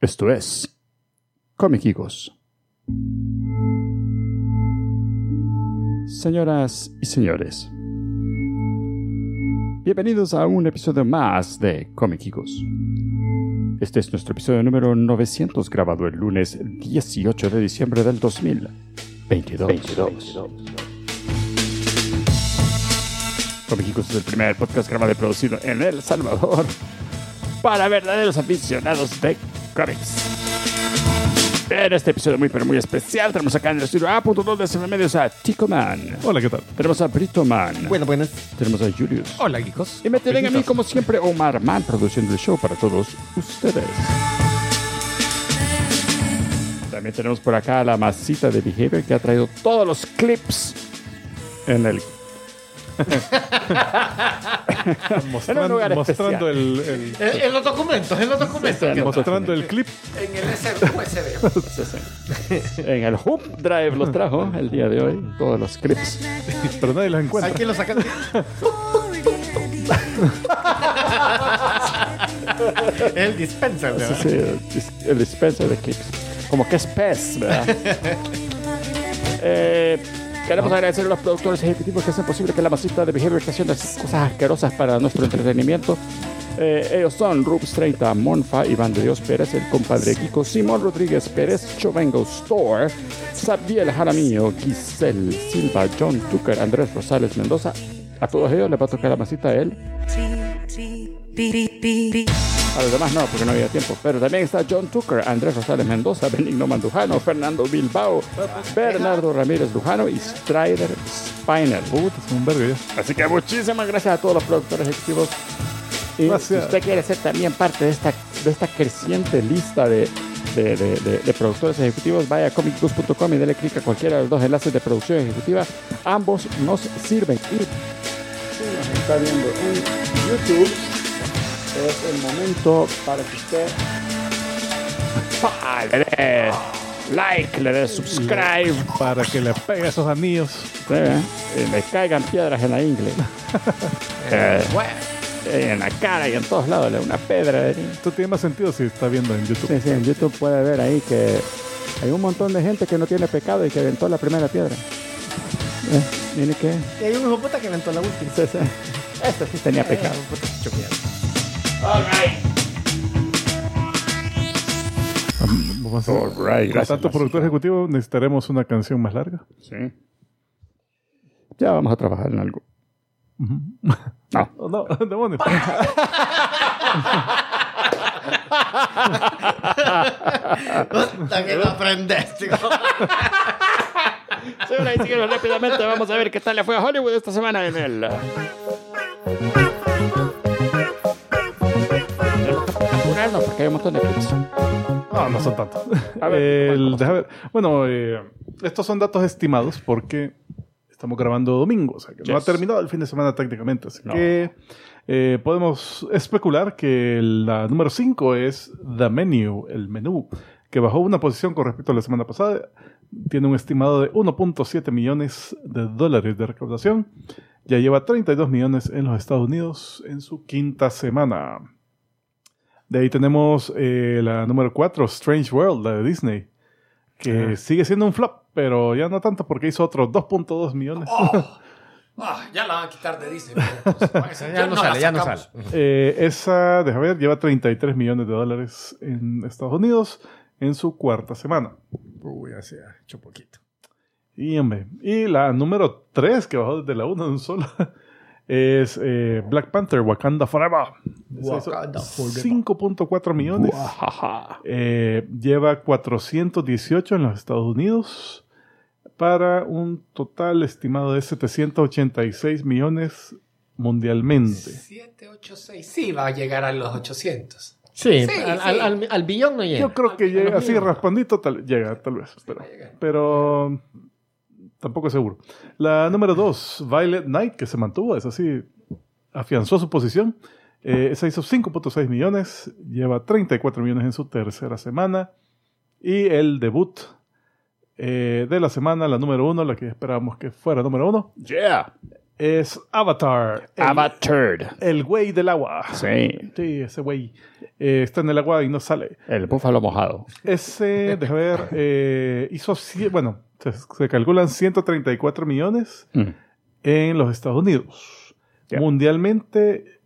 Esto es Comiquicos. Señoras y señores, bienvenidos a un episodio más de Comiquicos. Este es nuestro episodio número 900 grabado el lunes 18 de diciembre del 2022. 22. Comiquicos este es el primer podcast grabado y producido en El Salvador para verdaderos aficionados de cómics. En este episodio muy pero muy especial tenemos acá en el estudio A.2 de SM Medios a Tico Man. Hola, ¿qué tal? Tenemos a Brito Man. Bueno, buenas. Tenemos a Julius. Hola, geekos. Y me tienen a mí, como siempre, Omar Man produciendo el show para todos ustedes. También tenemos por acá a la masita de Behavior que ha traído todos los clips en el. En un lugar Mostran- mostrando especial. el, el- Eh, En, en los documentos, en los documentos. Sí, sí, mostrando el clip. En el USB. En el Hub Drive los trajo el día de hoy, todos los clips. Pero nadie los Hay encuentra. que lo saca. El dispenser, ¿verdad? Sí, el dis- el dispenser de clips. Como que es PES, ¿verdad? Eh, queremos agradecer a los productores ejecutivos que hacen posible que la masita de Behavior Creación haga cosas asquerosas para nuestro entretenimiento. Eh, ellos son Rubs 30, Monfa, Iván de Dios Pérez, el compadre Kiko, Simón Rodríguez Pérez, Chovengo Store, Sabiel Jaramillo, Giselle Silva, John Tucker, Andrés Rosales Mendoza. A todos ellos les va a tocar la masita a él. A los demás no, porque no había tiempo. Pero también está John Tucker, Andrés Rosales Mendoza, Benigno Mandujano, Fernando Bilbao, Bernardo Ramírez Lujano y Strider Spiner. Puta, es un vergo ya. Así que muchísimas gracias a todos los productores ejecutivos. Y Gracias. si usted quiere ser también parte de esta, de esta creciente lista de, de- de- de- de productores ejecutivos, vaya a comicboost.com y dele clic a cualquiera de los dos enlaces de producción ejecutiva. Ambos nos sirven. Y si nos está viendo en YouTube, es el momento para que usted pa, le dé like, le dé subscribe, Para que le pegue esos anillos. eh, y me caigan piedras en la ingle. Eh, Bueno, en la cara y en todos lados, le da una pedra. eh. Esto tiene más sentido si está viendo en YouTube. Sí, sí, en YouTube puede ver ahí que hay un montón de gente que no tiene pecado y que aventó la primera piedra. Eh, mire que y hay un hijo puta que inventó la última. sí, sí. Este sí tenía pecado. Vamos a hacer- Con tanto productor ejecutivo necesitaremos una canción más larga. Sí. Ya vamos a trabajar en algo. No. Oh, no, demonios. También lo aprendes, tío. Señoras y señores, rápidamente vamos a ver qué tal le fue a Hollywood esta semana en el. Apurarnos porque hay un montón de clips. No, no son tantos. A ver, ¿cómo- El- cómo deja ver. Bueno, eh, estos son datos estimados porque estamos grabando domingo, o sea que no ha Yes. terminado el fin de semana técnicamente. Así No. que eh, podemos especular que la número 5 es The Menu, el menú, que bajó una posición con respecto a la semana pasada. Tiene un estimado de 1.7 millones de dólares de recaudación. Ya lleva 32 millones en los Estados Unidos en su quinta semana. De ahí tenemos eh, la número 4, Strange World, la de Disney, que sigue siendo un flop, pero ya no tanto porque hizo otros 2.2 millones. oh. Ah, ya la van a quitar de Disney. ya Eh, esa, déjame ver, lleva 33 millones de dólares en Estados Unidos en su cuarta semana. Uy, así ha hecho poquito. Y, hombre, y la número 3, que bajó desde la 1 de un solo, es eh, Black Panther, Wakanda Forever. Esa hizo Wakanda Forever. 5.4 millones. Guajaja. Eh, lleva 418 en los Estados Unidos para un total estimado de 786 millones mundialmente. 786. Sí, va a llegar a los 800. Sí, Sí, al, sí. al- al- al billón no llega. Yo creo que a llega los así mil. raspandito, tal, llega tal vez, pero, va a llegar. pero tampoco es seguro. La número 2, Violet Knight, que se mantuvo, es así, afianzó su posición. Eh, esa hizo 5.6 millones, lleva 34 millones en su tercera semana. Y el debut eh, de la semana, la número 1, la que esperábamos que fuera número 1, Yeah. es Avatar. El- Avatar. El güey del agua. Sí. Sí, ese güey eh, está en el agua y no sale. El búfalo mojado. Ese, deja ver, eh, hizo, cien- bueno, se, se calculan 134 millones Mm. en los Estados Unidos. Ya. Mundialmente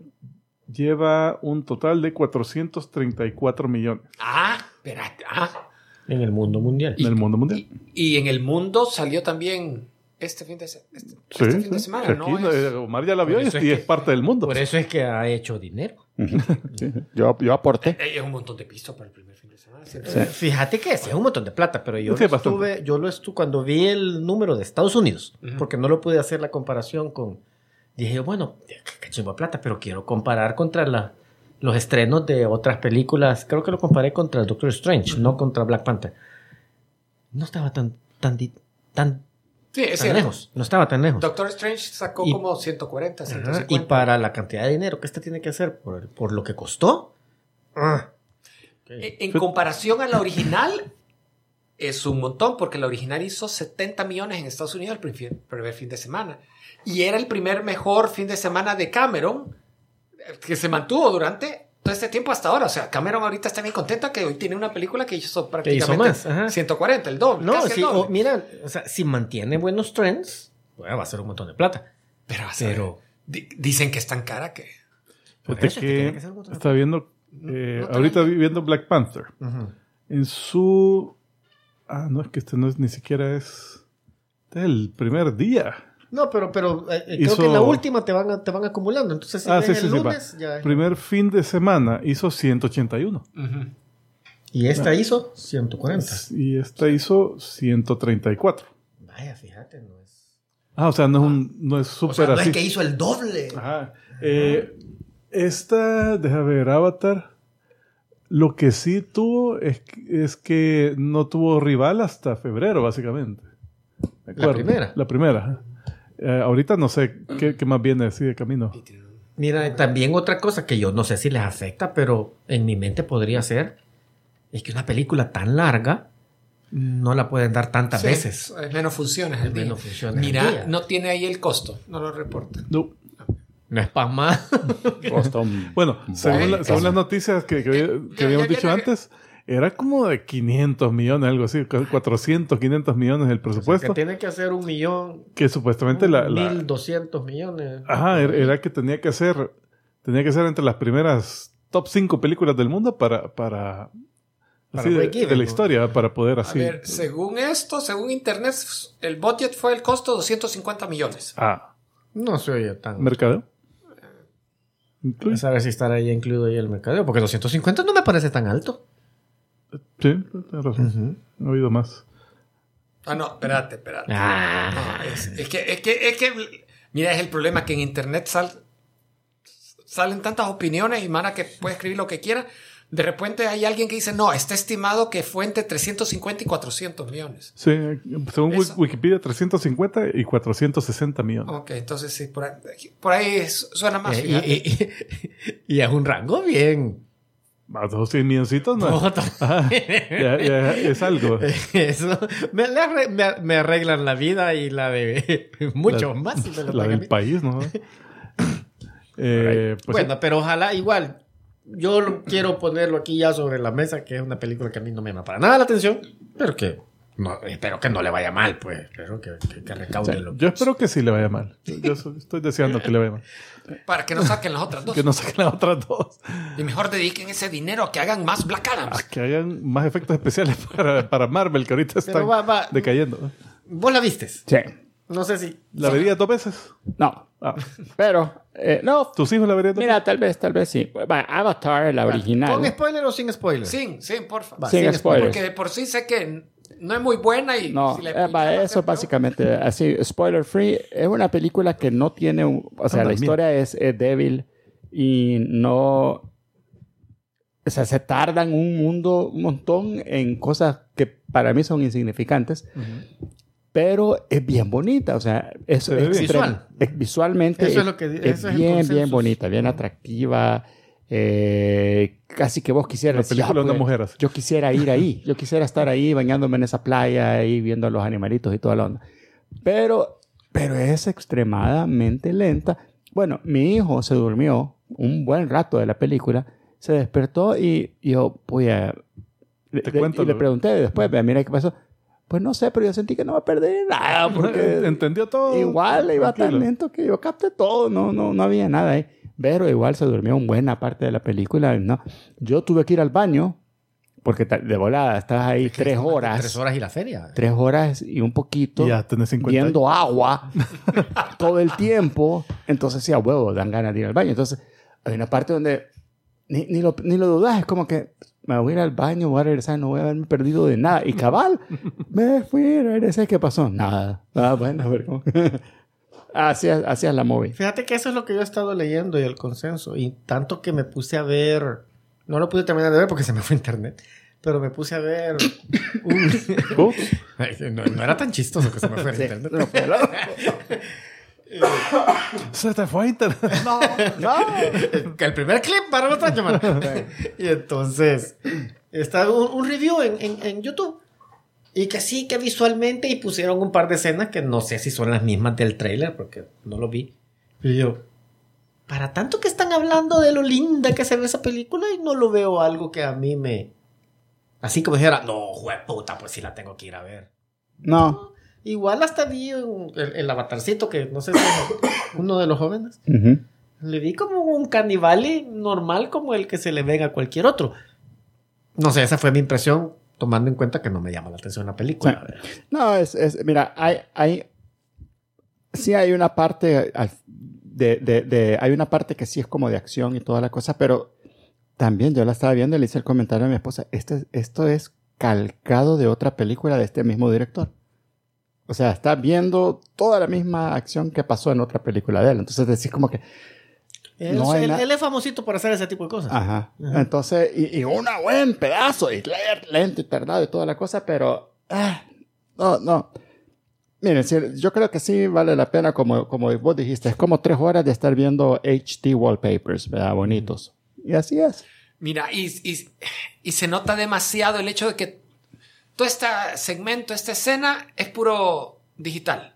lleva un total de 434 millones Ah, espérate. Ah. En el mundo mundial. en el mundo mundial. Y, y en el mundo salió también este fin de, se- este- Sí, este fin de sí. semana, Aquí ¿no? no- Es- eh, Omar ya la vio Por y es, eso es y que- es parte del mundo. Por eso es que ha hecho dinero. Sí. Yo, yo aporté. eh, es un montón de pisos para el primer fin de semana. sí. Fíjate que sí, es un montón de plata, pero yo Sí, lo bastante. estuve, yo lo estuve cuando vi el número de Estados Unidos, Ujú. porque no lo pude hacer la comparación con. Dije, bueno, qué chimba plata, pero quiero comparar contra la- los estrenos de otras películas. Creo que lo comparé contra Doctor Strange, no contra Black Panther. No estaba tan, tan, di- tan, Sí, es tan cierto. lejos. No estaba tan lejos. Doctor Strange sacó Y- como 140, Ajá, 150. Y para la cantidad de dinero que este tiene que hacer por, por lo que costó. ah, E- En comparación a la original, es un montón, porque la original hizo 70 millones en Estados Unidos el primer, primer fin de semana. Y era el primer mejor fin de semana de Cameron, eh, que se mantuvo durante todo este tiempo hasta ahora. O sea, Cameron ahorita está bien contenta que hoy tiene una película que hizo prácticamente más, ajá. 140, el doble. No, casi el sí, doble. o- mira, o sea, si mantiene buenos trends, bueno, va a ser un montón de plata. pero, Ah, a saber, Pero di- dicen que es tan cara que... Por Fíjate eso es que que tiene que ser otro- está viendo, eh, no te ahorita viendo Black Panther. En su. Ah, no, es que este no es ni siquiera es. este es el primer día. no, pero, pero eh, eh, creo Hizo- que en la última te van, a- te van acumulando. Entonces, si ah, ves el va. lunes, ya. Primer fin de semana hizo 181. Ujú. Y esta hizo 140. Y esta hizo 134. Vaya, fíjate, no es. Ah, o sea, no es, un, no es O sea, súper no así. es que hizo el doble. Ajá. Eh, esta, deja ver, Avatar. Lo que sí tuvo es, que- es que no tuvo rival hasta febrero, básicamente. ¿De La primera. La primera. ajá. Eh, ahorita no sé qué, qué más viene así de camino. Y tiene un- Mira, también otra cosa que yo no sé si les afecta, pero en mi mente podría ser: es que una película tan larga no la pueden dar tantas Sí, veces. es menos funciones Al al día. menos funciona. el día. Mira, no tiene ahí el costo, no lo reporta. No. no es para más. Boston. Bueno, según, la- Bueno, según las noticias que, que había- que ya habíamos viene- dicho antes, era como de 500 millones, algo así, 400, 500 millones el presupuesto, Que tiene que hacer un millón que supuestamente la, la- 1200 millones. Ajá, era, era que tenía que ser tenía que ser entre las primeras top 5 películas del mundo para para, Para así de, break even, de la ¿no? historia para poder A así. ver, según esto, según internet, el budget fue el costo 250 millones. Ah, No se oye tan. mercado. A Incluye. saber si estará ya incluido ahí el mercadeo, porque 250 no me parece tan alto. Sí, tienes razón. No ha habido más. Ah, no, espérate, espérate. Ah, No, es, es que, es que, es que, mira, es el problema que en internet sal- salen tantas opiniones y Mara que puede escribir lo que quiera. De repente hay alguien que dice, no, está estimado que fue entre 350 y 400 millones. Sí, según Wik- Eso. Wikipedia 350 y 460 millones. Ok, entonces sí, por ahí, por ahí su- suena más. Eh, y, fíjate. y- y- y es un rango bien. Ah, dos cien milloncitos no. es- Ajá, ya- ya es algo. Eso. Me, le arre- me- me arreglan la vida y la de mucho La- más. si me La lo pagan del bien. país, ¿no? Eh, pues sí. bueno, pero ojalá igual. Yo lo quiero ponerlo aquí ya sobre la mesa, que es una película que a mí no me llama para nada la atención, pero que no, espero que no le vaya mal, pues. Espero que, que, que recaude lo yo espero que sí le vaya mal. Yo- Yo so- estoy deseando que le vaya mal. Para que no saquen las otras dos. Que no saquen las otras dos. Y mejor dediquen ese dinero a que hagan más Black Adams. A que hayan más efectos especiales para, para Marvel, que ahorita Pero están va, va. decayendo. Vos la vistes. Sí. No sé si. ¿La vería dos veces? No. Ah, Pero, eh, no. ¿Tus hijos la verían dos Mira, tal vez, tal vez sí. Va, Avatar, la ¿Con original. spoiler o sin spoiler? Sí, sí, porfa. Va, Sin sin spoilers. Porque de por sí sé que n- no es muy buena y Pues. No, si le eh, va, pican, eso va a ser peor. básicamente, así, spoiler free, es una película que no tiene, un- o sea, Anda, la mira. historia es, es débil y no, o sea, se tardan un mundo, un montón en cosas que para mí son insignificantes, pero es bien bonita, o sea, es, Se ve es bien. tre- Visual. es visualmente Eso es lo que- ese es el bien, bien consensus. bonita, bien atractiva. eh, casi que vos quisieras La decir, película "Ah, de una pues, mujer así". yo quisiera ir ahí, yo quisiera estar ahí bañándome en esa playa, ahí viendo a los animalitos y toda la onda. Pero pero es extremadamente lenta. Bueno, mi hijo se durmió un buen rato de la película, se despertó y yo, puya, le, Te le- cuento, y le ¿no? pregunté después, "Ve, mira qué pasó. Pues no sé, pero yo sentí que no me perdí nada, porque Entendió todo. igual iba tan Tranquilo. lento que yo capté todo, no, no, no había nada ahí. Pero igual se durmió en buena parte de la película. ¿no? Yo tuve que ir al baño, porque ta- de volada, estabas ahí tres horas, Tres horas y la feria. tres horas y un poquito Y Ya tenés 50 años. viendo agua todo el tiempo. Entonces, sí, a huevo, dan ganas de ir al baño. Entonces, hay una parte donde ni, ni lo, ni lo dudas, es como que me voy a ir al baño, voy a regresar, no voy a haberme perdido de nada. Y cabal, me fui, regresé, ¿qué pasó? Nada. Ah, bueno, a ver cómo. Así es- así es la móvil. Fíjate que eso es lo que yo he estado leyendo y el consenso. Y tanto que me puse a ver. No lo pude terminar de ver porque se me fue internet. Pero me puse a ver. un- Ay, no, no era tan chistoso que se me fue el internet. Se te fue internet. No, no. Que el primer clip para la otra semana. y entonces, está un, un review en, en- en YouTube. Y que sí, que visualmente, y pusieron un par de escenas que no sé si son las mismas del trailer, porque no lo vi. Y yo, para tanto que están hablando de lo linda que se ve esa película, y no lo veo algo que a mí me. Así como dijera, no, puta, pues sí la tengo que ir a ver. No. Igual hasta vi un- el, el avatarcito que no sé si es uno de los jóvenes. Ujú. Le vi como un canibale normal como el que se le ve a cualquier otro. No sé, esa fue mi impresión, tomando en cuenta que no me llama la atención la película. No, es, es mira, hay, hay, sí hay una parte, al- de, de- de- hay una parte que sí es como de acción y toda la cosa, pero también yo la estaba viendo y le hice el comentario a mi esposa, este, esto es calcado de otra película de este mismo director. O sea, está viendo toda la misma acción que pasó en otra película de él. Entonces decís como que, Él, No hay Eh, él- na- Ah. él es famosito por hacer ese tipo de cosas. Ajá. Ajá. Entonces, y, y una buen pedazo, y le- lento y tardado y toda la cosa, pero. ah, no, no. Miren, sí, yo creo que sí vale la pena, como, como vos dijiste, es como tres horas de estar viendo HD wallpapers, ¿verdad? Bonitos. Y así es. Mira, y, y- y se nota demasiado el hecho de que todo este segmento, esta escena, es puro digital.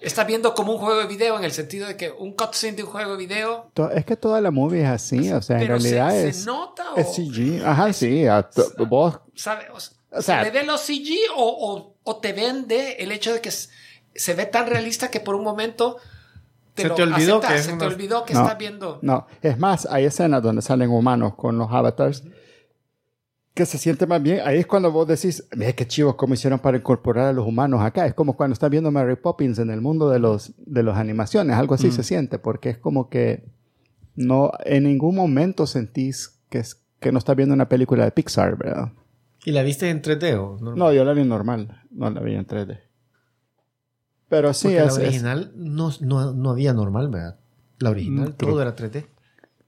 Estás viendo como un juego de video en el sentido de que un cutscene de un juego de video. To- Es que toda la movie es así, o sea, en pero realidad se, es. se nota o, es CG. Ajá, sí. a to- vos. sabe, o s- O sea- se le ve los CG o, o- o te vende el hecho de que s- se ve tan realista que por un momento Se lo te olvidó aceptas, que es se te una- olvidó que No. estás viendo. No, es más, hay escenas donde salen humanos con los avatars que se siente más bien. Ahí es cuando vos decís, mira qué chivos cómo hicieron para incorporar a los humanos acá. Es como cuando estás viendo Mary Poppins en el mundo de los de las animaciones, algo así se Mm. siente, porque es como que no en ningún momento sentís que es- que no estás viendo una película de Pixar, ¿verdad? ¿Y la viste en 3D o no? No, yo la vi normal, no la vi en 3D. Pero sí, Porque es, la es- original no, no, no había normal, ¿verdad? La original, creo- todo era 3D.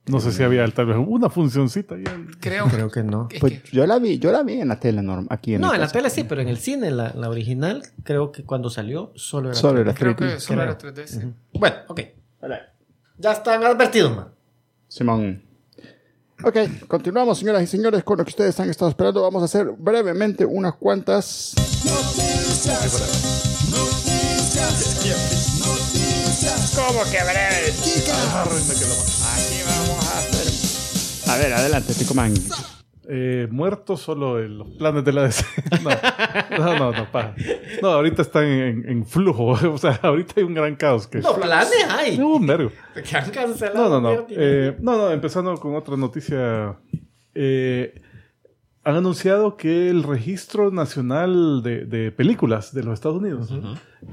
No sé si había tal vez una funcioncita. ahí. Creo, Creo que no. que- pues que- yo la vi, yo la vi en la tele normal, aquí en No, mi en la casa. tele sí, pero en el cine, la, la original, creo que cuando salió solo era Solo era creo 3D. que solo era 3D. sí. Bueno, ok. Ya están advertidos, man. Simón. Ok, continuamos, señoras y señores, con lo que ustedes han estado esperando. Vamos a hacer brevemente unas cuantas. A ver, adelante, Ticomán. Eh, muerto solo en los planes de la DC. No, no, no, no, pa. no ahorita están en, en flujo. O sea, ahorita hay un gran caos. Que... No, planes hay. Hubo un vergo. Que han No, cancelado. no, no. mierda. Eh, no, no, empezando con otra noticia. Eh, han anunciado que el Registro Nacional de, de Películas de los Estados Unidos,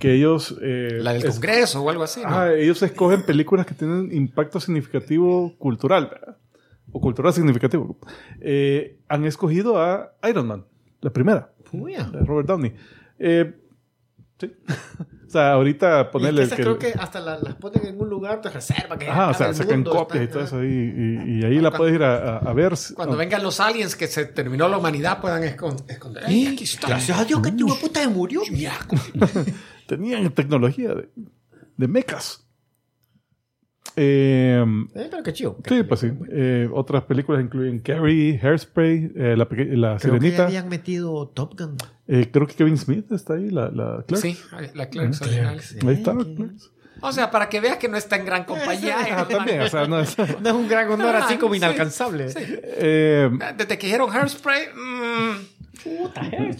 que ellos... eh, La del es- Congreso o algo así. ¿no? Ah, ellos escogen películas que tienen impacto significativo cultural, ¿verdad? o cultural significativo. Eh, han escogido a Iron Man, la primera, Puya. de Robert Downey. Eh, sí. o sea, ahorita Y es ponerle... que esas creo que hasta la- las ponen en un lugar de reserva. Que Ajá, o sea, acaba el sacan mundo, copias y está- todo eso ahí, y, y- y ahí la puedes ir a, a- a ver. si- Cuando ah, vengan los aliens que se terminó la humanidad puedan escon- esconder. ¡Ey, aquí está! Gracias a Dios que tu puta se murió. Mira, Tenían tecnología de, de mecas. Eh, Eh, pero qué chido. sí, pues sí. Eh, otras películas incluyen Carrie, Hairspray, eh, La, Peque- la Creo que Sirenita. habían metido Top Gun. Eh, creo que Kevin Smith está ahí, la, la Clerks. Sí, la Clerks Mm, original. Clerks. Ahí está, Sí. Clerks. O sea, para que veas que no está en gran compañía. eh, Ah, hermano. también, o sea, no es- No es un gran honor así como Sí, inalcanzable. sí. Eh, Desde que dijeron Hairspray, mm,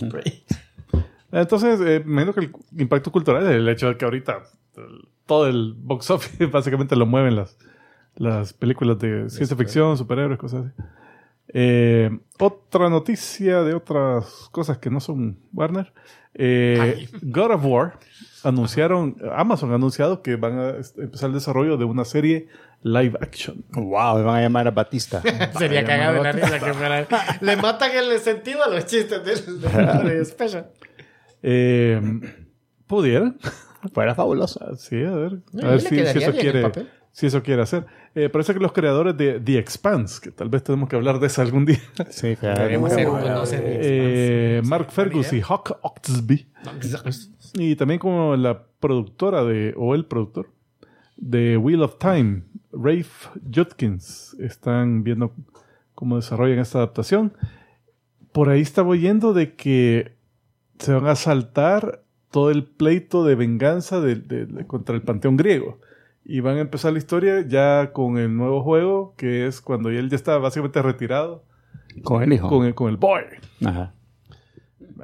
Entonces, eh, me imagino que el impacto cultural es el hecho de que ahorita el- todo el box office básicamente lo mueven las, las películas de ciencia ficción, superhéroes, cosas así. Eh, otra noticia de otras cosas que no son Warner. Eh, God of War anunciaron, Amazon ha anunciado que van a est- empezar el desarrollo de una serie live action. Wow, me van a llamar a Batista. Sería cagado de la risa que fuera. Le matan el sentido a los chistes del de Special. Eh, ¿Pudieran? Fuera fabuloso. Sí, a ver. No, a yo ver le si, quedaría si eso bien el quiere, papel. si eso quiere hacer. Eh, parece que los creadores de The Expanse, que tal vez tenemos que hablar de eso algún día. Sí, deberíamos hacer un claro. conocer The Expanse. Eh, Mark Fergus y Hawk Oxby. Y también como la productora de, o el productor de Wheel of Time, Rafe Judkins. Están viendo cómo desarrollan esta adaptación. Por ahí estaba oyendo de que se van a saltar todo el pleito de venganza de- de- de- contra el panteón griego. Y van a empezar la historia ya con el nuevo juego, que es cuando él ya está básicamente retirado Con el hijo. con el, con el boy. Ajá.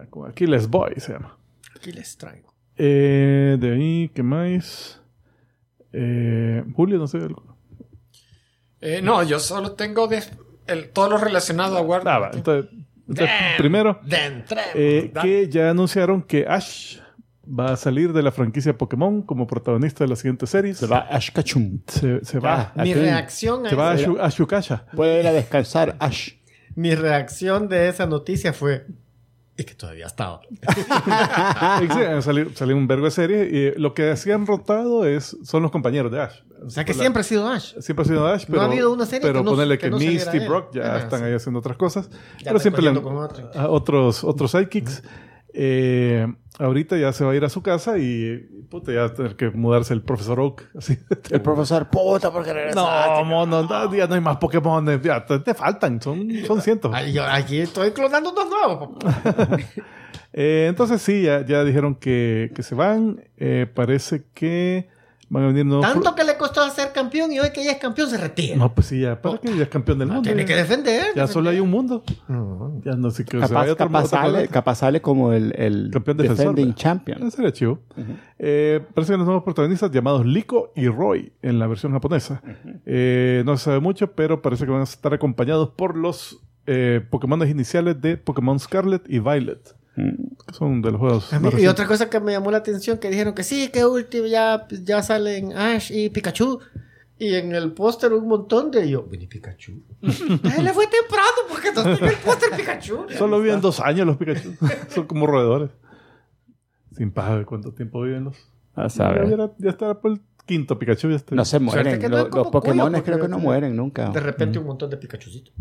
Con Aquiles Boy se llama. Aquí les traigo. Eh, de ahí, ¿qué más? Eh, Julio, no sé. algo. Eh, no, yo solo tengo de- el- todo lo relacionado a Warner. Ah, va, entonces, entonces, primero, eh, que ya anunciaron que Ash va a salir de la franquicia Pokémon como protagonista de la siguiente serie. Se va Ah. Ash Ketchum. Se, se va. Mi Aquí. reacción, a Se va a, esa- Shu- a Shukasha. Puede ir a descansar, Ash. mi reacción de esa noticia fue. Es que todavía estaba. Ah. Y sí, han salido- salió un vergo de serie. Y eh, lo que sí han rotado es, son los compañeros de Ash. O sea que siempre ha sido Ash. Siempre ha sido Ash, No pero, ha habido una serie pero que no- ponerle que que, no saliera Misty y él. Brock ya Ajá, están sí. ahí haciendo otras cosas. Ya pero está siempre le han- cogiendo con otro. a otros, otros sidekicks. Eh, ahorita ya se va a ir a su casa y puta, ya va a tener que mudarse el profesor Oak. Así. El profesor, puta, porque regresaste. No, mono, no, ya no hay más Pokémon. eh, Ya te, te faltan, son, son cientos. Ay, yo aquí estoy clonando unos nuevos. papá. Eh, entonces sí, ya, ya dijeron que, que se van. Eh, parece que van a venir nuevos. Tanto que le costó hacer campeón y hoy que ya es campeón se retira. No, pues sí, ya, para que ya es campeón del mundo. Oh. Ah, Tiene que defender. Ya solo hay un mundo. No, Ya no sé qué. se Mm. Capaz, vaya otro- capaz otro sale, planeta. capaz sale como el, el Campeón defensor, defending ¿verdad? Ah, champion. sería chivo. Eh, parece que los nuevos protagonistas llamados Liko y Roy en la versión japonesa. Eh, no se sabe mucho, pero parece que van a estar acompañados por los eh, Pokémon iniciales de Pokémon Scarlet y Violet, Mm. que son de los juegos. A mí- más y recientes. otra cosa que me llamó la atención que dijeron que sí, que último ya, ya salen Ash y Pikachu. Y en el póster un montón de yo. Vení Pikachu. Ay, le fue temprano porque no tenía el póster Pikachu. Solo viven dos años los Pikachu. son como roedores. Sin paja de cuánto tiempo viven los. A Ya, saber. era- ya estará por el quinto Pikachu. Ya está. No se Suerte mueren. que no Lo- es como los Pokémon cuyo, creo que porque- no mueren nunca. De repente un montón de Pikachucitos.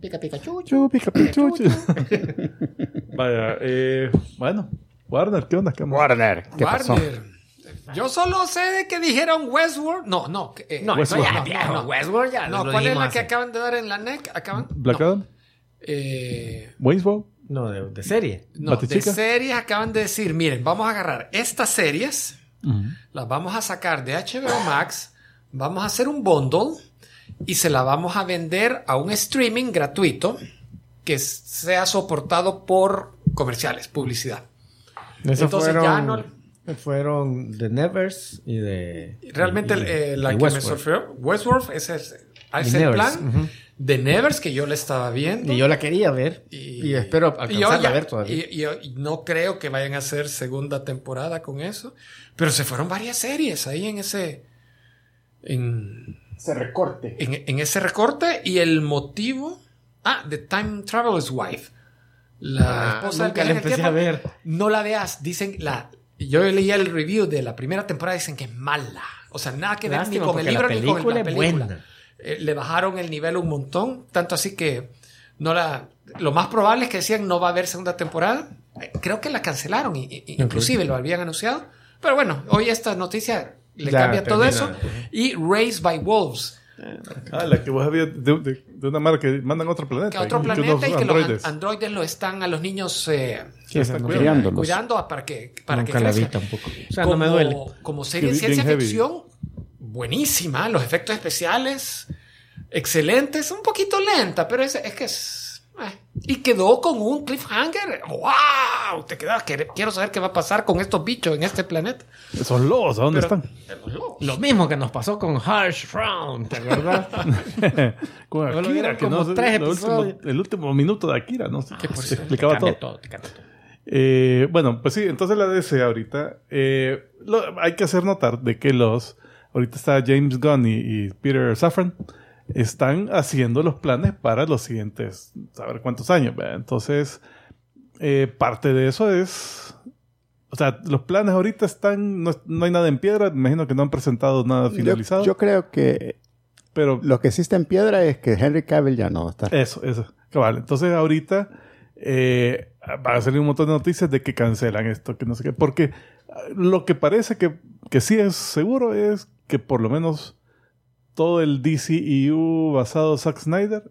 Pica Pikachu. Chu, pica, pichu, chu. Vaya, eh, bueno. Warner, ¿qué onda? ¿Qué onda? Warner, ¿qué pasó? Warner. Yo solo sé de que dijeron Westworld. No, no. que- eh, No, Westworld. no, ya, no, viejo, no, no. Westworld ya. No, lo ¿cuál es dijimos la que hace- acaban de dar en la NEC? Acaban. Black no, Adam, eh, Waynesville. No, de, de serie. no, de Batichica. series acaban de decir, miren, vamos a agarrar estas series, las vamos a sacar de HBO Max, vamos a hacer un bundle y se la vamos a vender a un streaming gratuito que sea soportado por comerciales, publicidad. Eso Entonces fueron, ya no- Fueron de Nevers y de. Realmente y- eh, la y que me Westworld. sorprendió, Westworld, ese es, es Y el Nevers, plan ujú. de Nevers que yo le estaba viendo. Y yo la quería ver. Y, espero y yo alcanzarla ya- a ver todavía. y- y yo- y no creo que vayan a hacer segunda temporada con eso. Pero se fueron varias series ahí en ese. En, Se recorte. en, en ese recorte. Y el motivo. Ah, The Time Traveler's Wife. La Ah, esposa del nunca la viaje en el empecé tiempo. a ver. No la veas. Dicen la. Yo leía el review de la primera temporada. Dicen que es mala. O sea, nada que ver ni Lástima, con el porque libro la ni con el- la película es película. buena. Eh, le bajaron el nivel un montón, tanto así que no la lo más probable es que decían no va a haber segunda temporada. Eh, Creo que la cancelaron, y- y- inclusive lo habían anunciado. Pero bueno, hoy esta noticia le Ya, cambia todo eso. termina. Y Raised by Wolves, Ah, la que vos habías de, de- de una marca que mandan a otro planeta. que a otro y planeta unos y que androides. los an- androides lo están a los niños eh, Sí, están no, cuidando. Cuidándolos. cuidando a- para que, para que Nunca la vi crezcan. tampoco. O sea, no me duele. Como serie de Bien- bien ciencia heavy. ficción, buenísima. Los efectos especiales, excelentes. Un poquito lenta, pero es, es que es. eh. Y quedó con un cliffhanger. ¡Wow! Te quedas. que- Quiero saber qué va a pasar con estos bichos en este planeta. Esos lobos, ¿a dónde Lo mismo que nos pasó con Harsh Round, ¿te acuerdas? están? Con Lo Akira, vieron que no como sé, tres lo último- episodios. el último minuto de Akira, no sé. Que por se cierto, explicaba todo. Cambia te cambia todo. Eh, bueno, pues sí, entonces la DC ahorita. eh, lo- hay que hacer notar de que los. Ahorita está James Gunn y, y Peter Safran. Están haciendo los planes para los siguientes. Saber cuántos años. ¿verdad? Entonces, eh, parte de eso es. O sea, los planes ahorita están. No, no hay nada en piedra. Me imagino que no han presentado nada Yo, finalizado. yo creo que pero lo que existe en piedra es que Henry Cavill ya no va a estar. Eso, eso. Cabal. Entonces ahorita eh, van a salir un montón de noticias de que cancelan esto, que no sé qué. Porque ah, lo que parece que, que sí es seguro es que por lo menos todo el DCEU basado en Zack Snyder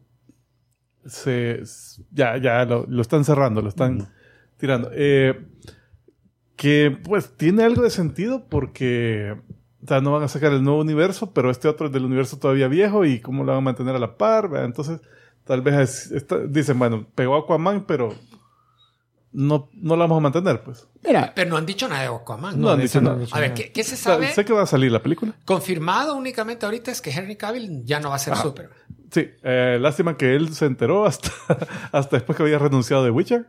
se, s- ya, ya lo, lo están cerrando, lo están tirando. Eh, que pues tiene algo de sentido porque... O sea, no van a sacar el nuevo universo, pero este otro es del universo todavía viejo y cómo lo van a mantener a la par. ¿verdad? Entonces, tal vez es- está- dicen, bueno, pegó Aquaman, pero no, no la vamos a mantener, pues. Mira, Pero no han dicho nada de Aquaman. No han de dicho eso no nada. A ver, ¿qué, qué se O sea, sabe? sé que va a salir la película. Confirmado únicamente ahorita es que Henry Cavill ya no va a ser Superman. Sí, eh, lástima que él se enteró hasta, hasta después que había renunciado de Witcher.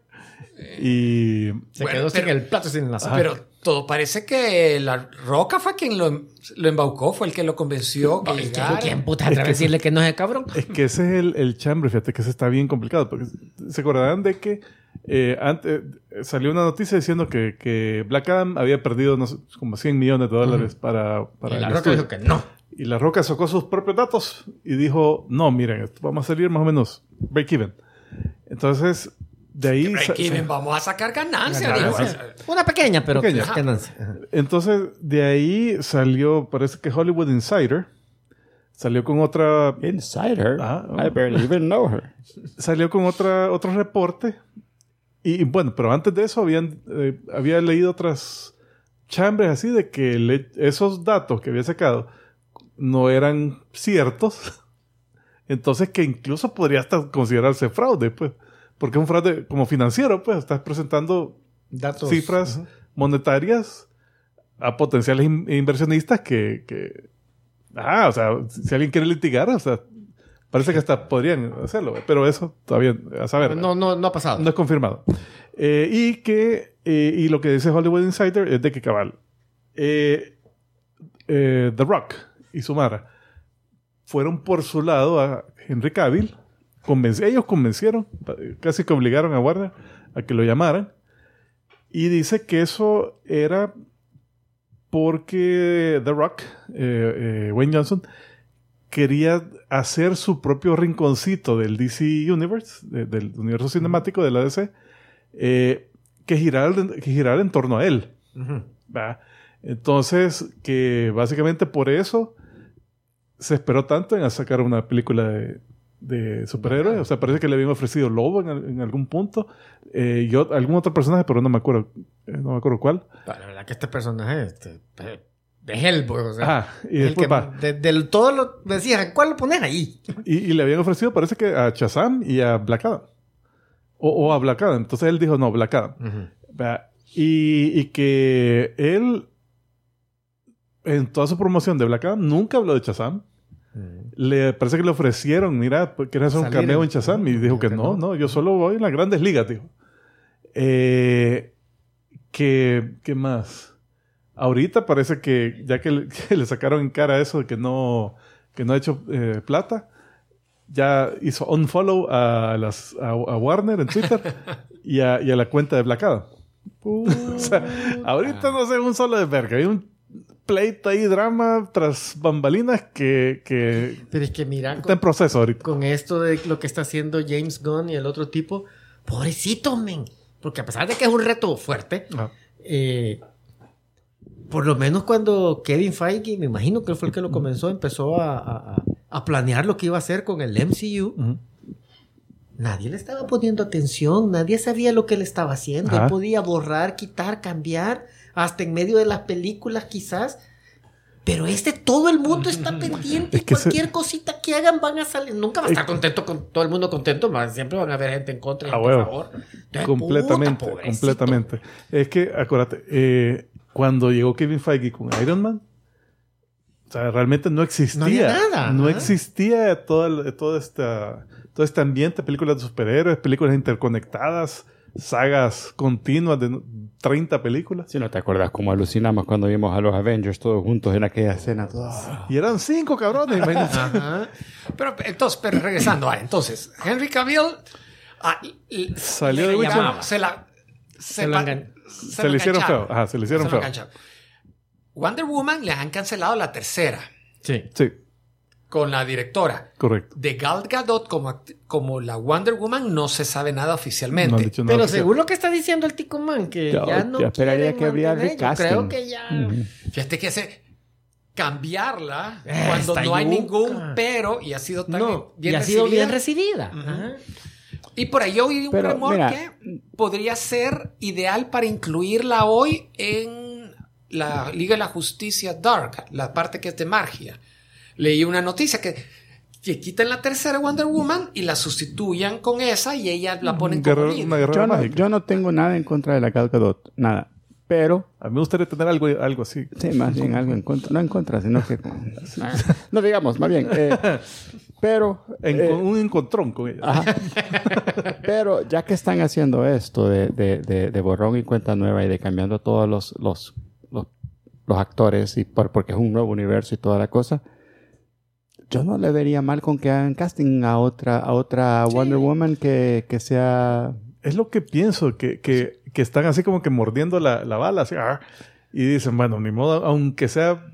Y Se Bueno, quedó sin pero- el plato sin la sal. Pero todo parece que la Roca fue quien lo, em, lo embaucó, fue el que lo convenció. Que Ay, llegara. ¿Quién puta atreve a decirle que no es el cabrón? es que ese es el, el chambre, fíjate que ese está bien complicado. Porque se acordarán de que eh, antes eh, salió una noticia diciendo que, que Black Adam había perdido no sé, como 100 millones de dólares para, para y la el roca estudio. dijo que no. Y La Roca sacó sus propios datos y dijo, no, miren, esto vamos a salir más o menos break-even. Entonces, de ahí... sa- Break-even, vamos a sacar ganancia. Ganancia. dijo. Una pequeña, pero Pequeña. es ganancia. Ajá. Entonces, de ahí salió, parece que Hollywood Insider salió con otra... Insider. Ah, I barely even know her. Salió con otra, otro reporte. Y, y bueno, pero antes de eso habían, eh, había leído otras chambres así de que le- esos datos que había sacado no eran ciertos. Entonces que incluso podría hasta considerarse fraude, pues. Porque es un fraude como financiero, pues. Estás presentando Datos. cifras monetarias a potenciales in- inversionistas que, que- Ah, o sea, si alguien quiere litigar, o sea, parece que hasta podrían hacerlo. Pero eso todavía, a saber. No, no, no ha pasado. No es confirmado. Eh, y que eh, y lo que dice Hollywood Insider es de que cabal. eh, eh, The Rock y Sumara fueron por su lado a Henry Cavill. convenci- ellos convencieron, eh, casi que obligaron a Warner a que lo llamaran. Y dice que eso era porque The Rock, eh, eh, Wayne Johnson, quería hacer su propio rinconcito del DC Universe, de- del universo cinemático de la DC, eh, que, girara, que girara en torno a él. Ujú. ¿va? Entonces, que básicamente por eso se esperó tanto en a sacar una película de, de superhéroes. O sea, parece que le habían ofrecido Lobo en, al- en algún punto. Eh, yo, algún otro personaje, pero no me acuerdo, eh, no me acuerdo cuál. Pero La verdad que este personaje este, pues, eh, es Hellboy. O sea, Ajá, y el después que va. de, del todo lo me decías, ¿cuál lo pones ahí? Y, y le habían ofrecido, parece que a Shazam y a Black Adam. O, o a Black Adam. Entonces él dijo, no, Black Adam. ¿Verdad? Y, y que él, en toda su promoción de Black Adam, nunca habló de Shazam. Mm. Le parece que le ofrecieron, mira, pues, ¿quieres hacer un Salir cameo en- en Shazam? Y Ujú, dijo que que no, no. no, yo solo voy en las grandes ligas, dijo. Eh, que, ¿Qué más? Ahorita parece que, ya que le, que le sacaron en cara eso de que no, que no ha hecho eh, plata, ya hizo unfollow a, las, a, a Warner en Twitter y, a, y a la cuenta de Black Adam. O sea, ahorita no sé un solo de verga. Hay un pleito ahí, drama tras bambalinas que, que Pero es que mira, está en con, proceso ahorita. con esto de lo que está haciendo James Gunn y el otro tipo, Ah. pobrecito, men. Porque a pesar de que es un reto fuerte, Ajá. eh, por lo menos cuando Kevin Feige, me imagino que él fue el que lo comenzó, empezó a, a- a planear lo que iba a hacer con el MCU. Ujú. Nadie le estaba poniendo atención, nadie sabía lo que le estaba haciendo. Ajá. Él podía borrar, quitar, cambiar, hasta en medio de las películas quizás. Pero este, todo el mundo está pendiente. Es que Cualquier ese- cosita que hagan van a salir. Nunca va a estar contento con todo el mundo contento. más Siempre van a haber gente en contra y A gente huevo. a favor. Entonces, Completamente, puta, pobrecito. completamente. Es que, acuérdate, eh, cuando llegó Kevin Feige con Iron Man, o sea, realmente no existía. No había nada, no ajá. existía todo, el- todo, esta, todo este ambiente, películas de superhéroes, películas interconectadas, sagas continuas de 30 películas. Si no te acuerdas cómo alucinamos cuando vimos a los Avengers todos juntos en aquella escena. Ah, todos- Ah. Y eran cinco cabrones, imagínate. Ajá. Pero entonces, pero regresando a entonces, Henry Cavill ah, y- y- Salió le de Witcher. llamaban, se la se, Se lo pa- engan- se se lo le hicieron feo. engancharon. Ajá, se Se le hicieron lo feo. engancharon. Wonder Woman les han cancelado la tercera Sí. Sí, con la directora. correcto. De Gal Gadot como, act- como la Wonder Woman no se sabe nada oficialmente. No han dicho nada Pero oficial. según lo que está diciendo el Tico Man, que Yo- ya no. yo esperaría quieren que habría mantener, yo recasting. Creo que ya. Fíjate que ese cambiarla Eh, cuando está no hay yuca. ningún pero y ha sido tan No, bien, y ha sido recibida. bien recibida. Ajá. Y por ahí oí un Pero, rumor mira. que podría ser ideal para incluirla hoy en la Liga de la Justicia Dark, la parte que es de magia. Leí una noticia que, que quitan la tercera Wonder Woman y la sustituyan con esa y ella la ponen como Mm, Guerrero- líder. una guerrera Yo no, mágica. yo no tengo nada en contra de la Gal Gadot, nada. Pero, A mí me gustaría tener algo, algo así. sí, más bien algo en contra, no en contra, sino que... no digamos, más bien. eh, pero... En- eh, con un encontrón con ella. Ajá. Pero ya que están haciendo esto de, de- de- de borrón y cuenta nueva y de cambiando todos los, los, los, los actores y por- porque es un nuevo universo y toda la cosa, yo no le vería mal con que hagan casting a otra, a otra Wonder Woman que, que sea... Es lo que pienso, que, que, que están así como que mordiendo la, la bala, así, "Arr", y dicen, bueno, ni modo, aunque sea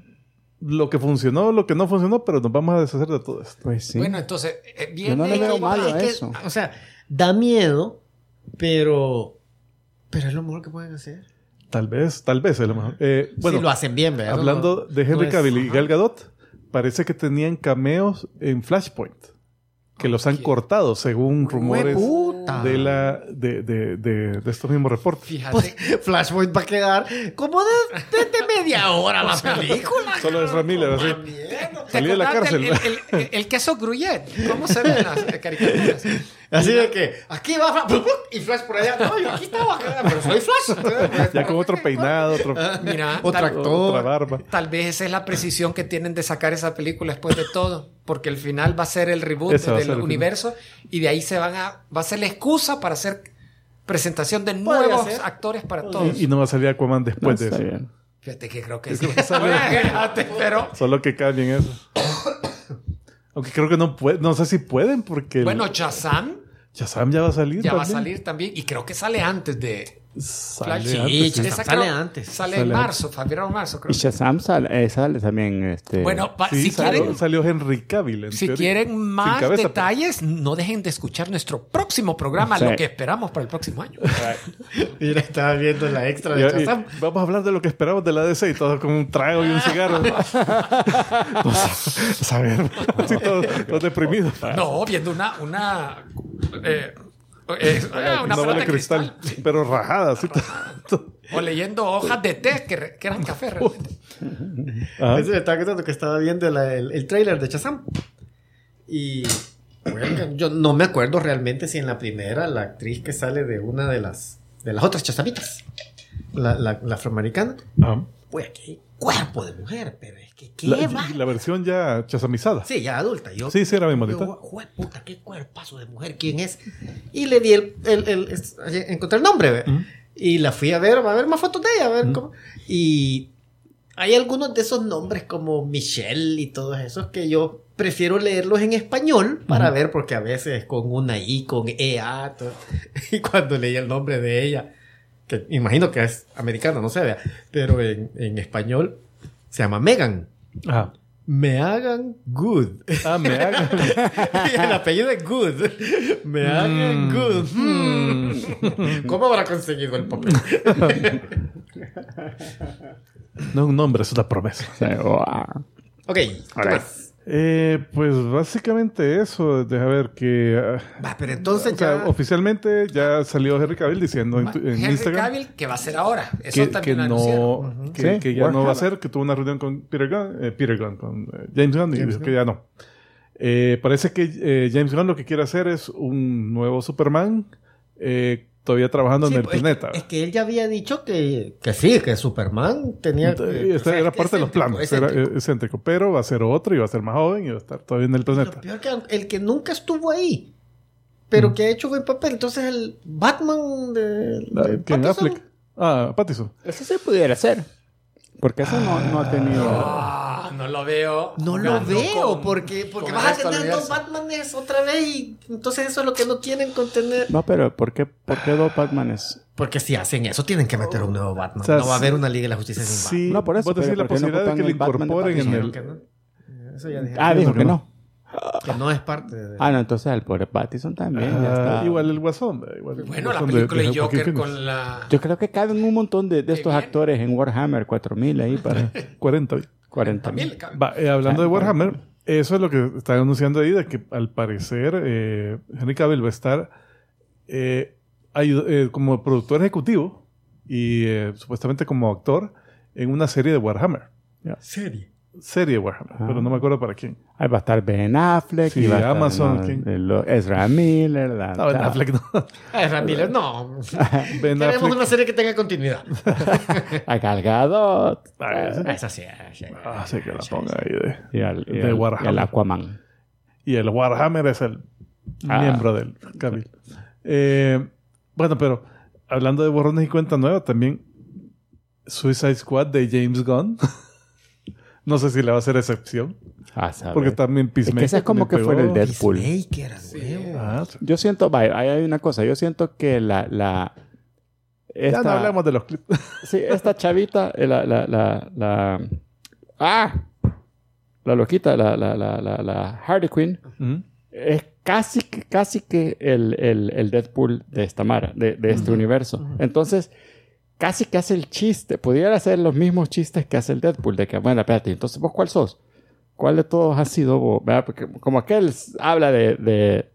lo que funcionó, lo que no funcionó, pero nos vamos a deshacer de todo esto. Pues sí. Bueno, entonces, eh, viene no le veo y- malo es a que- eso. O sea, da miedo, pero. Pero es lo mejor que pueden hacer. Tal vez, tal vez es lo mejor. Eh, bueno, si lo hacen bien, ¿verdad? hablando de Henry no es- Cavill y ajá. Gal Gadot, parece que tenían cameos en Flashpoint, que los han Ok. cortado, según rumores puta! de, la, de, de- de- de estos mismos reportes. Fíjate. Pues, Flashpoint va a quedar como de, de- de media hora la película. Solo es Ramírez, así. ¿Te Salí de la acordás del- cárcel. El, el- el queso gruyet. ¿Cómo se ven las eh, caricaturas? Así de que aquí va Flash y Flash por allá. No, yo aquí estaba, pero soy Flash. Ya con otro peinado, otro, Mira, Otra tal- actor. otra barba. Tal vez esa es la precisión que tienen de sacar esa película después de todo, porque el final va a ser el reboot Ese va a del ser el universo y de ahí se van a va a ser la excusa para hacer presentación de Podría nuevos ser. actores para todos. Y, y no va a salir Aquaman No, después de está eso. bien. Fíjate que creo que sí. Fíjate, pero Solo que cambien eso. Aunque creo que no puede, no sé si pueden porque el bueno, Shazam Shazam ya va a salir. ya va a también. salir también y creo que sale antes de Sale Flash. antes, Sí, Esa sale creo- Sale, antes. en Sale antes. marzo, febrero o marzo creo. Y Shazam sale, eh, sale también... Este, Bueno, pa- Sí, si salió, quieren salió Henry Cavill. en Si teoría. quieren Sin más cabeza, pues. detalles, no dejen de escuchar nuestro próximo programa, Sí. lo que esperamos para el próximo año. Mira, estaba viendo la extra pero- de Y- y Shazam. vamos a hablar de lo que esperamos de la DC y todo con un trago y un cigarro. vamos a saber. Así todos, todos deprimidos. No, viendo una una eh, eh, ah, una bola pelota de cristal, pero rajada. Así todo. O leyendo hojas de té que, re- que eran café. realmente. Ajá. Eso me estaba contando que estaba viendo la- el, el trailer de Shazam. Y bueno, yo no me acuerdo realmente si en la primera la actriz que sale de una de las de las otras Shazamitas, la, la, la afroamericana, Ajá. pues aquí cuerpo de mujer, pero es que qué Ah, La, va. y la versión ya chazamizada. Sí, ya adulta. Yo, Sí, sí, era bien bonita. yo, "Jue- puta, qué cuerpazo de mujer, ¿quién es? Y le di el. el, el- es- encontré el nombre, ve. Ujú. Y la fui a ver, va a ver más fotos de ella, a ver Ujú. cómo. Y hay algunos de esos nombres como Michelle y todos esos que yo prefiero leerlos en español para ver, porque a veces con una I, con EA, todo. y cuando leí el nombre de ella, que imagino que es americana, no sé, vea, pero en, en español se llama Megan. Ajá. Me hagan good. Ah, me hagan. el apellido es Good. Me hagan Mm. Good. Hmm. ¿Cómo habrá conseguido el papel? No es un nombre, es una promesa. O ah, sea, ¡guau! Ok, ¿qué Ahora, más? Eh, pues básicamente eso, deja ver que... ah, Va, pero entonces o sea, ya... oficialmente ya salió Henry Cavill diciendo en, tu- en Henry Instagram Cavill, ¿qué va a hacer ahora? Eso que, que también lo no, anunciaron. que, Sí, que ya no Warhammer. va a ser, que tuvo una reunión con Peter Gunn, eh, Peter Gunn, con eh, James Gunn y James dijo que Gunn. ya no. Eh, parece que eh, James Gunn lo que quiere hacer es un nuevo Superman eh, todavía trabajando Sí, en el pues, es planeta. que- Es que él ya había dicho que, que sí, que Superman tenía. Entonces, esta que- eh, o sea, era es parte de los excéntrico, planes, excéntrico. era eh, excéntrico, pero va a ser otro y va a ser más joven y va a estar todavía en el planeta. Lo peor que el que nunca estuvo ahí, pero Mm. que ha hecho buen papel. Entonces el Batman de, de ¿Quién? Pattinson, Affleck. Ah, Pattinson. Eso se pudiera hacer. Porque eso no, no ha tenido. Ah, no lo veo. No lo Ganando veo, con- porque, porque con vas el a tener dos resto del Batmanes otra vez y entonces eso es lo que no quieren contener. No, pero ¿por qué, por qué dos Batmanes? Porque si hacen eso, tienen que meter un nuevo Batman. O sea, no va a sí. haber una Liga de la Justicia sin Batman. Sí, No, por eso, vos decís pero la ¿por qué no posibilidad de ocupan que lo el Batman de incorporen en Pattinson? el... Que no. Eso ya dije, Ah, dijo que que no. no. que no es parte de. Ah, no, entonces el pobre Pattinson también. ya Ah, está. Igual el Guasón. eh, igual el Bueno, la Guasón de- película de de Joker Joaquin con Phoenix. la... Yo creo que caben un montón de, de Qué estos bien. actores en Warhammer 4000 ahí para 40. 40 También le cabe. Va, eh, hablando de Ah, Warhammer, eso es lo que están anunciando ahí, de que al parecer eh, Henry Cavill va a estar eh, ayud- eh, como productor ejecutivo y eh, supuestamente como actor en una serie de Warhammer. Serie. Serie de Warhammer, Ah. pero no me acuerdo para quién. Ahí va a estar Ben Affleck, Sí, y va a estar, Amazon, ¿no? ¿quién? el- lo- Ezra Miller, la- No, Ben la- Affleck no. Ah, Ramírez, no. Ben Queremos Affleck. una serie que tenga continuidad. a Gal Gadot, Ah, ese. Esa sí. sí. Ah, sí, que la ponga ahí de- y al, y De al- y Warhammer. al Aquaman. Y el Warhammer es el Ah. miembro del Cabil. Eh, bueno, pero hablando de borrones y cuenta nueva, también Suicide Squad de James Gunn. no sé si le va a hacer excepción, A saber. porque también Ah, es Peacemaker. que ese es como que también fuera pegó. el Deadpool. Peacemaker, a huevo. Ah, sí. Yo siento, vaya, ahí hay una cosa, yo siento que la... la Ya esta, no hablamos de los clips. Sí, esta chavita, eh, la, la, la, la... ¡Ah! La loquita, la, la, la, la, la Harley Quinn, Mm. es casi, que- casi que el, el, el Deadpool de esta mara, de, de este universo. Entonces, casi que hace el chiste, pudiera hacer los mismos chistes que hace el Deadpool, de que, bueno, espérate, entonces vos cuál sos? ¿Cuál de todos has sido vos? ¿Verdad? Porque como aquel s- habla de... de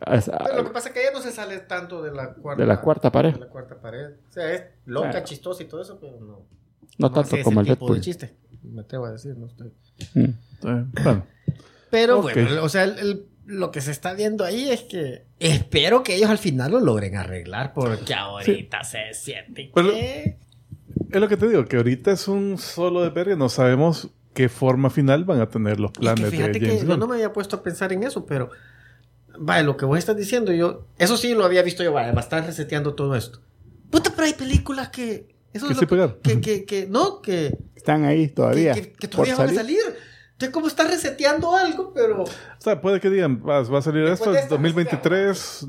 as- Pero lo que pasa es que ella no se sale tanto de la cuarta, De la cuarta pared. de la cuarta pared. O sea, es loca, Claro. chistosa y todo eso, pero no. no no tanto hace ese como el tipo de Deadpool. chiste. Me atrevo a decir, no estoy- Mm. Eh, bueno, Pero Ok. bueno, o sea, el- el- lo que se está viendo ahí es que espero que ellos al final lo logren arreglar porque ahorita se siente Pero- que... es lo que te digo, que ahorita es un solo de verga. No sabemos qué forma final van a tener los Es planes que fíjate de James que yo Gunn. no me había puesto a pensar en eso, pero vaya, lo que vos estás diciendo, yo, eso sí lo había visto yo, vaya, va a estar reseteando todo esto. Puta, pero hay películas que... Eso Que es lo sí pegar. que, que, que, no, que... Están ahí todavía. que, que- que todavía por van a salir. Entonces, como está reseteando algo, pero. O sea, puede que digan, va, va a salir Después esto de en esto, 2023,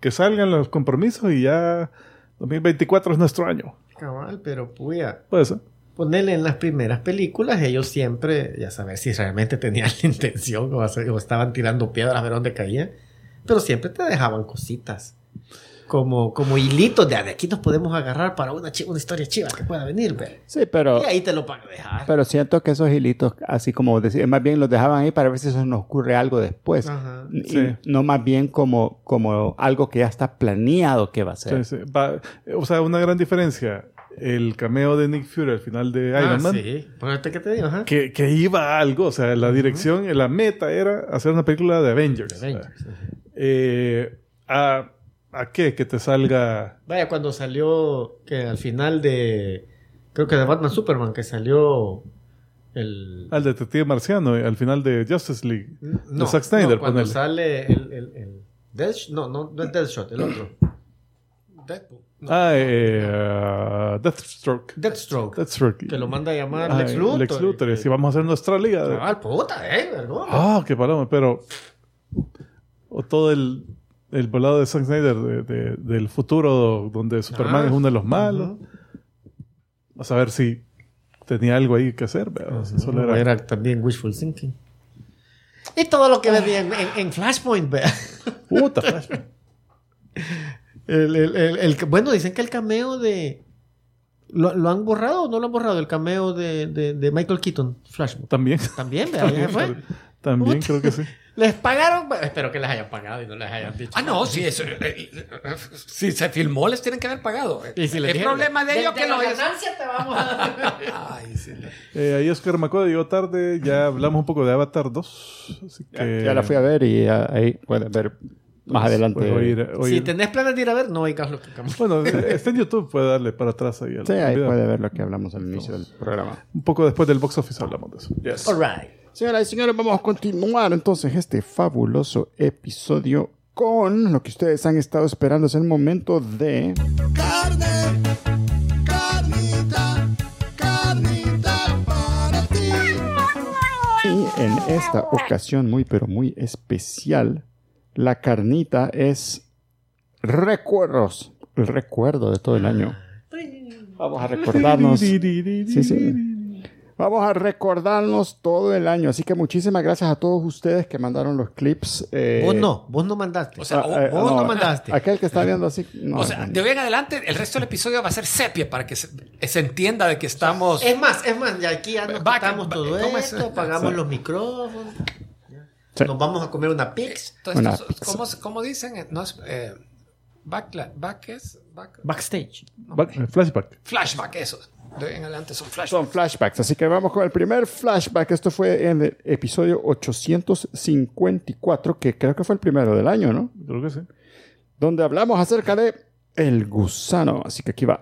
que salgan los compromisos y ya 2024 es nuestro año. Cabal, pero puya. Puede ser. Ponerle en las primeras películas, ellos siempre, ya saber si realmente tenían la intención o, hacer- o estaban tirando piedras a ver dónde caían, pero siempre te dejaban cositas. Como, como hilitos de, "Ah, de aquí nos podemos agarrar para una, chi- una historia chiva que pueda venir, ve". Sí, pero... Y ahí te lo van a dejar. Pero siento que esos hilitos, así como vos decís, más bien los dejaban ahí para ver si eso nos ocurre algo después. Ah, Ajá. Y Sí. No más bien como, como algo que ya está planeado que va a ser. Sí, sí. Va- o sea, una gran diferencia. El cameo de Nick Fury al final de Iron Ah, Man. sí. Bueno, ¿qué te digo? Ajá. Que, que iba a algo, o sea, la dirección, la meta era hacer una película de Avengers. Eh, a, ¿A qué? Que te salga... Vaya, cuando salió que al final de. Creo que de Batman Superman, que salió el. Al detective marciano, eh, al final de Justice League. no, Zack Snyder, no, cuando ponele. sale el. el, el Death- no, no, no es Deathshot, el otro. Deadpool. No. Ah, eh, ah, Deathstroke. Deathstroke. Deathstroke. Que lo manda a llamar Ay, Lex Luthor. Ah, eh, Luthor, si vamos a hacer nuestra liga. de- Ah, puta, eh, ¿verdad? Ah, qué paloma, pero. O todo el, el volado de Zack Snyder de- de- del futuro donde Superman Ah, es uno de los malos. A saber si tenía algo ahí que hacer. ¿verdad? O sea, Ah, solo Ah, era... era- también wishful thinking. Y todo lo que ves en, en, en Flashpoint, vea. Puta, pues, Flashman. El, el- el- el- bueno, dicen que el cameo de. ¿Lo, lo han borrado o no lo han borrado? El cameo de, de- de Michael Keaton, Flashback. También. También, ¿verdad? Ya También, se fue. también Puta. creo que sí. Les pagaron. Bueno, Espero que les hayan pagado y no les hayan dicho. Ah, no, sí, eso, eh, eh, si se filmó, les tienen que haber pagado. Y si les el dijeron, problema de "De- ellos de que la los ganancia te vamos a dar. Ay, sí, le- Eh, ahí Oscar Macoda llegó tarde. Ya hablamos un poco de Avatar 2. Así Ya, que ya la fui a ver y ah, ahí pueden ver más adelante. puedes Pues, oír- oír. Si tenés planes de ir a ver, no oigas lo que acabamos. Bueno, eh, está en YouTube. Puede darle para atrás ahí. al Sí, ahí video. puede ver lo que hablamos al inicio del programa. Un poco después del box office hablamos de eso. Yes. All right. Señoras y señores, vamos a continuar entonces este fabuloso episodio con lo que ustedes han estado esperando. Es el momento de... Carne, carnita, carnita para ti. Y en esta ocasión muy pero muy especial, la carnita es recuerdos, el recuerdo de todo el año. Vamos a recordarnos. Sí, sí. Vamos a recordarnos todo el año. Así que muchísimas gracias a todos ustedes que mandaron los clips. eh, Vos no, vos no mandaste. O sea, ah, eh, vos no mandaste. Aquel que está viendo así. no, o sea, no. de hoy en adelante, el resto del episodio va a ser sepia para que se, eh, se entienda de que estamos. es más, es más, ya aquí ya nos Va- quitamos va- todo ¿cómo es? esto, apagamos los micrófonos, Sí. nos vamos a comer una pizza. Entonces, Una esto es- pizza. ¿cómo, se- cómo dicen? Eh, No es, eh, backla- back es- back- Backstage. no, Back- eh, flashback. flashback, eso. De hoy en adelante son flashbacks. Son flashbacks. Así que vamos con el primer flashback. Esto fue en el episodio 854, que creo que fue el primero del año, ¿no? Creo que sí. donde hablamos acerca de el gusano. Así que aquí va.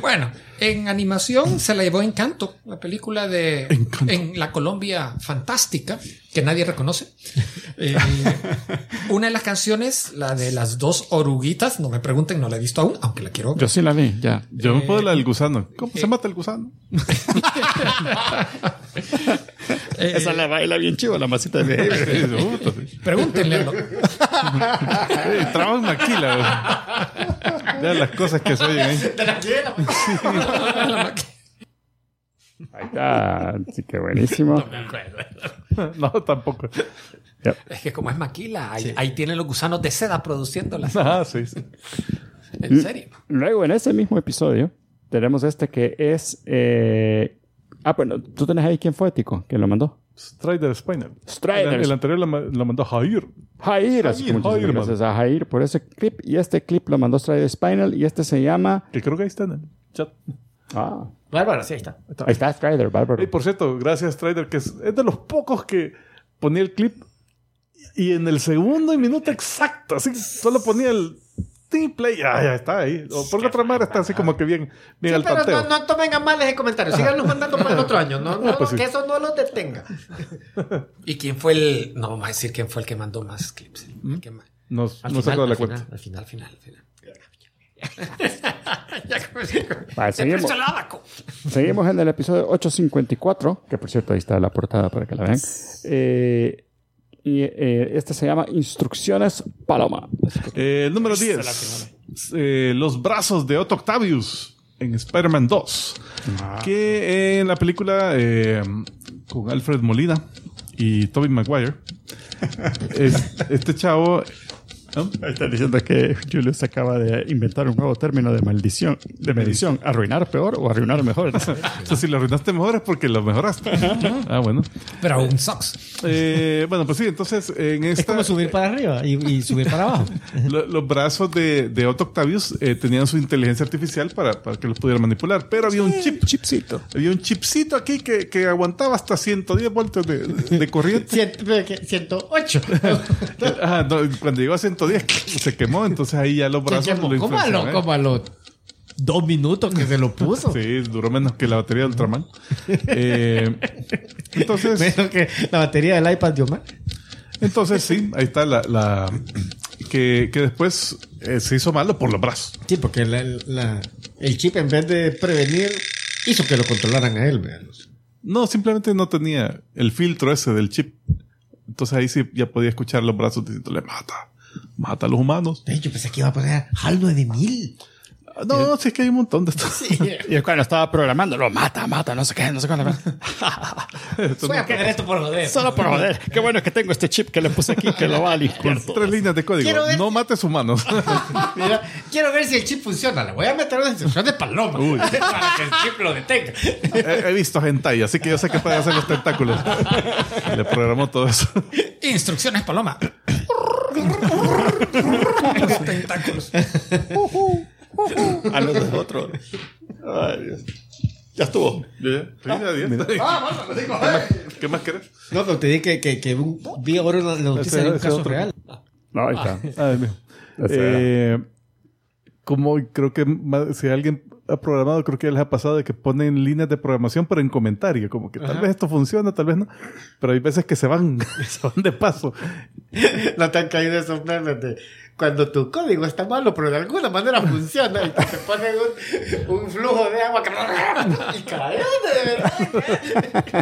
Bueno, en animación se la llevó Encanto, la película de en la Colombia fantástica que nadie reconoce. Eh, una de las canciones, la de las dos oruguitas, no me pregunten, no la he visto aún, aunque la quiero. ver. sí la vi, ya. Yo me puedo la del gusano. ¿Cómo se mata el gusano? Eh, Esa la baila bien chiva, la masita de Sí, de gusto, sí. Pregúntenle. a lo- Sí, Trabajo en maquila. güey. Vean las cosas que se oyen ahí. Ahí está. Así que Ah, buenísimo. No, tampoco. Es que como es maquila, ahí, ahí tienen los gusanos de seda produciéndolas. Ah, sí, sí. En serio. Luego, en ese mismo episodio, tenemos este que es. eh, Ah, bueno, tú tenés ahí quién fue, Tico, que lo mandó. Strider Spinal. Strider. El, el anterior lo, ma- lo mandó Jair. Jair, así que Jair, muchísimas Jair, gracias a Jair por ese clip. Y este clip lo mandó Strider Spinal y este se llama. Que creo que ahí está en el chat. Ah, Bárbara, sí, ahí está. ahí está Strider, bárbaro. Y por cierto, gracias Strider, que es, es de los pocos que ponía el clip y en el segundo y minuto exacto, así solo ponía el team play. Ah, ya está ahí. O por la otra manera está así como que bien, bien al pero tanteo. no, no tomen a mal ese comentario, síganos mandando para el otro año, no, no, pues sí. que eso no los detenga. ¿Y quién fue el.? No vamos a decir quién fue el que mandó más clips. El que ma- Nos, Al nos final, sacó de la al cuenta. final, al final. Al final, al final. ya como digo, Va, se puso seguimos. el abaco. Seguimos en el episodio 854, que por cierto ahí está la portada para que la vean. Eh, y eh, este se llama Instrucciones Paloma. Así que- Eh, el número 10. eh, los brazos de Otto Octavius en Spider-Man 2. Ah. Que eh, en la película eh, con Alfred Molina y Tobey Maguire. es- este chavo. ¿no? Están diciendo que Julius acaba de inventar un nuevo término de maldición, de medición, arruinar peor o arruinar mejor. O sea, si lo arruinaste mejor es porque lo mejoraste. ah, bueno. Pero aún sucks. Eh, bueno, pues sí, entonces en esta. subir para arriba y, subir para abajo. Lo- los brazos de, de Otto Octavius eh, tenían su inteligencia artificial para, para que los pudiera manipular, pero había un chip. Chipsito. Había un chipcito aquí que, que aguantaba hasta 110 voltios de, de corriente. 108. Ah, no, cuando llegó a 110 se quemó, entonces ahí ya los brazos lo ¿Cómo a lo, influenciaron, ¿eh? como a los dos minutos que se lo puso? Sí, duró menos que la batería de Ultraman. Eh, Pues, entonces, Menos que la batería del iPad de Omar. entonces sí, ahí está la... la- que, que después eh, se hizo malo por los brazos. Sí, porque la- la- el chip en vez de prevenir hizo que lo controlaran a él. vean. No, simplemente no tenía el filtro ese del chip. Entonces ahí sí ya podía escuchar los brazos diciéndole, mata, mata a los humanos. Yo pensé que iba a poner HAL 9000. No, no, sí es que hay un montón de estos. Ah, Y es cuando estaba programando, lo mata, mata, no sé qué, no sé cuándo. Voy a poner esto por joder. Solo por joder. Qué bueno que tengo este chip que le puse aquí que lo va a limpiar. todo. Tres líneas de código. Quiero ver- No mates humanos. Mira, quiero ver si el chip funciona. Le voy a meter una instrucción de paloma para que el chip lo detecta. he, he visto hentai, así que yo sé que puede hacer los tentáculos. Le programó todo eso. Instrucciones paloma. Los tentáculos. A los de otro. Ay, Dios. Ya estuvo. Ah, Línea de diez. Ah, eh. ¿Qué más querés? No, pero te dije que, que, que un- vi ahora la la noticia de un ese caso otro. real. No, ahí está. Ay, mío. Esa Ah, Eh, como creo que ma- si alguien ha programado, creo que ya les ha pasado de que ponen líneas de programación, pero en comentario, como que tal vez esto funciona, tal vez no, pero hay veces que se van, se van de paso. No te han caído esos memes de cuando tu código está malo, pero de alguna manera funciona y te ponen un, un flujo de agua y caen de verdad.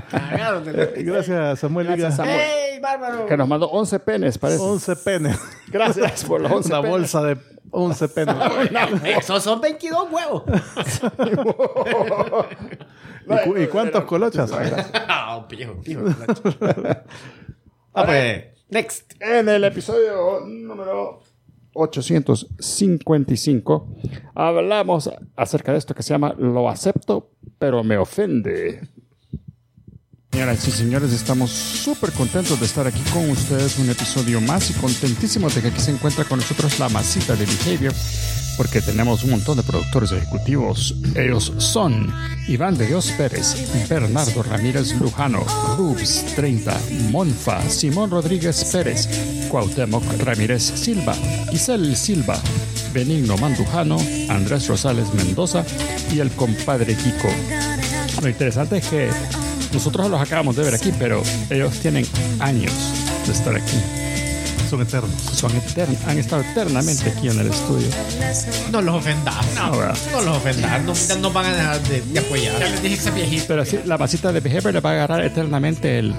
Cagaron de Eh, Gracias, Samuel Liga. Gracias, Samuel. ¡Ey, bárbaro! Que nos mandó 11 penes, parece. 11 penes. Gracias por los 11 Una penes. bolsa de 11 penes. Esos son 22 huevos. ¿Y, cu- y cuántos colochas? Ah, un pijo, un pijo. Ah, pues, next. En el episodio número 855 hablamos acerca de esto que se llama Lo acepto, pero me ofende. Señoras y señores, estamos súper contentos de estar aquí con ustedes un episodio más y contentísimos de que aquí se encuentra con nosotros la masita de Behavior porque tenemos un montón de productores ejecutivos. Ellos son Iván de Dios Pérez, Bernardo Ramírez Lujano, Rubs 30, Monfa, Simón Rodríguez Pérez, Cuauhtémoc Ramírez Silva, Giselle Silva, Benigno Mandujano, Andrés Rosales Mendoza y el compadre Kiko. Lo interesante es que nosotros los acabamos de ver aquí, pero ellos tienen años de estar aquí. Son eternos. Son etern- han estado eternamente aquí en el estudio. No los ofendas, no, Ahora. no los ofendas, no, ya no van a dejar de, de apoyar. Ya les dije que ese viejito. Pero sí, la masita de Behavior le va a agarrar eternamente el...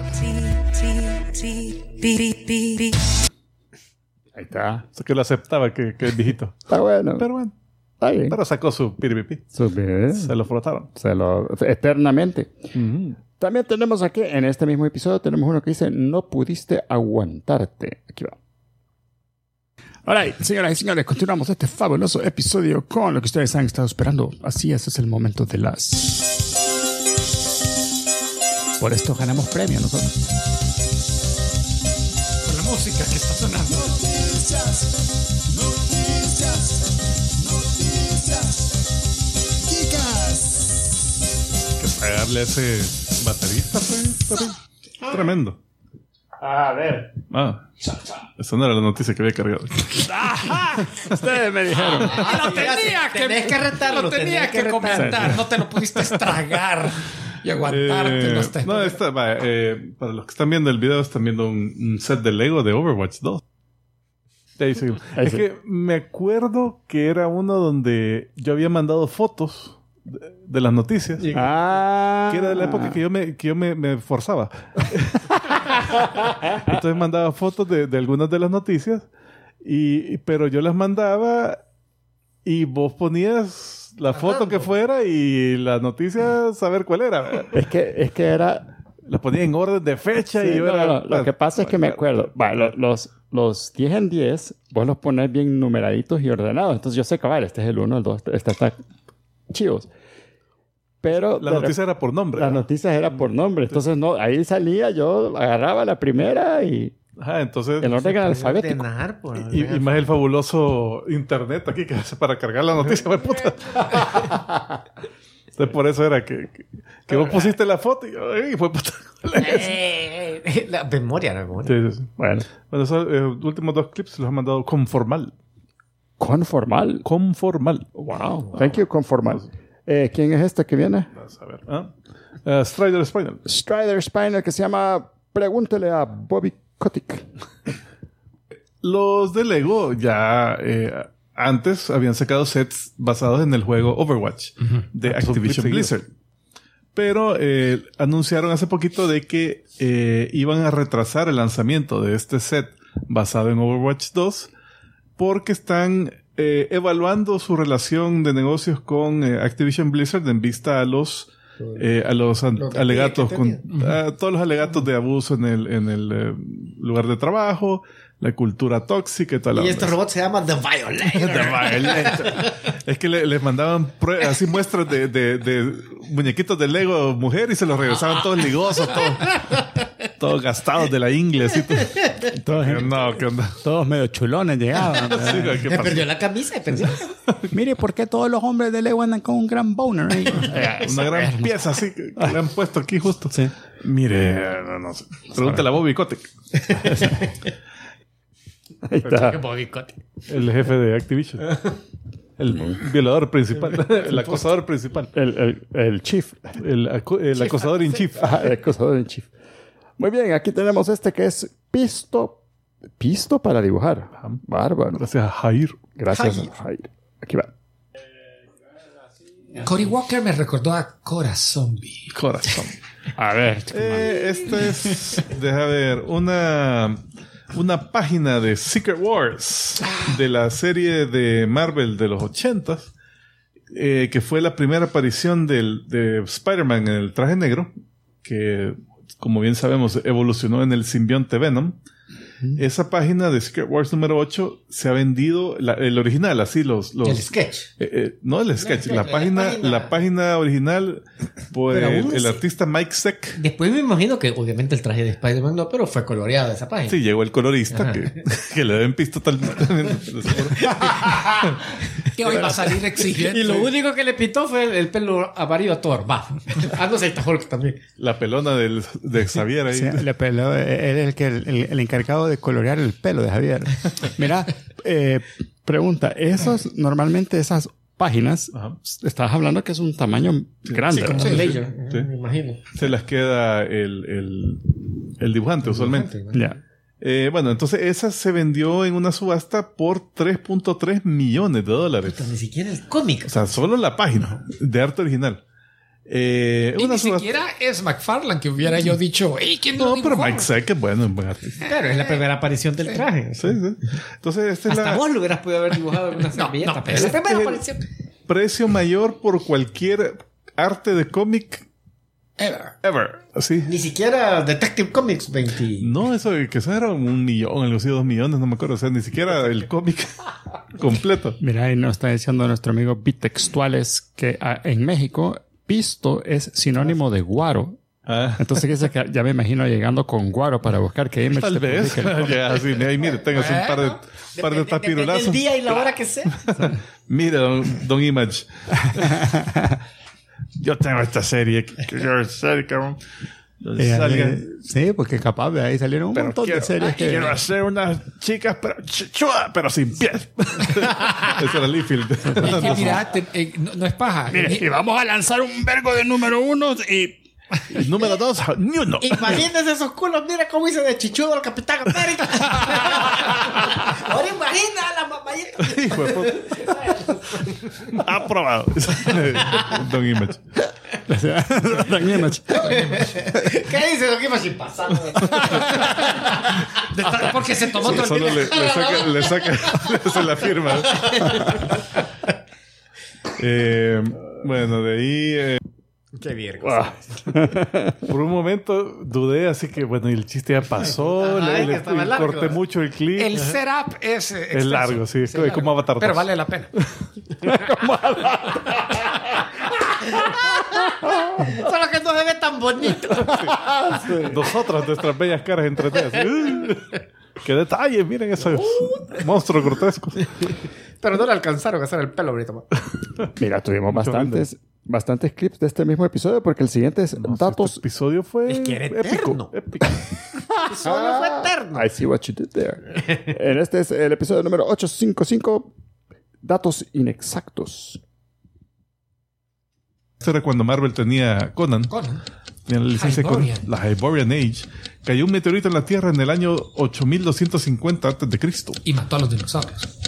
Ahí está. O sea, que lo aceptaba, que, que es viejito. Está bueno. Pero bueno, está bien. pero sacó su piripipi. Mm. Se lo frotaron. Se lo... Eternamente. Mm-hmm. También tenemos aquí, en este mismo episodio, tenemos uno que dice, no pudiste aguantarte. Aquí va. Alright, señoras y señores, continuamos este fabuloso episodio con lo que ustedes han estado esperando. Así es, es el momento de las... Por esto ganamos premio nosotros. La música que está sonando. Noticias, noticias, noticias. Chicas, Que pagarle a ese baterista fue- fue- fue tremendo. Ah. A ver. Ah, esa no era la noticia que había cargado. Ustedes me dijeron. Ah, lo tenía que, tenés que retarlo, Lo tenía tenés que, que comentar, no te lo pudiste tragar y aguantarte. Eh, no está- no, esta, va, eh, para los que están viendo el video, están viendo un, un set de Lego de Overwatch 2. Ahí seguimos. Ahí es sí. que me acuerdo que era uno donde yo había mandado fotos de, de las noticias. Ah. Que era de la época que yo me, que yo me, me forzaba. Entonces mandaba fotos de, de algunas de las noticias, y, y- pero yo las mandaba y vos ponías la foto que fuera y la noticia saber cuál era. Es que, es que era... La ponía en orden de fecha Sí, y yo no, era... no, lo que pasa es que me acuerdo. Va, lo- los, los 10 en 10, vos los pones bien numeraditos y ordenados. Entonces yo sé que, vale, este es el 1, el 2, este está chivos. Pero La de noticia era por nombre. Las noticias eran por nombre, entonces no, ahí salía, yo agarraba la primera y Ajá, entonces... el orden alfabético. Ordenar, pues. Y, y más el fabuloso internet aquí que hace para cargar la noticia, güey, puta. Entonces, por eso era que, que, que vos pusiste la foto y yo, "Ey, fue puta. ¿cuál Eh, es?" eh, eh, la memoria, la memoria. Sí, sí, sí. Bueno, Bueno, esos eh, últimos dos clips los han mandado conformal. conformal. Conformal. Wow. Thank you, conformal. Eh, ¿Quién es este que viene? Vamos a ver. ¿ah? Eh, Strider Spinal. Strider Spinal que se llama Pregúntele a Bobby Kotick. Los de Lego ya eh, antes habían sacado sets basados en el juego Overwatch de Activision Blizzard. Pero eh, anunciaron hace poquito de que eh, iban a retrasar el lanzamiento de este set basado en Overwatch 2 porque están eh, evaluando su relación de negocios con eh, Activision Blizzard en vista a los eh, a los an- Lo que alegatos tenía, que con- a Eh, todos los alegatos de abuso en el en el eh, lugar de trabajo la cultura tóxica y tal Y este robot se llama The Violator. es que le- les mandaban prue- así muestras de, de- de muñequitos de Lego mujer y se los regresaban todos ligosos todos todos gastados de la ingle así todo. Todos, no qué onda todos medio chulones llegaban. ¿verdad? Sí, ¿qué Se pasó? perdió la camisa, se perdió. Mire, ¿por qué todos los hombres de Lego andan con un gran boner? ahí? Una gran pieza así que que le han puesto aquí justo. Sí. Mire, no, no sé. Pregúntale a Bobby Kotick. Ahí está. Bobby Kotick. El jefe de Activision. El violador principal. El acosador principal. El, el, el chief. El, acu- el acosador in chief. Ah, Ajá, el acosador en chief. Muy bien, aquí tenemos este que es pisto. Pisto para dibujar. Bárbaro. Gracias a Jair. Gracias. Jair. Aquí va. Cory Walker me recordó a Cora Zombie. Corazón. A ver. Eh, esta es, deja ver, una, una página de Secret Wars de la serie de Marvel de los 80 eh, que fue la primera aparición del, de Spider-Man en el traje negro, que como bien sabemos evolucionó en el simbionte Venom. Esa página de Secret Wars número 8 se ha vendido, la- el original, así los... los El sketch. eh, eh, no el sketch, sketch, la, la página, página. la página original por Pero el, aún así- el artista Mike Seck. Después me imagino que obviamente el traje de Spider-Man no, pero fue coloreado esa página. Sí, llegó el colorista Ajá. que, que le den pisto tal. Que hoy va a salir exigente. Y lo único que le pintó fue el, el pelo amarillo a Thor. Va. Ah, no sé, está Hulk también. la pelona del, de Xavier ahí. Sí, le peló, eh, él es el, que, el, el encargado de colorear el pelo de Javier. Mira, eh, pregunta, esos, normalmente esas páginas, Ajá. estabas hablando que es un tamaño grande. Como ¿verdad? un layer, sí. eh, me imagino. Se las queda el, el, el dibujante usualmente. Ya. Eh, bueno, entonces esa se vendió en una subasta por 3.3 millones de dólares. Ni siquiera el cómic. O sea, solo la página de arte original. Eh, Y una ni subasta- siquiera es McFarlane que hubiera yo dicho, "Ey, ¿quién lo No, pero dibujó?" Mike Seck es bueno, es buen artista. Claro, es la primera aparición del traje. Sí, sí. Entonces, esta es Hasta la, vos lo hubieras podido haber dibujado en una No, servilleta. no, pero pero la primera este- aparición. precio mayor por cualquier arte de cómic Ever. ever. Así. Ni siquiera Detective Comics 20. No, eso de que eso era un millón, algo así, dos millones, no me acuerdo. O sea, ni siquiera el cómic completo. Mira, y nos está diciendo nuestro amigo Bitextuales que ah, en México, pisto es sinónimo de guaro. Ah, Entonces dice que ya me imagino llegando con guaro para buscar que Image tal te vez. publique el- Este, pues, Ya, así, ahí, mire, tengas un par de, par de el tapirulazos. día y la hora que sea. Mira, don, don Image. Yo tengo esta serie. que- que yo sé, cabrón. Eh, Salga- eh, sí, porque capaz de ahí salieron un pero montón quiero, de series que... quiero hacer unas chicas, pero chichuda, pero sin pies. Ese era Leafield. Es que, mira, te- eh, no, no es paja. Eh, y vamos a lanzar un vergo de número uno y... Número dos, ni uno. Imagínense esos culos. Mira cómo hice de chichudo al Capitán América. Ahora imagina a la mamayita. Hijo de puta. Aprobado. Don Image. ¿Qué dices? ¿Qué iba sin pasar? de tal- porque se tomó todo el Solo le, le saca, le saca, le hace la firma. Eh, bueno, de ahí. eh, Qué bien. por un momento dudé, así que bueno, y el chiste ya pasó. Ajá, le- es que le- estaba y largo. corté mucho el clip. El setup es. eh, extenso. largo, sí, es como Avatar Pero dos. vale la pena. Solo que no se ve tan bonito. Nosotras, nuestras bellas caras entre tres. ¡Qué detalle! Miren esos monstruos grotescos. Pero no le alcanzaron a hacer el pelo ahorita. Mira, tuvimos Mucho bastantes, bastantes clips de este mismo episodio porque el siguiente es datos. Este episodio fue Es que era épico. eterno. épico. Solo fue eterno. I see what you did there. en este es el episodio número 855. Datos inexactos. Esto era cuando Marvel tenía Conan. Conan. Tenía la licencia de Conan. Hyborian. La Hyborian Age. Cayó un meteorito en la Tierra en el año 8250 antes de Cristo. Y mató a los dinosaurios.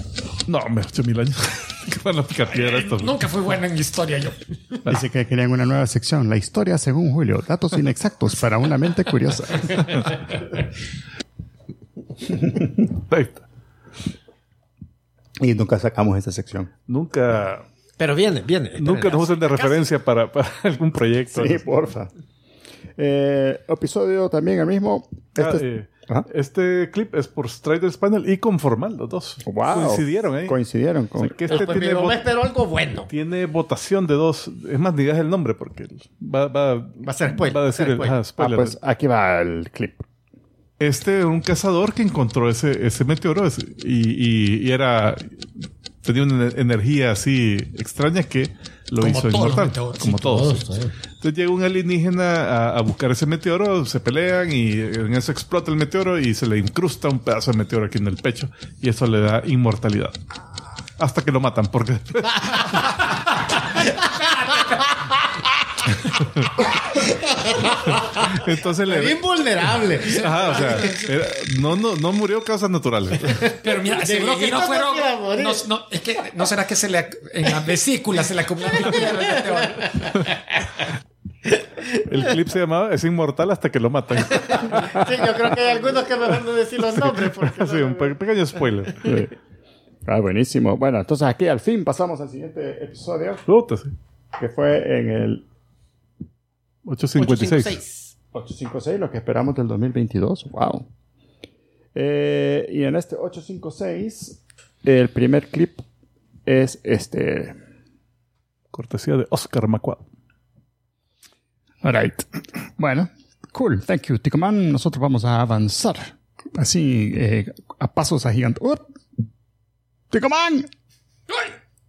No, hombre, 8000 años. Qué van a picar piedra esto. Nunca fui buena en historia yo. Dice que querían una nueva sección, la historia según Julio, datos inexactos para una mente curiosa. Ahí está. Y nunca sacamos esta sección. Nunca, Pero viene, viene. nunca nos usen de referencia para, para algún proyecto. Sí, porfa. Eh, episodio también el mismo. Ah, Este eh, Ajá. Este clip es por Striders Panel y Conformal, los dos. Wow. Coincidieron ahí. Coincidieron O con... Ah, sea, que este Pues, tiene, pero vo- me espero algo bueno. tiene votación de dos. Es más, ni digas el nombre porque va, va- Va a ser spoiler, Va a va a decir ser el spoiler. ajá, Ah, spoiler. pues aquí va el clip. Este es un cazador que encontró ese, ese meteoro ese- y, y- y era. Tenía una ener- energía así extraña que lo Como hizo todos los inmortal. meteoros, como sí, todos. todos, sí. Entonces llega un alienígena a, a buscar ese meteoro, se pelean y en eso explota el meteoro y se le incrusta un pedazo de meteoro aquí en el pecho y eso le da inmortalidad. Hasta que lo matan, porque después- Entonces le. Bien vulnerable. Ajá, o sea, era- no, no, no murió causas naturales. Pero mira, seguro que no gritos fueron. no iba a morir. No, no, es que, ¿no será que se le, ac- en la vesícula se le acumuló la piedra del meteoro? El clip se llamaba Es inmortal hasta que lo matan. Sí, yo creo que hay algunos que mejor no decir los nombres. Porque Así, un pe- pequeño spoiler. Sí. Ah, buenísimo. Bueno, entonces aquí al fin pasamos al siguiente episodio, Puta, sí. que fue en el 856. 856, lo que esperamos del 2022. Wow. Eh, y en este 856, el primer clip es este. Cortesía de Oscar McQuad. Alright. Bueno, cool. Thank you, Ticomán. Nosotros vamos a avanzar así eh, a pasos agigantes. ¡Uh! ¡Ticomán!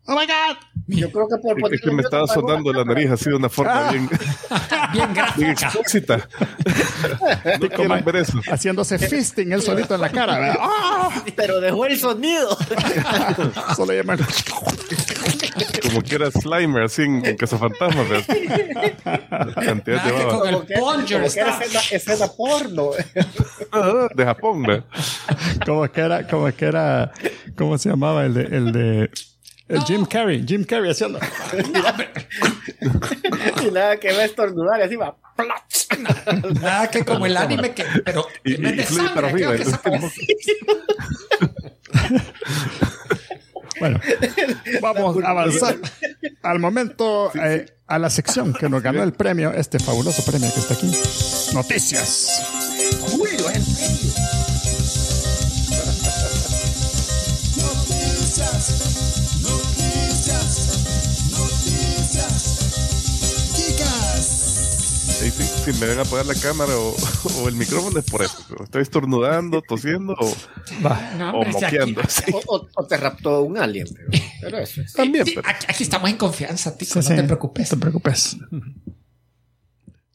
¡Oh my god! Yo creo que por Es que me estaba sonando la nariz así de una Ah. forma bien, Bien bien gráfica. explícita. No quiero ver eso. Haciéndose fisting él solito en la cara. ¿verdad? ¡Ah! Pero dejó el sonido. Solo llama el- Como que era Slimer, así en, en Cazafantasmas. ¿ves? La cantidad de Nada que baba. con el Ponger está. escena porno. Ah, De Japón, ¿ves? como que era, como que era, ¿cómo se llamaba el de, el de, el Jim Carrey, Jim Carrey haciendo. Y nada que va a estornudar. Así va. Nada que como el anime que. Pero Y- en vez y de fluye para sangre, creo arriba, que entonces saca- Bueno, vamos a avanzar al momento eh, a la sección que nos ganó el premio, este fabuloso premio que está aquí. Noticias. Noticias, noticias, noticias. Chicas, Ahí sí, Si, me ven a apagar la cámara o, o el micrófono es por eso. pero Estoy estornudando, tosiendo o, No, o hombre, si aquí- moqueando. sí. O, o- o te raptó un alien. Pero, pero eso es. También, Sí, pero- Aquí, aquí estamos en confianza, tico, no Sí, sí. te preocupes. No te preocupes.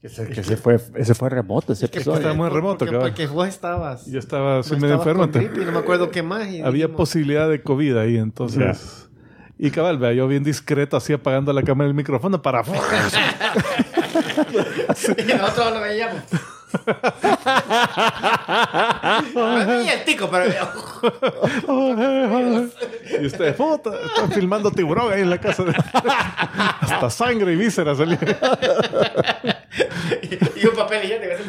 Ese, fue, ese fue remoto ese Está muy remoto, porque, cabrón. porque vos estabas. Yo estaba vos soy medio estabas enfermo. Pues con entonces- gripe y no me acuerdo qué más. y Había dijimos, posibilidad de COVID ahí, entonces. Y cabal, vea, yo bien discreto, así apagando la cámara y el micrófono para. Y nosotros lo veíamos. A mí el tico, pero y ustedes, puta, están filmando tiburón ahí en la casa. Hasta sangre y vísceras salía. y un papel higiénico.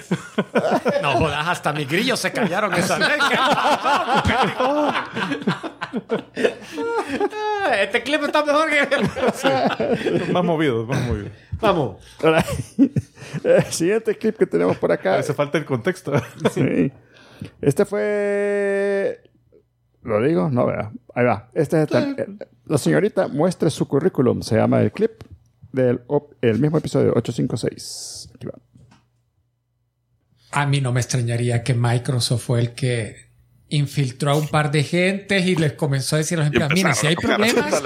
No jodas, hasta mis grillos se callaron esa vez. Ah, Este clip está mejor que. Más movidos, más movidos. Vamos. El siguiente clip que tenemos por acá. Hace falta el contexto. Sí. Este fue. ¿Lo digo? No, vea. Ahí va. Este es tan- eh, La señorita muestre su currículum. Se llama el clip del op- el mismo episodio 856. Aquí va. A mí no me extrañaría que Microsoft fue el que infiltró a un par de gentes y les comenzó a decir a los empleados, miren, si hay problemas,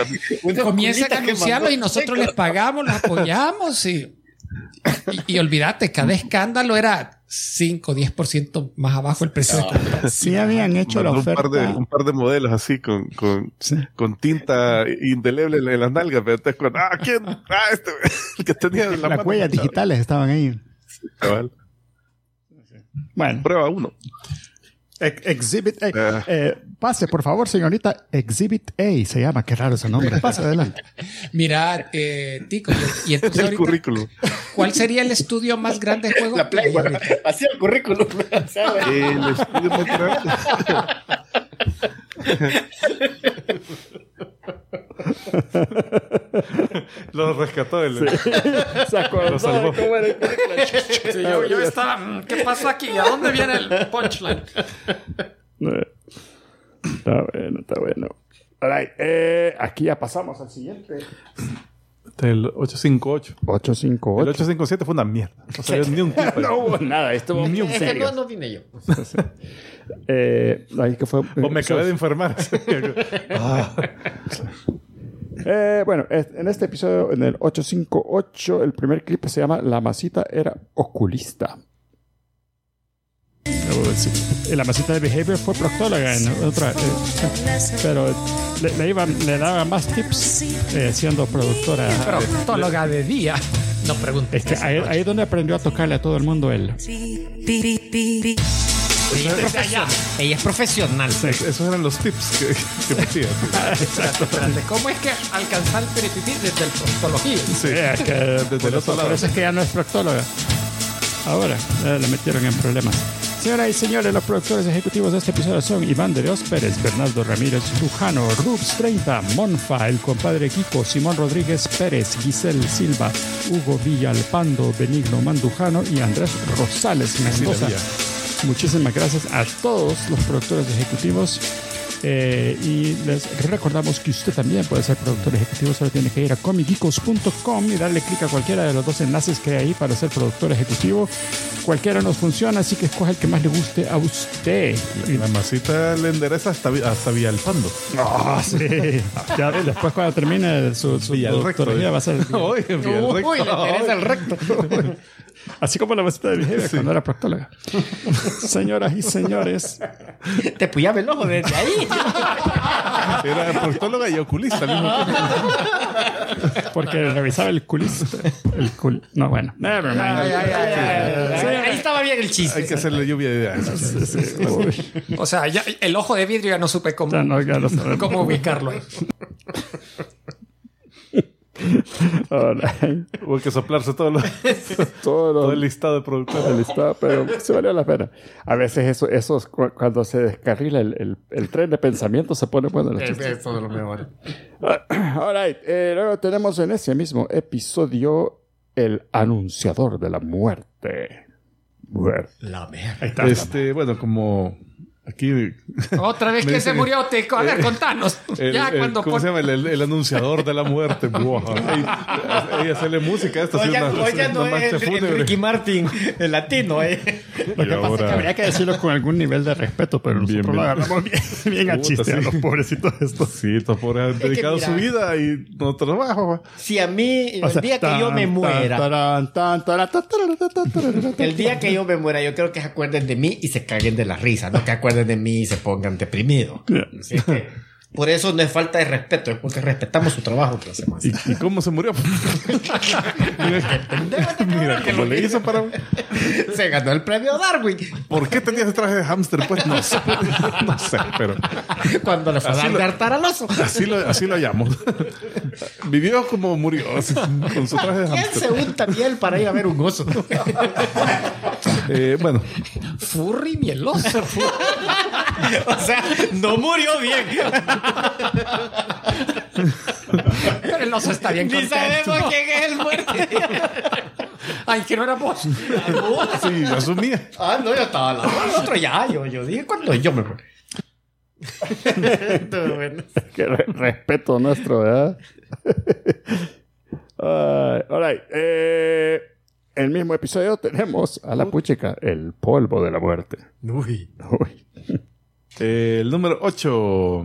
comiencen a anunciarlos y nosotros les pagamos, los apoyamos y, y, y olvídate, cada escándalo era 5 o 10% más abajo el precio. de compra. Sí habían hecho la Mandó un, oferta. par de, un par de modelos así con, con, con tinta indeleble en las nalgas. Pero entonces, cuando, ah, ¿quién? Ah, este, el que tenía la mano Las huellas manchada, digitales estaban ahí. cabal. Bueno, Prueba uno. ex- Exhibit A. Ah. Eh, pase, por favor, señorita. Exhibit A se llama. Qué raro ese nombre. Pase adelante. Mirad, eh, Tico, y, y entonces El ahorita, currículum. ¿cuál sería el estudio más grande de juegos? La play, bueno, así el currículum. ¿sabes? El estudio más grande. Los rescató del. Se acordó Lo salvó. de cómo era el Kirkland. Sí, yo, yo estaba, mm, ¿qué pasó aquí? ¿A dónde viene el punchline? Está bueno, está bueno. All right, eh, aquí ya pasamos al siguiente. Del 858. El 858. 857 fue una mierda. No salió ni un clip. No hubo nada, estuvo Ni muy un en Ese no, serio. no vine yo. Eh, ahí que fue, O me acabé de enfermar. Ah, Eh, bueno, es- en este episodio, en el 858, el primer clip se llama La masita era oculista. eh, La masita de Behavior fue proctóloga en otra, eh, pero le, daba más tips eh, siendo productora. Este, Proctóloga de día. No preguntes. ahí, es donde aprendió a tocarle a todo el mundo él. Ella es profesional. Ella es profesional. esos eran los tips que, que metía. Espérate, espérate. ¿Cómo es que alcanzar el peripipí desde el proctología? Sí. Desde el otro Eh, Por lado. eso es que ya no es proctóloga. Ahora, eh, le metieron en problemas. Señoras y señores, los productores ejecutivos de este episodio son Iván de Dios Pérez, Bernardo Ramírez Lujano, Rubs 30, Monfa, el compadre Kiko, Simón Rodríguez Pérez, Giselle Silva, Hugo Villalpando, Benigno Mandujano y Andrés Rosales Mendoza. había. Muchísimas gracias a todos los productores ejecutivos. eh, y les recordamos que usted también puede ser productor ejecutivo, solo tiene que ir a comicgeekos.com y darle clic a cualquiera de los dos enlaces que hay ahí para ser productor ejecutivo. Cualquiera nos funciona, así que escoja el que más le guste a usted. Y la masita le endereza hasta, vi- hasta Villalpando. Ah, sí. Ya después cuando termine su, su Villalrecto. productoría va a ser... Oye, Villalrecto. Uy, le interesa el recto. Así como la vasita de mi jefe cuando era proctóloga. Señoras y señores, Te puyaba el ojo desde ahí. Era proctóloga y oculista. al mismo tiempo. porque revisaba el culista. El cul... No, bueno. Never mind. Ahí estaba bien el chiste. Hay que hacerle lluvia de ideas. Uy, O sea, ya, el ojo de vidrio ya no supe cómo, ya no, ya lo sabemos. cómo ubicarlo. Ahora, Hubo que soplarse todo, lo- Todo todo lo el listado de productores. del listado, pero se valió la pena. A veces eso, eso es cu- cuando se descarrila el, el- el tren de pensamiento se pone bueno. los chistes. Eso de lo mejor. All right. eh, luego tenemos en ese mismo episodio el anunciador de la muerte. Muerte. La mierda. Este, bueno, como aquí Otra vez Me que dicen se que- murió, Tico. A ver, contanos. El- ya el- cuando ¿Cómo pon- se llama? El, el- el anunciador de la muerte. Buah, Ey, ey, hacerle música a esta hacer una, hacer una marcha fúnebre. Martin, el latino, ¿eh? Y ahora- que decirlo con algún nivel de respeto, pero nosotros Bien, lo bien. agarramos bien, a chiste a los pobrecitos estos. Sí, estos pobres han dedicado mira. su vida y no trabajo. Si a mí, el día que yo me muera, el día que yo me muera, yo quiero que se acuerden de mí y se caguen de la risa, no que acuerden de mí y se pongan deprimidos. Así que, por eso no es falta de respeto, es porque respetamos su trabajo que hacemos. ¿Y, y cómo se murió? mira, mira cómo le hizo para... Se ganó el premio Darwin ¿Por qué tenías ese traje de hámster? Pues no sé. No sé, pero cuando le fue a Así dar lo- de hartar al oso. así lo, así lo llamo. Vivió como murió, así, con su traje de ¿Quién hámster. se unta miel para ir a ver un oso? Eh, bueno, Furry mieloso. O sea, no murió bien. Pero el oso está bien Ni contento. sabemos quién es el muerto. Ay, que no era vos. sí, asumía. Ah, no, yo estaba la el otro ya. Yo, yo dije, cuando yo me muera. Estuvo bueno. que re- respeto nuestro, ¿verdad? Ah, all right. Eh, el mismo episodio tenemos a la puchica, el polvo de la muerte. Uy. Uy. Eh, el número 8.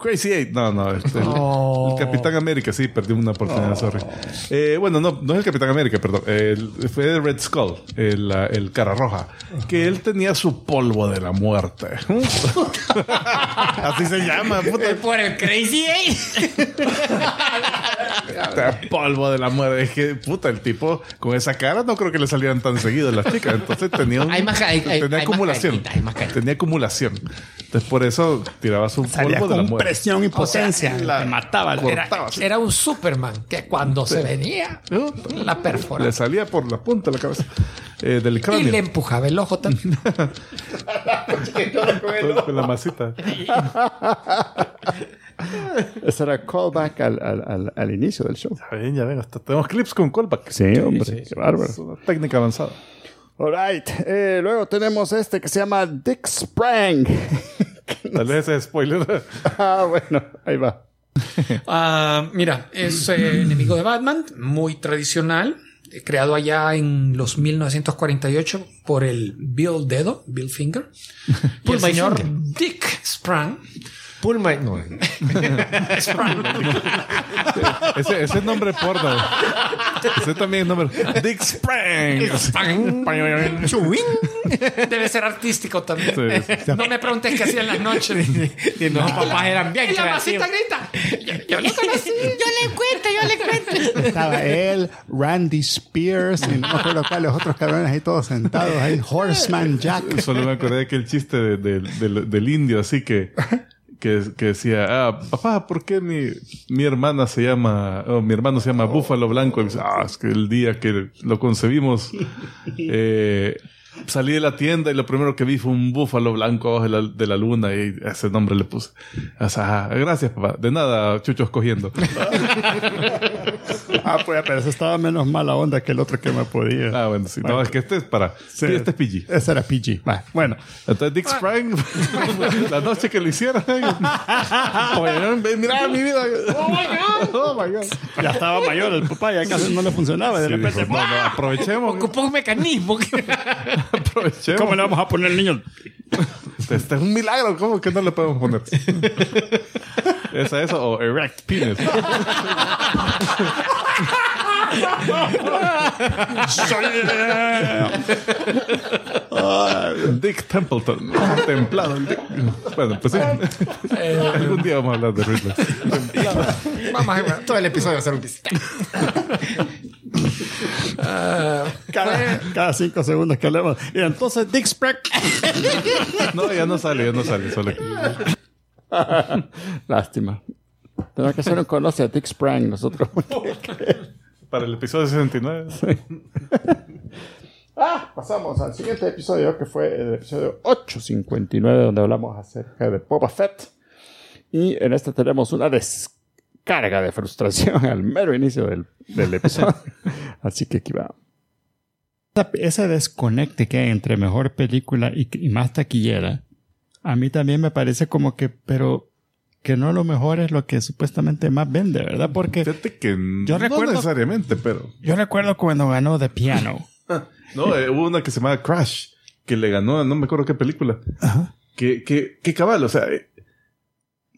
Crazy Eight. No, no. este, el- Oh. El, Capitán América. Sí, perdí una oportunidad, sorry. Eh, bueno, no, no es el Capitán América, perdón. El- fue el Red Skull, el, la- el cara roja. Que él tenía su polvo de la muerte. Así se llama, puta. Eh, Por el Crazy Eight. Este polvo de la muerte. Es que, puta, el tipo con esa cara no creo que le salieran tan seguido las chicas. Entonces tenía un- Hay más- hay- hay- tenía hay más acumulación. carequita, hay más carequita. tenía acumulación. Entonces por eso tiraba su polvo de la muerte. presión y potencia. la- la mataba. la- Cortaba, Era, así. era un Superman que cuando se venía, la Le perforaba. salía por la punta de la cabeza eh, del Y cráneo. le empujaba el ojo también. Con- con la masita. Ese era callback al, al, al, al inicio del show. Ya ven, ya ven, hasta tenemos clips con callback. Sí, hombre, sí, sí. qué bárbaro. Es una técnica avanzada. Alright, eh, luego tenemos este que se llama Dick Sprang. Tal vez ese es spoiler. ah, bueno, ahí va. Ah, mira, es eh, enemigo de Batman, muy tradicional, eh, creado allá en los 1948 por el Bill Dedo, Bill Finger, y el my señor finger. Dick Sprang. Pull my... No, Ese, ese es nombre porno. Ese también es nombre. Dick Sprang. Sprang. Debe ser artístico también. Sí, sí, sí. No me preguntes qué hacía en las noches. y los papás eran bien Y la masita creativos. grita. Yo, yo lo conocí. Yo le cuento, yo le cuento. Estaba él, Randy Spears, y no me acuerdo cuál, los otros cabrones ahí todos sentados, ahí Horseman Jack. Solo me acordé de que el chiste de- de- del- del indio, así que, que, que decía, ah, papá, ¿por qué mi, mi hermana se llama, o mi hermano se llama Búfalo Blanco? Y dice, ah, es que el día que lo concebimos, eh, salí de la tienda y lo primero que vi fue un búfalo blanco abajo de la, de la luna y ese nombre le puse. O sea, ah, gracias, papá. De nada, chuchos cogiendo. Ah, pues, pero ese estaba menos mala onda que el otro que me podía. Ah, bueno, sí. No, es que este es para, sí, este es PG. Ese era PG. Va, Bueno, Ah. Entonces Dick Sprang, la noche que lo hicieron, ¿eh? oye, mira mi vida. Oh my God. ya estaba mayor el papá, ya casi no le funcionaba. Ah, De Sí, repente, dijo, no, no, aprovechemos, Ocupó un mecanismo. aprovechemos. ¿cómo le vamos a poner al niño? Este es un milagro, ¿cómo que no le podemos poner? ¿Es a eso o erect penis? Dick Templeton, templado. el Dick. Bueno, pues sí. Eh, Algún día vamos a hablar de Ridley. Todo el episodio va a ser un Cada, cada cinco segundos que hablemos. Y entonces Dick Sprang. No, ya no sale, ya no sale, solo aquí. Lástima. Tenemos que hacer un conoce a Dick Sprang nosotros. Para el episodio 69. Ah, pasamos al siguiente episodio, que fue el episodio 859, donde hablamos acerca de Boba Fett. Y en este tenemos una descarga de frustración al mero inicio del, del episodio. Así que aquí va. Ese desconecte que hay entre mejor película y, y más taquillera, a mí también me parece como que, pero que no lo mejor es lo que supuestamente más vende, ¿verdad? Porque Fíjate que Yo no recuerdo- necesariamente, pero. yo recuerdo cuando ganó The Piano. No, eh, hubo una que se llamaba Crash, que le ganó, a no me acuerdo qué película. Que, que, que cabal, o sea. eh,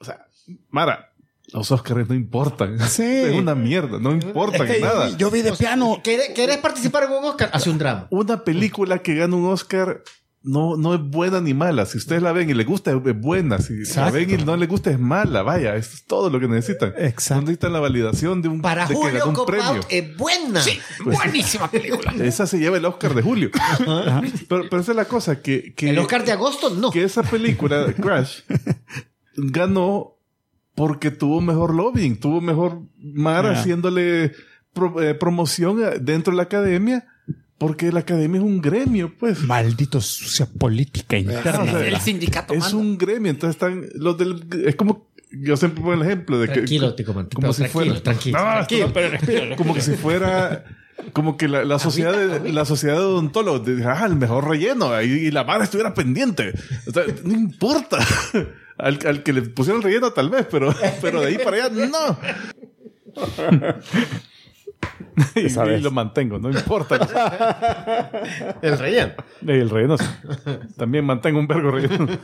o sea, Mara, los Oscars no importan. Sí. Es una mierda, no importan nada. Yo vi The Piano ¿Quieres, quieres participar en un Oscar? Hace un drama. Una película que gana un Oscar. No, no es buena ni mala. Si ustedes la ven y les gusta, es buena. Si la ven y no les gusta, es mala. Vaya, eso es todo lo que necesitan. Exacto. No necesitan la validación de un, Para de que ganó Julio un Cop premio. Out es buena. Buenísima película. Esa se lleva el Oscar de julio. pero, pero esa es la cosa, que, que, El Oscar de agosto, no. que esa película, Crash, ganó porque tuvo mejor lobbying, tuvo mejor mar Ya. haciéndole pro- eh, promoción a- dentro de la academia, porque la academia es un gremio, pues. Maldito sucia política O interna. sea, El sindicato es manda. un gremio, entonces están los del... Es como... Yo siempre pongo el ejemplo de que... Tranquilo, Tico Man, Como pero si tranquilo, fuera... tranquilo, No, tranquilo. esto- como que si fuera como que la, la sociedad de, la sociedad de odontólogos de- ah, el mejor relleno y, y la madre estuviera pendiente O sea, no importa al, al que le pusieron relleno tal vez pero, pero de ahí para allá no y, Esa y vez. lo mantengo no importa El relleno. el relleno sí. también mantengo un vergo relleno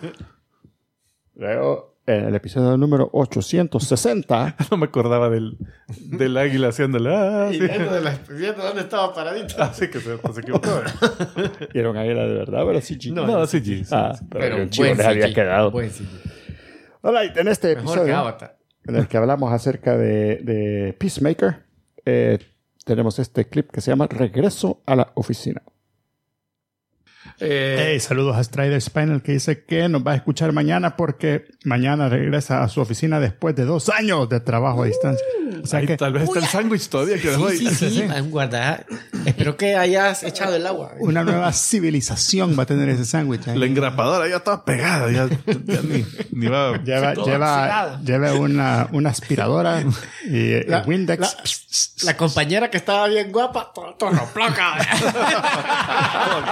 Luego, en el episodio número 860, no me acordaba del, del águila haciéndole ah, sí. Ah, viendo dónde estaba paradito. así que se, se equivocó vieron ahí la de verdad, pero sí, no, sí, sí, sí. Ah, pero, Pero que un chivo buen les había CG, quedado. buen CG. Alright, en este Mejor que episodio Avatar. en el que hablamos acerca de, de Peacemaker, eh, tenemos este clip que se llama Regreso a la oficina. Eh, saludos a Strider Spinal que dice que nos va a escuchar mañana porque mañana regresa a su oficina después de dos años de trabajo a distancia. O Ah. Ahí tal vez está el sándwich todavía que dejó ahí. Sí, sí, sí. Hay un guarda- Espero que hayas echado el agua. Una nueva civilización va a tener ese sándwich. ahí. La engrapadora ya estaba pegada, ya, ya ni, ni va. Lleva, lleva, oxidado. lleva una, una aspiradora y eh, La- Windex. la- La compañera que estaba bien guapa, todo, placa.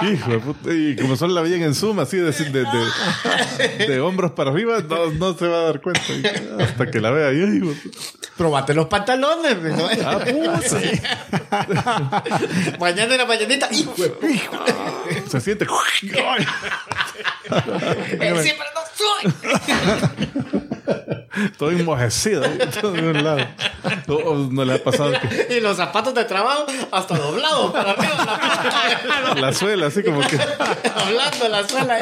Hijo de puta, Y como solo la veían en Zoom, así de, de, de- de hombros para arriba, no, no se va a dar cuenta. Y Hasta que la vea. Y, ay, hijo de puta. Probate los pantalones. ¿no? ah, puta. Mañana en la mañanita. ¡hijo de puta! Se siente. Ay. Él siempre no soy. Todo enmojecido. todo de un lado. O- o no le ha pasado que Y los zapatos de trabajo hasta doblados para arriba. La la suela, así como que. puta, doblando la suela.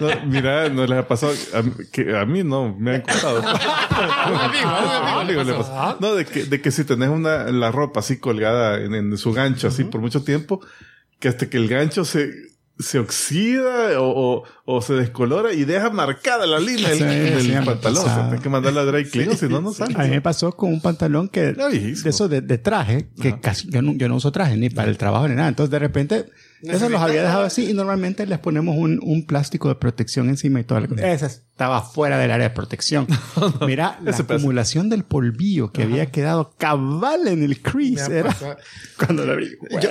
no, mira, no les ha pasado. A, mí- que a mí no, me han contado. amigo, a un amigo Amigo, le pasó. No, de que, de que si tenés una, la ropa así colgada en, en su gancho así por mucho tiempo, que hasta que el gancho se, se oxida o, o, o se descolora y deja marcada la línea del, Sí, del sí, me ha pantalón. O sea, pasado. tenés que mandarla a dry clean, si no, no sale. A mí me pasó con un pantalón que Era viejísimo. de eso de, de traje, que casi, yo, no, yo no uso traje ni para el trabajo ni nada. Entonces de repente eso los había dejado así y normalmente les ponemos un, un plástico de protección encima y todo. el- Ese estaba fuera del área de protección. Mira la Ese pedazo. acumulación del polvillo que había quedado cabal en el crease. Era cuando lo abrí. Yo,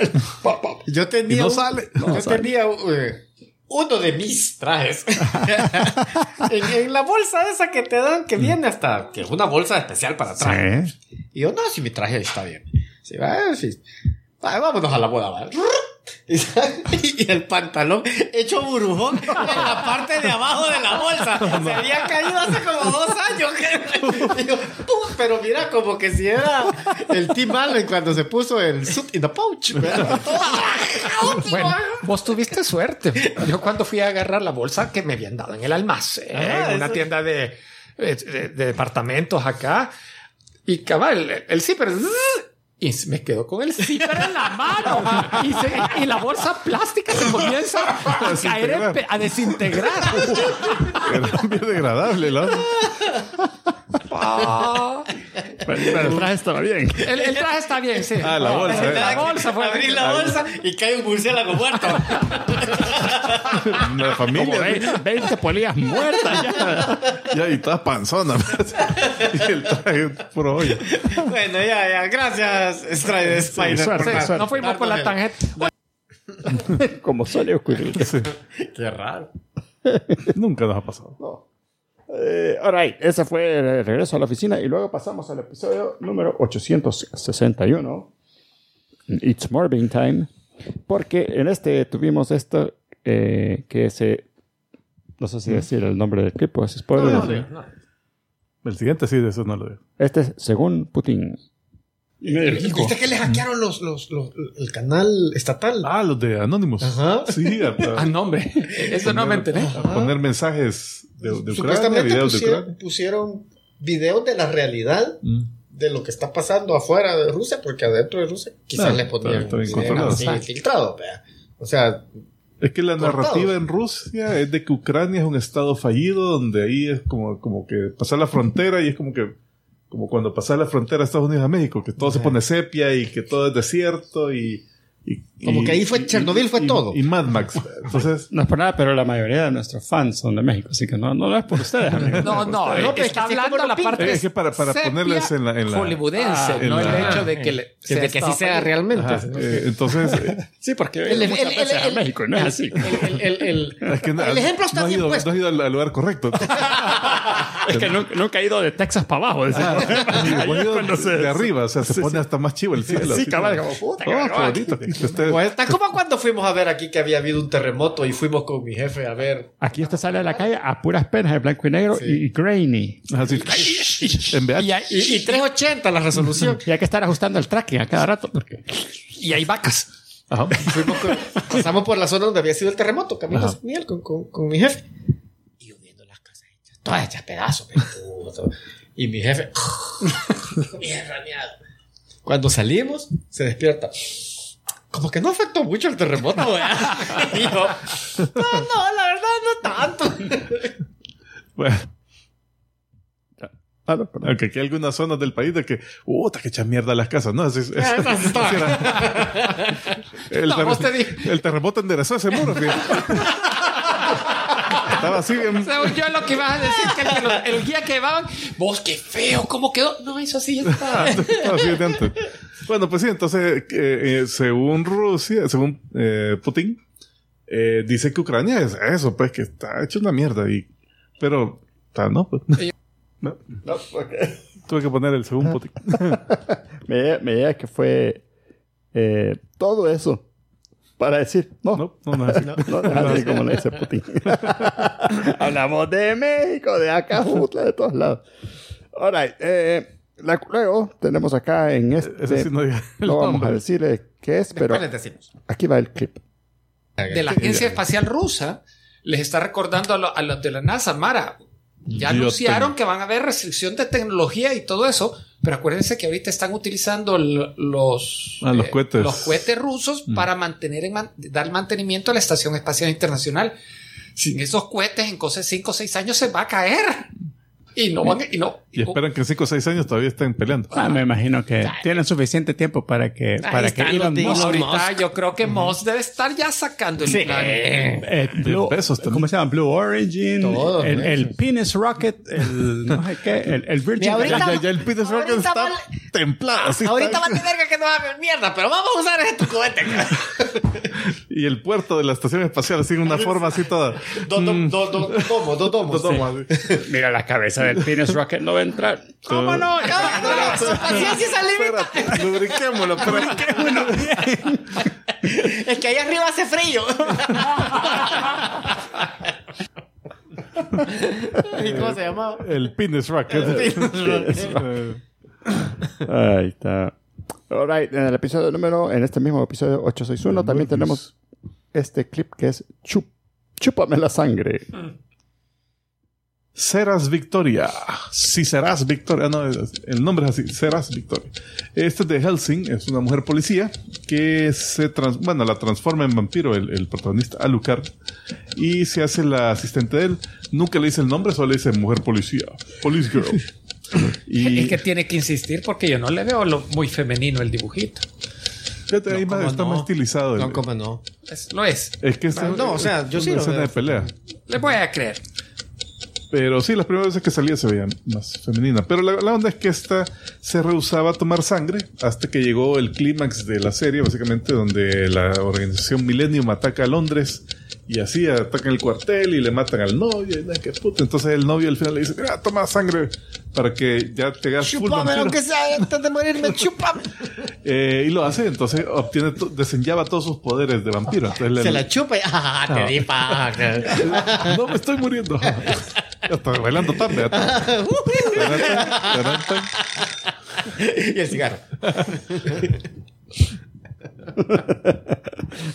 yo tenía. Y no un- sale. yo tenía eh, uno de mis trajes. en, en la bolsa esa que te dan, Mm. que viene hasta. que es una bolsa especial para trajes. Sí. Y yo, no, si mi traje está bien. Sí, va, sí. Va, vámonos a la boda, va. Y sa- Y el pantalón hecho burujón en la parte de abajo de la bolsa. Se había caído hace como dos años. Y yo, "Pum", pero mira, como que si era el Tim Allen cuando se puso el suit in the pouch. ¿verdad? Todo- Bueno, vos tuviste suerte. Yo cuando fui a agarrar la bolsa que me habían dado en el almacén, Ah, en una eso. tienda de, eh, de- de departamentos acá, y cabal, el- el zipper... zzz, Y me quedó con el zipper en la mano y, se- y la bolsa plástica se comienza a caer, en pe- a desintegrar. Era bien degradable, ¿no? Ah. Pero, pero el traje estaba bien. el, el traje está bien, sí. Ah, la bolsa, eh. La bolsa fue Abrí la bolsa y cae un murciélago muerto. La familia. ¿no? 20 polillas muertas. Ya, y todas panzonas. y el traje puro hoyo. Bueno, ya, ya. Gracias, Strider Spider. suerte, por suerte. No fuimos por la tangente. Como suele ocurrir. Qué raro. Nunca nos ha pasado. Eh, all right, ese fue el regreso a la oficina y luego pasamos al episodio número 861. It's Morbing Time. Porque en este tuvimos esto eh, que se. No Mm. sé si decir el nombre del clip, pues spoiler. El siguiente sí, de eso no lo digo. Este es según Putin. ¿Viste que le hackearon los, los, los- el canal estatal? Ah, los de Anonymous. Ajá. Ah, Sí, a, a- Ah, no, hombre. Eso no me enteré. a poner mensajes de, de Ucrania, Supuestamente pues, videos de pusieron, Ucrania. pusieron videos de la realidad Mm. de lo que está pasando afuera de Rusia, porque adentro de Rusia quizás Ah, le ponían está- está bien videos controlado. así filtrado, vea. O sea, Es que la Cortados. narrativa en Rusia es de que Ucrania es un estado fallido donde ahí es como, como que pasar la frontera y es como que como cuando pasas la frontera a Estados Unidos a México, que todo se pone sepia y que todo es desierto y... y- Como y- que ahí fue- y- Chernobyl fue y- todo. Y Mad Max. Entonces, No es por nada, pero la mayoría de nuestros fans son de México, así que no, no lo es por ustedes, amigos. No, no, pero es que está así es hablando como la lo parte pintan. Es que para- para sepia ponerles en la- en la- hollywoodense, Ah, en no la- el hecho de que, le, sea desde que así estado- sea realmente. ajá, eh, entonces eh, Sí, porque El- vengo el- muchas veces el- a México, y no es así. El, el- el- es que no- El ejemplo no está has bien ido- puesto. no has ido al, al lugar correcto. Es que nunca, nunca he ido de Texas para abajo. decía. Ah, Has ido cuando se- de arriba, o sea, se pone hasta más chivo el cielo. Sí, así cabal, como- como puta. Oh, qué bonito. Ustedes- pues está como cuando fuimos a ver aquí que había habido un terremoto y fuimos con mi jefe a ver. Aquí usted sale a la calle a puras penas de blanco y negro y, y grainy. Así, en VH. Y hay, Y, y 380 la resolución. Y hay que estar ajustando el tracking a cada rato. Porque... y hay vacas. Ajá. Fuimos con- pasamos por la zona donde había sido el terremoto, camino Ajá. con Miguel, con, con, con mi jefe. Y yo viendo las casas hechas, todas hechas pedazos. pero puto. Y mi jefe, bien raneado. Cuando salimos, se despierta. Como que no afectó mucho el terremoto, ¿verdad? Y yo, no, no, la verdad no tanto. Bueno. Ah, no, perdón. Aunque aquí hay algunas zonas del país de que, puta, que echa mierda las casas, ¿no? Es, es- es- Ah, sí era- el, No, vos terremoto, te dije. el terremoto enderezó ese muro. fíjate. Estaba así bien. Según yo lo que ibas a decir, que el, que lo- el guía que llevaban, vos qué feo, cómo quedó. No, eso sí está. Estaba así Ah, de antes. Bueno, pues sí, entonces, eh, eh, según Rusia, según eh, Putin, eh, dice que Ucrania es eso, pues que está hecho una mierda. Y, pero, está, no, pues. No. Tuve que poner el Ah, según Putin. Me llega, me llega que fue eh, todo eso para decir, no, No, no, no es así. no, así como le dice Putin. Hablamos de México, de Acapulco, de todos lados. All right, eh, la- luego tenemos acá en Ese este, Eh, sí no diga el no vamos nombre. a decir eh, qué es, pero les decimos. aquí va el clip. De la Agencia Espacial Rusa les está recordando a, lo- a los de la NASA, Mara. Ya Yo anunciaron tengo- que van a haber restricción de tecnología y todo eso, pero acuérdense que ahorita están utilizando l- los, eh, Ah, los cohetes. Mm. los cohetes rusos para mantener en man- dar mantenimiento a la Estación Espacial Internacional. Sin esos cohetes, en cosas 5 o 6 años se va a caer. Y no van a- y no. Y esperan que en 5 o 6 años todavía estén peleando. Ah, me imagino que tienen suficiente tiempo para que, Ahí para que están los Elon de Elon Musk ahorita yo creo que Moss debe estar ya sacando el plan. Eh, Blue, pesos también. ¿Cómo se llama? Blue Origin, Todo, el, ¿no? el Penis Rocket, el no sé qué, el, el Virgin. Ya, Galactic. ya, ya el Peter Rocket ahorita está vale- templado. así Ahorita está. va a tener que no hagan mierda, pero vamos a usar este cohete. Y el puerto de la estación espacial, así en una forma así toda. Dos Mm, do- do- do- dos domos, dos domos. dos tomas, así. Mira, la cabeza del Penis Rocket no va a entrar. ¿Cómo no? No, no, su paciencia es al límite. Espérate, lubriquémoslo. espérate. Es que ahí arriba hace frío. ¿Y cómo se llama? El Penis Rocket. Eh, Ahí está. All right, en el episodio número, en este mismo episodio 861, también tenemos este clip que es Chup, Chúpame la sangre. Serás Victoria. Si serás Victoria. No, es- el nombre es así. Serás Victoria. Este es de Helsing. Es una mujer policía que se trans- bueno, la transforma en vampiro el, el protagonista Alucard. Y se hace la asistente de él. Nunca le dice el nombre, solo le dice mujer policía. Police girl. y Es que tiene que insistir porque yo no le veo lo muy femenino el dibujito. fíjate, ahí más- cómo está no. más estilizado. el- No, como no. Es- lo es. es que este- No, o sea, yo es sí una lo escena veo. de pelea. Le voy a creer. Pero sí, las primeras veces que salía se veía más femenina. Pero la, la onda es que esta se rehusaba a tomar sangre hasta que llegó el clímax de la serie, básicamente, donde la organización Millennium ataca a Londres y así atacan el cuartel y le matan al novio. Y nada, que puta. Entonces el novio al final le dice: "Ah, Toma sangre para que ya te hagas full Chúpame vampiro". lo que sea antes de morirme, chúpame. Eh, Y lo hace, entonces obtiene to- desenllava todos sus poderes de vampiro. Entonces le- Se la chupa y ah, te di paja. No me estoy muriendo. Ya estoy bailando tarde. y el cigarro.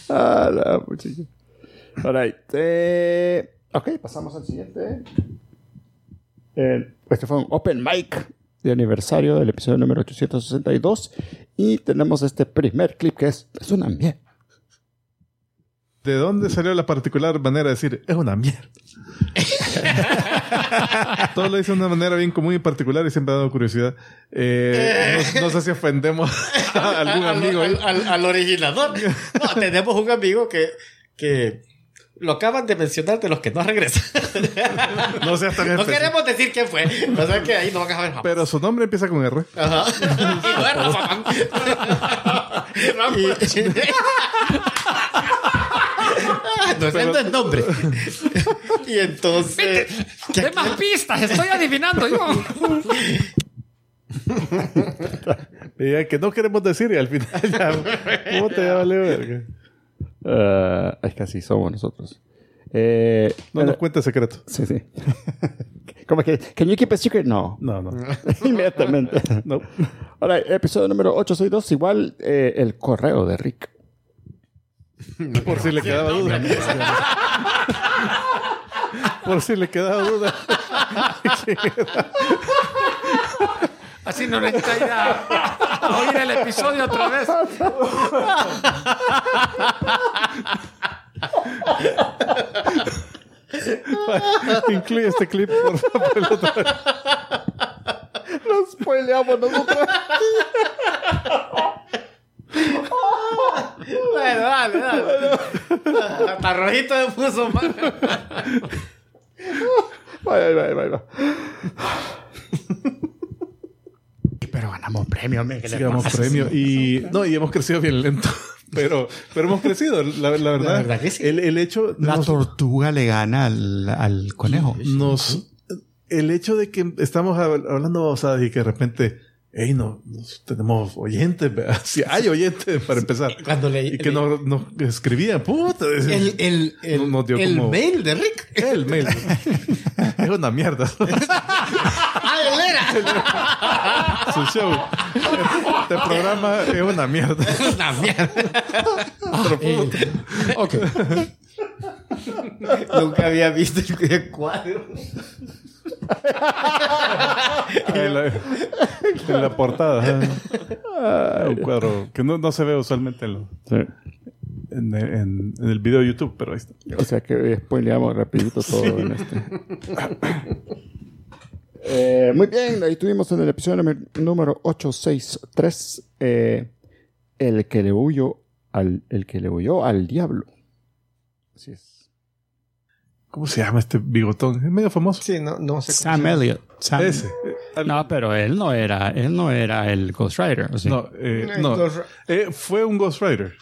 Ah, la puchicha. All right. eh, ok, pasamos al siguiente. El- este fue un open mic de aniversario del episodio número 862. Y tenemos este primer clip que es, es una mierda. ¿De dónde salió la particular manera de decir es una mierda? Todo lo dice de una manera bien común y particular y siempre ha dado curiosidad. Eh, no, no sé si ofendemos a algún Al- amigo. Al, al- al originador. No, tenemos un amigo que, que lo acaban de mencionar de los que no regresan. No seas tan No específico. queremos decir quién fue. O sea que ahí no van a ver jamás. Pero su nombre empieza con R. Ajá. Y no es Rafa. Y- Ah, No es el del nombre. Y entonces. De más pistas, estoy adivinando yo. Diga que no queremos decir y al final ya. Puta, ya vale verga. Ah, es que así somos nosotros. Eh, No nos pero- cuenta secreto. sí, sí. Como que, ¿can you keep a secret? No. No, no. Inmediatamente. No. Ahora, episodio número 862, igual eh, el correo de Rick. Por si le quedaba duda. Por si le quedaba duda. Así no necesita ir a, a oír el episodio otra vez. Incluye este clip, por favor. soñamos nosotros. Bueno, dale, dale. Hasta rojito de puso, man. Vaya, ahí va, ahí va, ahí va. Pero ganamos premio, hombre. ¿qué le Sí, ganamos pasa? premio. Y, no, y hemos crecido bien lento. Pero, pero hemos crecido, la, la verdad. verdad que sí. El, el hecho. La nos- tortuga le gana al, al conejo. nos el hecho de que estamos hab- hablando babosadas y que de repente hey no nos- tenemos oyentes ¿verdad? si hay oyentes para empezar Cuando le. y que nos, nos escribían puta decía, El, el, No- el, nos dio el como- mail de Rick. el mail es una mierda su ¡Ah, él era! show este programa es una mierda Una mierda. Pero, puta, Ok. Nunca había visto el cuadro. en, la, en la portada ajá. un cuadro que no, no se ve usualmente en, lo- en, en- en el video de YouTube pero ahí está O sea que eh, spoileamos rapidito todo en este. Eh, muy bien, ahí tuvimos en el episodio numer- número 863 eh, el que le huyó al el que le huyó al diablo. Así es. ¿cómo se llama este bigotón? es medio famoso Ah, Sí, no, no sé. Sam Elliott. Sam- ese No, pero él no era, él no era el Ghost Rider. ¿o sí? No, eh, no. Eh, fue un Ghost Rider.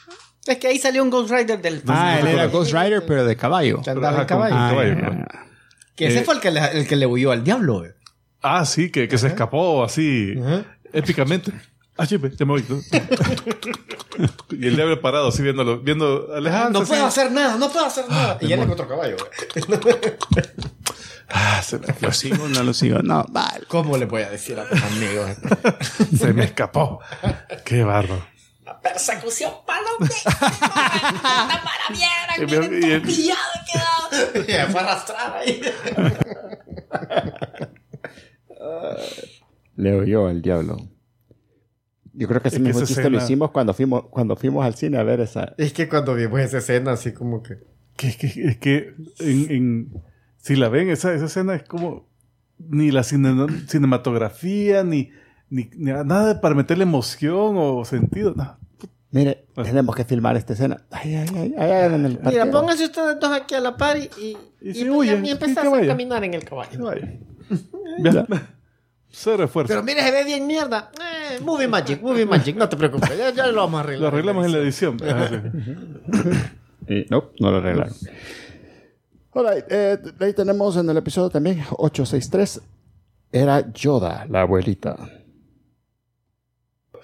Es que ahí salió un Ghost Rider del. Ah, él era Ghost Rider, pero de caballo. Que andaba Ajá, en con- caballo. con Ah, caballo, ya, ¿verdad? Que ese Eh, fue el que, le, el que le huyó al diablo. eh. Ah, sí, que, que se escapó así épicamente. Ah, chipe, ya me voy. ¿no? y el diablo parado así viéndolo, viendo alejarse. Ah, No así. puedo hacer nada, no puedo hacer nada. Y él encontró caballo. Ah, se, me, Lo sigo, no lo sigo. No, vale. ¿Cómo le voy a decir a mis amigos? se me escapó. Qué barro. Persecución para hombre. para mierda. Y me- y el- Pillado he quedado. Ya fue arrastrada ahí. Le huyó al diablo. Yo creo que ese Es que mismo esa chiste escena- lo hicimos cuando fuimos, cuando fuimos al cine a ver esa. Es que cuando vimos esa escena, así como que. Que, que- es que en, en- si la ven, esa, esa escena es como ni la cine- cinematografía, ni, ni, ni nada para meterle emoción o sentido. No. Mire, Pues- tenemos que filmar esta escena. Ay, ay, ay, ay, ay, en el Mira, parqueo. pónganse ustedes dos aquí a la par y, y, Y y- pues sí, y huyen, empezás que a vaya. caminar en el caballo. Vaya. Ya. Cero esfuerzo. Pero mire, se ve bien mierda. Eh, movie Magic, Movie Magic, no te preocupes, ya, ya lo vamos a arreglar. Lo arreglamos en la edición. Ajá, sí. Eh, no, no lo arreglaron. Alright, eh, ahí tenemos en el episodio también 863. Era Yoda, la abuelita.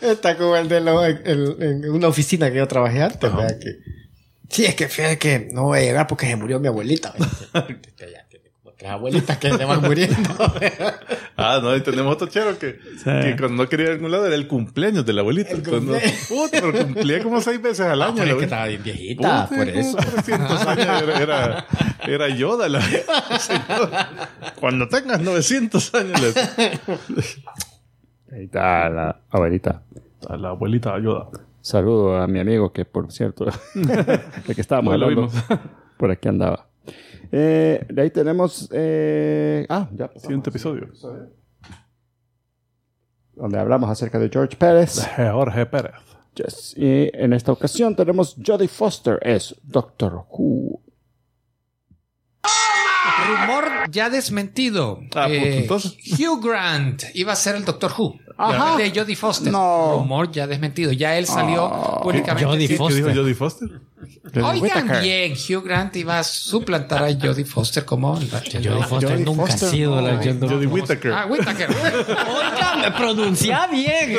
Está como el de lo- el- en una oficina que yo trabajé antes, ¿verdad? Que- sí, es que fíjate que no voy a llegar porque se murió mi abuelita. ¿verdad? Que ya tiene como tres abuelitas que se van muriendo. ¿verdad? Ah, no, y tenemos otro chero que, que cuando no quería ir a ningún lado era el cumpleaños de la abuelita. El Entonces, no, cumpleaños. puta, pero cumplía como seis veces al año. Pero la Ah, es que abuelita. estaba bien viejita, Puta, por como eso. 300 años era, era, era Yoda la señora. Cuando tengas 900 años. le- Ahí está la abuelita. A la abuelita Yoda. Saludo a mi amigo que, por cierto, de que estábamos Bueno, lo hablando, vimos. por aquí andaba. Eh, de ahí tenemos... eh, ah, ya pasamos. Siguiente episodio. Donde hablamos acerca de George Pérez. Jorge Pérez. Yes. Y en esta ocasión tenemos Jodie Foster, es Doctor Who. Rumor ya desmentido. Ah, Eh, puto, entonces. Hugh Grant iba a ser el Doctor Who. Ajá. De Jodie Foster. No. Rumor ya desmentido. Ya él salió públicamente. Jodie Sí. ¿Qué dijo Foster. Jodie Foster? Oigan bien, Hugh Grant iba a suplantar a Jodie Foster como la Jodie Foster nunca ha sido la Jodie Jodie Whittaker. Ah, Whittaker. Oiga, me pronuncia bien.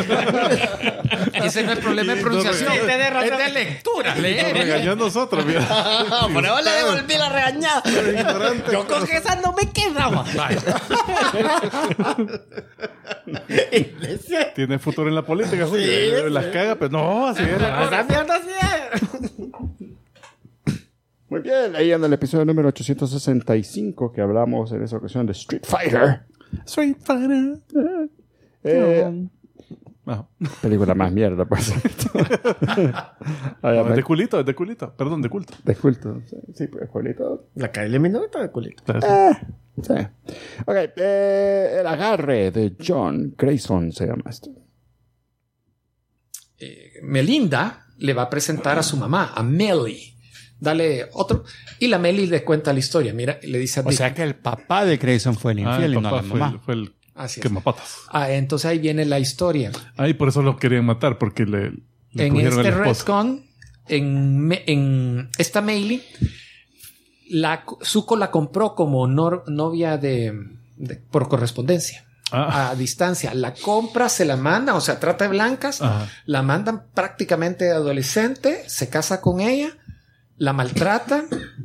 Ese no es problema de pronunciación. No, es de lectura. Nos Leer. regañó a nosotros, mira. Por ahora le devolví la regañada. Ignorante. Yo con esa no me quedaba. Tiene futuro en la política, Julio. Las caga, pero no, así era. Esa mierda sí es. Muy bien, ahí en el episodio número 865 que hablamos en esa ocasión de Street Fighter. Street Fighter. Eh, Ah, película más mierda, por cierto. Ay, es me- de culito, es de Ah, culito. Perdón, de culto. de culto. Sí, pues, Julito. Ah, La Kylie Minogue está de culito. Sí. Ok, eh, El agarre de John Grayson se llama esto. eh, Melinda le va a presentar a su mamá, a Melly. Dale otro. Y la Melly le cuenta la historia. Mira, le dice a O Dick. sea que el papá de Grayson fue el Ah, infiel el y no papá la fue, el- mamá. fue el Así es. quemapatas. Ah, entonces ahí viene la historia. Ahí por eso lo querían matar, porque le, le en pusieron este el esposo. Redcon, en, me- en esta Meili, la, Zuko la compró como nor- novia de, de- por correspondencia. Ah, A distancia, la compra, se la manda, o sea, trata de blancas, ajá. la mandan prácticamente adolescente, se casa con ella, la maltratan.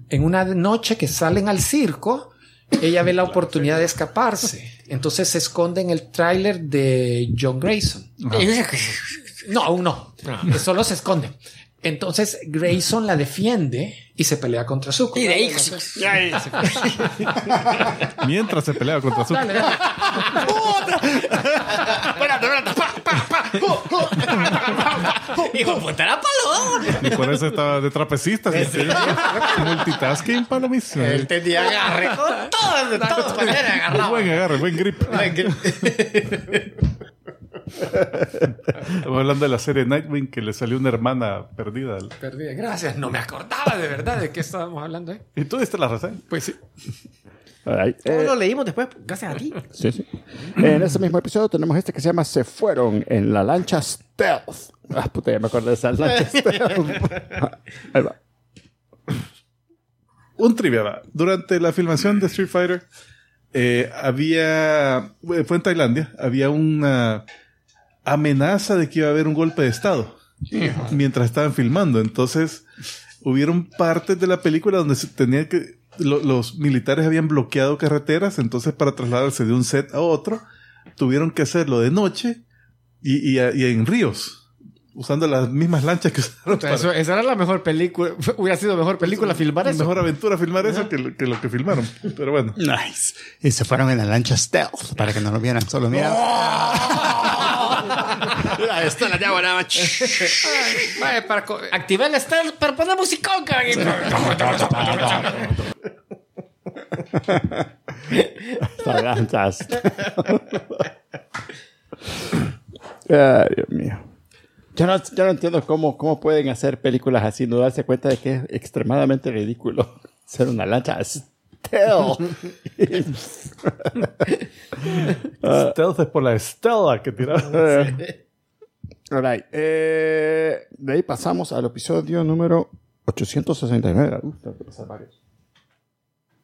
En una noche que salen al circo, ella ve la oportunidad de escaparse. Entonces se esconde en el tráiler de John Grayson. No, aún no. Solo se esconde. Entonces Grayson la defiende y se pelea contra Zuko. Y de ahí. Mientras se peleaba contra su Dale, dale. Hijo de puta, era palón. Y por eso estaba de trapecista. ¿sí? Multitasking para la misión. Él tenía agarre con todo, de todas maneras Un agarraba. buen agarre, buen grip. Estamos hablando de la serie Nightwing que le salió una hermana perdida. Perdida. Gracias. No me acordaba de verdad de qué estábamos hablando. eh. Y tú diste la razón. Pues sí. Alright, eh, lo leímos después, gracias a ti. sí, sí. En ese mismo episodio tenemos este que se llama Se fueron en la lancha Stealth. Ah, puta, ya me acuerdo de esa lancha Stealth. Ahí va. Un trivia. va. Durante la filmación de Street Fighter, eh, había. eh, Fue en Tailandia. Había una amenaza de que iba a haber un golpe de Estado mientras estaban filmando. Entonces, hubieron partes de la película donde se tenía que. lo- los militares habían bloqueado carreteras. Entonces, para trasladarse de un set a otro, tuvieron que hacerlo de noche y, y a- y en ríos. Usando las mismas lanchas que usaron para- Eso- esa era la mejor película. Hubiera sido mejor película filmar eso. Mejor aventura filmar eso que lo que, lo que filmaron. Pero bueno. Nice. Y se fueron en la lancha stealth para que no lo vieran. Solo mira. Esto la llamo nada Vaya, para co- Activa el stealth, pero pues pon la musiconca. Esta lancha Stealth. Ay, Dios mío. Yo no, yo no entiendo cómo, cómo pueden hacer películas así, no darse cuenta de que es extremadamente ridículo ser una lancha Stealth. Stealth es por la estela que tiraron. Eh. Alright. Eh, de ahí pasamos al episodio número 869. Uf, tengo que pasar varios.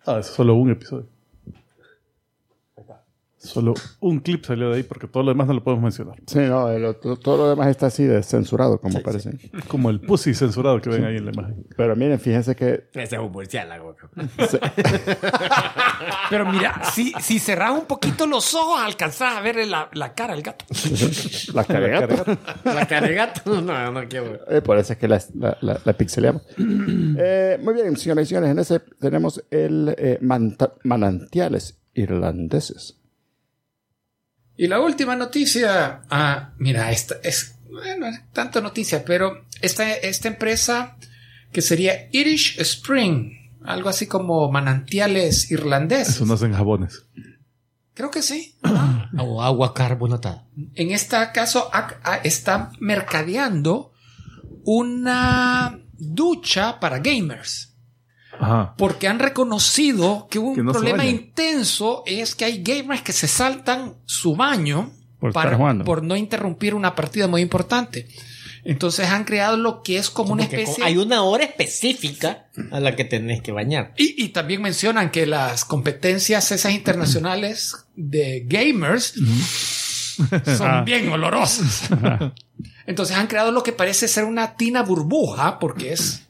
Ah, es solo un episodio. Solo un clip salió de ahí porque todo lo demás no lo podemos mencionar. Sí, no, el otro- todo lo demás está así de censurado, como parece. Como el pussy censurado que ven ahí en la imagen. Pero miren, fíjense que. Ese es un murciélago. Pero mira, si, si cerrás un poquito los ojos, alcanzás a ver la, la cara del gato. La cargata. La cargato. No, no quiero. Eh, por eso es que la, la, la- la pixeleamos. Eh, muy bien, señoras y señores, en ese tenemos el eh, manta- manantiales irlandeses. Y la última noticia. Ah, mira, esta es. Bueno, es tanta noticia, pero esta, esta empresa que sería Irish Spring, algo así como manantiales irlandeses. Eso no hacen jabones. Creo que sí. Agua carbonatada. En este caso, ac- a- está mercadeando una ducha para gamers. Ajá. porque han reconocido que un Que no se problema bañan. intenso es que hay gamers que se saltan su baño Por estar jugando. por no interrumpir una partida muy importante. Entonces han creado lo que es como una Porque especie... Hay una hora específica a la que tenés que bañar. Y, y también mencionan que las competencias esas internacionales de gamers son bien olorosas. Entonces han creado lo que parece ser una tina burbuja porque es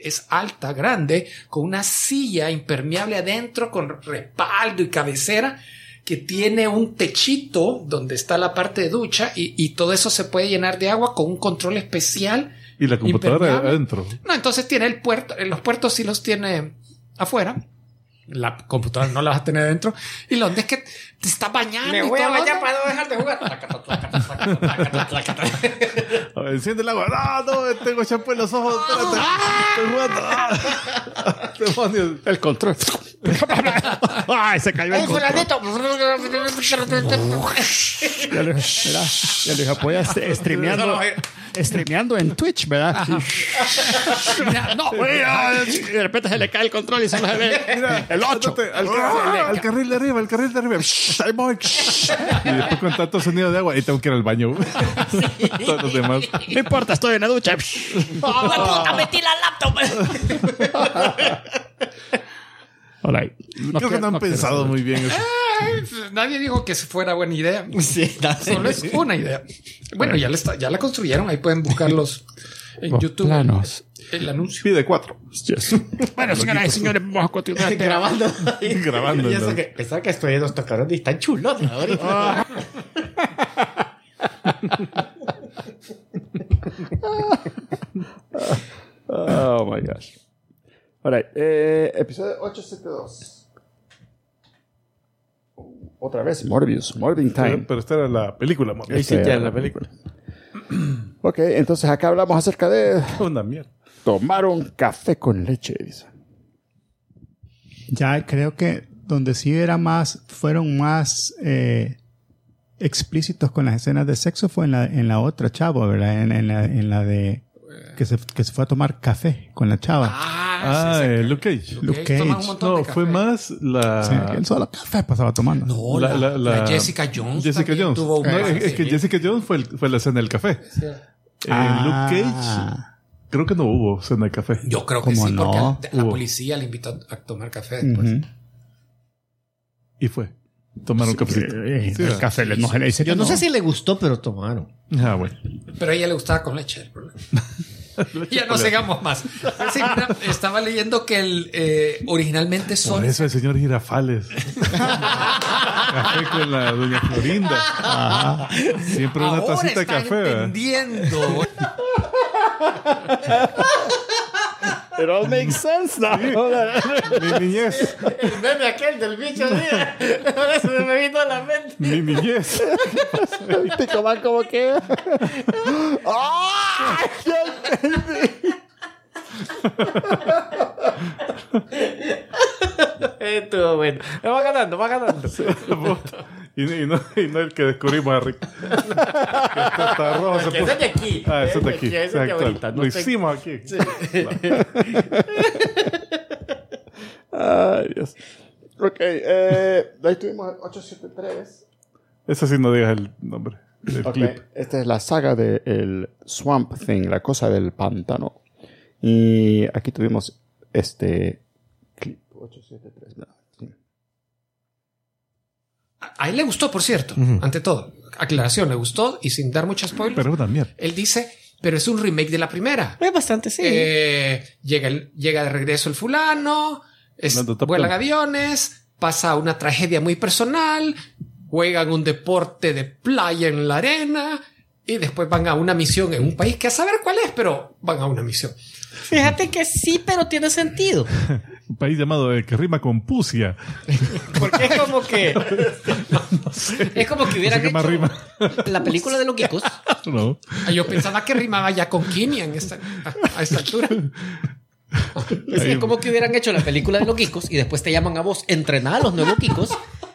es alta, grande, con una silla impermeable adentro con respaldo y cabecera que tiene un techito donde está la parte de ducha y, y todo eso se puede llenar de agua con un control especial Y la computadora Impermeable. adentro. no, entonces tiene el puerto, eh, los puertos sí los tiene afuera. La computadora no la vas a tener dentro. Y lo donde es que te está bañando. y toda la onda. no dejar de jugar. Taca, taca, taca, taca, taca, taca, taca, taca. A ver, enciende el agua. ¡Ah, no! Tengo champú en los ojos. Espérate. Estoy jugando. ¡Ah! ¡Demonios! El control. ¡Ay, se cayó el ¡Un control! fulanito! Ya lo, ¿verdad? Ya lo apoya este, streameando, streameando en Twitch, ¿verdad? Mira, no, Y de repente se le cae el control y solo se ve el 8. Al, al carril de arriba, al carril de arriba. Ahí voy. y después con tanto sonido de agua, ahí tengo que ir al baño. Todos los demás. No importa, estoy en la ducha. ¡Ah, güey, puta! ¡Metí la laptop! Hola. Creo que no han pensado muy bien eso. Nadie dijo que fuera buena idea. Solo es una idea. Bueno, ya, la está- ya la construyeron. Ahí pueden buscarlos en Los YouTube. planos. El anuncio. Pide cuatro. Bueno, señoras y señores, vamos a continuar. grabando. Grabando, Y eso ¿no? que pensaba que estoy en los tocadores y están chulos ahorita. Oh my gosh. All right. eh, episodio 872. Otra vez, Morbius, Morbing Time. Pero esta era la película, amor. Este, sí, ya la película. Este, Ok, entonces acá hablamos acerca de Una mierda. tomar un café con leche, dice. Ya creo que donde sí era más, fueron más eh, explícitos con las escenas de sexo fue en la, en la otra chava, ¿verdad? En, en la, en la de que se, que se fue a tomar café con la chava. Ah, eh, Luke Cage. Luke Cage toma un Cage. montón de No, café. fue más la. Sí, él solo café pasaba tomando. No, la, la- la- la Jessica Jones. Jessica también Jones. tuvo un No, gran es, es que café. Jessica Jones fue, el- fue la escena del café. Eh, Ah. Luke Cage, creo que no hubo escena del café. Yo creo que ¿Cómo sí, porque no? la- la Hubo. policía le invitó a tomar café después. Ujú. Y fue. Tomaron cafecito. Eh, Sí, el ¿verdad? café le- no se le dice Yo que no sé si le gustó, pero tomaron. Ah, bueno. Pero a ella le gustaba con leche. el problema. ya no se sigamos más. Sí, mira, estaba leyendo que el, eh, originalmente Por son eso el señor Girafales. café con la doña Florinda. Siempre una Ahora tacita de están café. ¿eh? ¿verdad? entendiendo. It all makes sense now. Mi niñez. El meme aquel del bicho, mira. Ahora se me vino a la mente. Mi niñez. Tomar como que. Estuvo bueno. Va ganando, va ganando. y, y no, y no el que descubrimos a Rick. Que está, está rojo. se Porque puso- ese es de aquí. Ah, eso está Ese aquí. es ese es de Exacto. ahorita, no Lo sé- hicimos aquí. Ay, Dios. Ok, eh, ahí tuvimos el 873. Eso sí no digas el nombre del Ok, clip. Esta es la saga del Swamp Thing, la cosa del pantano. Y aquí tuvimos este clip 873. no, sí. A él le gustó, por cierto, ante todo. Aclaración, le gustó y sin dar muchas spoilers. Pero es una mierda. él dice, pero es un remake de la primera. Es bastante, sí. Eh, llega, el- llega de regreso el fulano, es- Hablando de Top vuelan Gun. aviones, pasa una tragedia muy personal, juegan un deporte de playa en la arena y después van a una misión en un país que a saber cuál es, pero van a una misión. Fíjate que sí, pero tiene sentido. Un país llamado eh, que rima con pusia. Porque es como que. Es como que No hubieran sé qué más hecho rima. la película de los geckos. No. Ah, Yo pensaba que rimaba ya con Kimia en esta, a, a esta altura. Es como que hubieran hecho la película de los geckos y después te llaman a vos, entrenar a los nuevos geckos.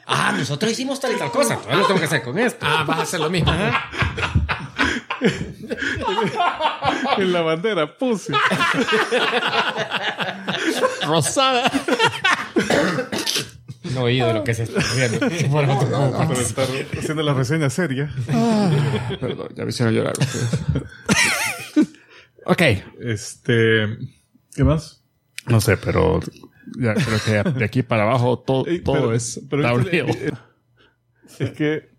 Ah, nosotros hicimos tal y tal cosa. Ahora lo tengo que hacer con esto. Ah, vas a hacer lo mismo. En la bandera, pusia. Rosada. No he oído de lo que se está viendo. Por otro lado. Pero estar haciendo la reseña seria. Perdón, ya me hicieron llorar. ustedes. Ok. Este. ¿Qué más? No sé, pero ya creo que de aquí para abajo todo, Ey, todo Eh, pero- es pero viste- tableo. eh, eh, Es que,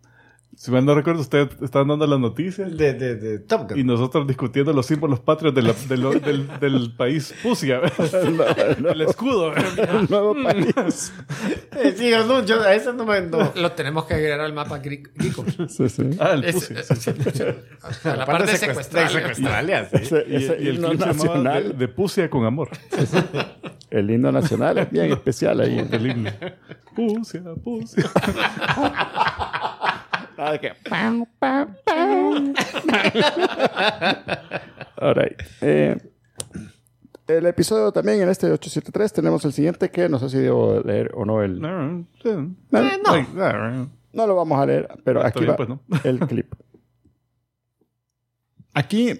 si mal no recuerdo, ustedes están dando las noticias De, de, de Top y Gun. nosotros discutiendo los símbolos patrios de la- de lo- del, del país Pusia. El escudo. El nuevo país. Eh, Sí, yo no, yo a ese no me. No. Lo tenemos que agregar al mapa gri- grico. Sí, sí. Ah, el Es- Pusia. A la, parte de secuestrar. secuestrarle Ese- Y, ese y el himno clip se llamaba de, nacional. de Pusia con amor. El himno nacional es bien especial ahí. El himno. Pusia, Pusia. Nada que. pam, pam, pam. All right. Eh, el el episodio también, en este 873, tenemos el siguiente que no sé si debo leer o no el... No, sí. ¿Vale? Like, no. No lo vamos a leer, pero Ah, Está aquí bien, va pues, ¿no? el clip. Aquí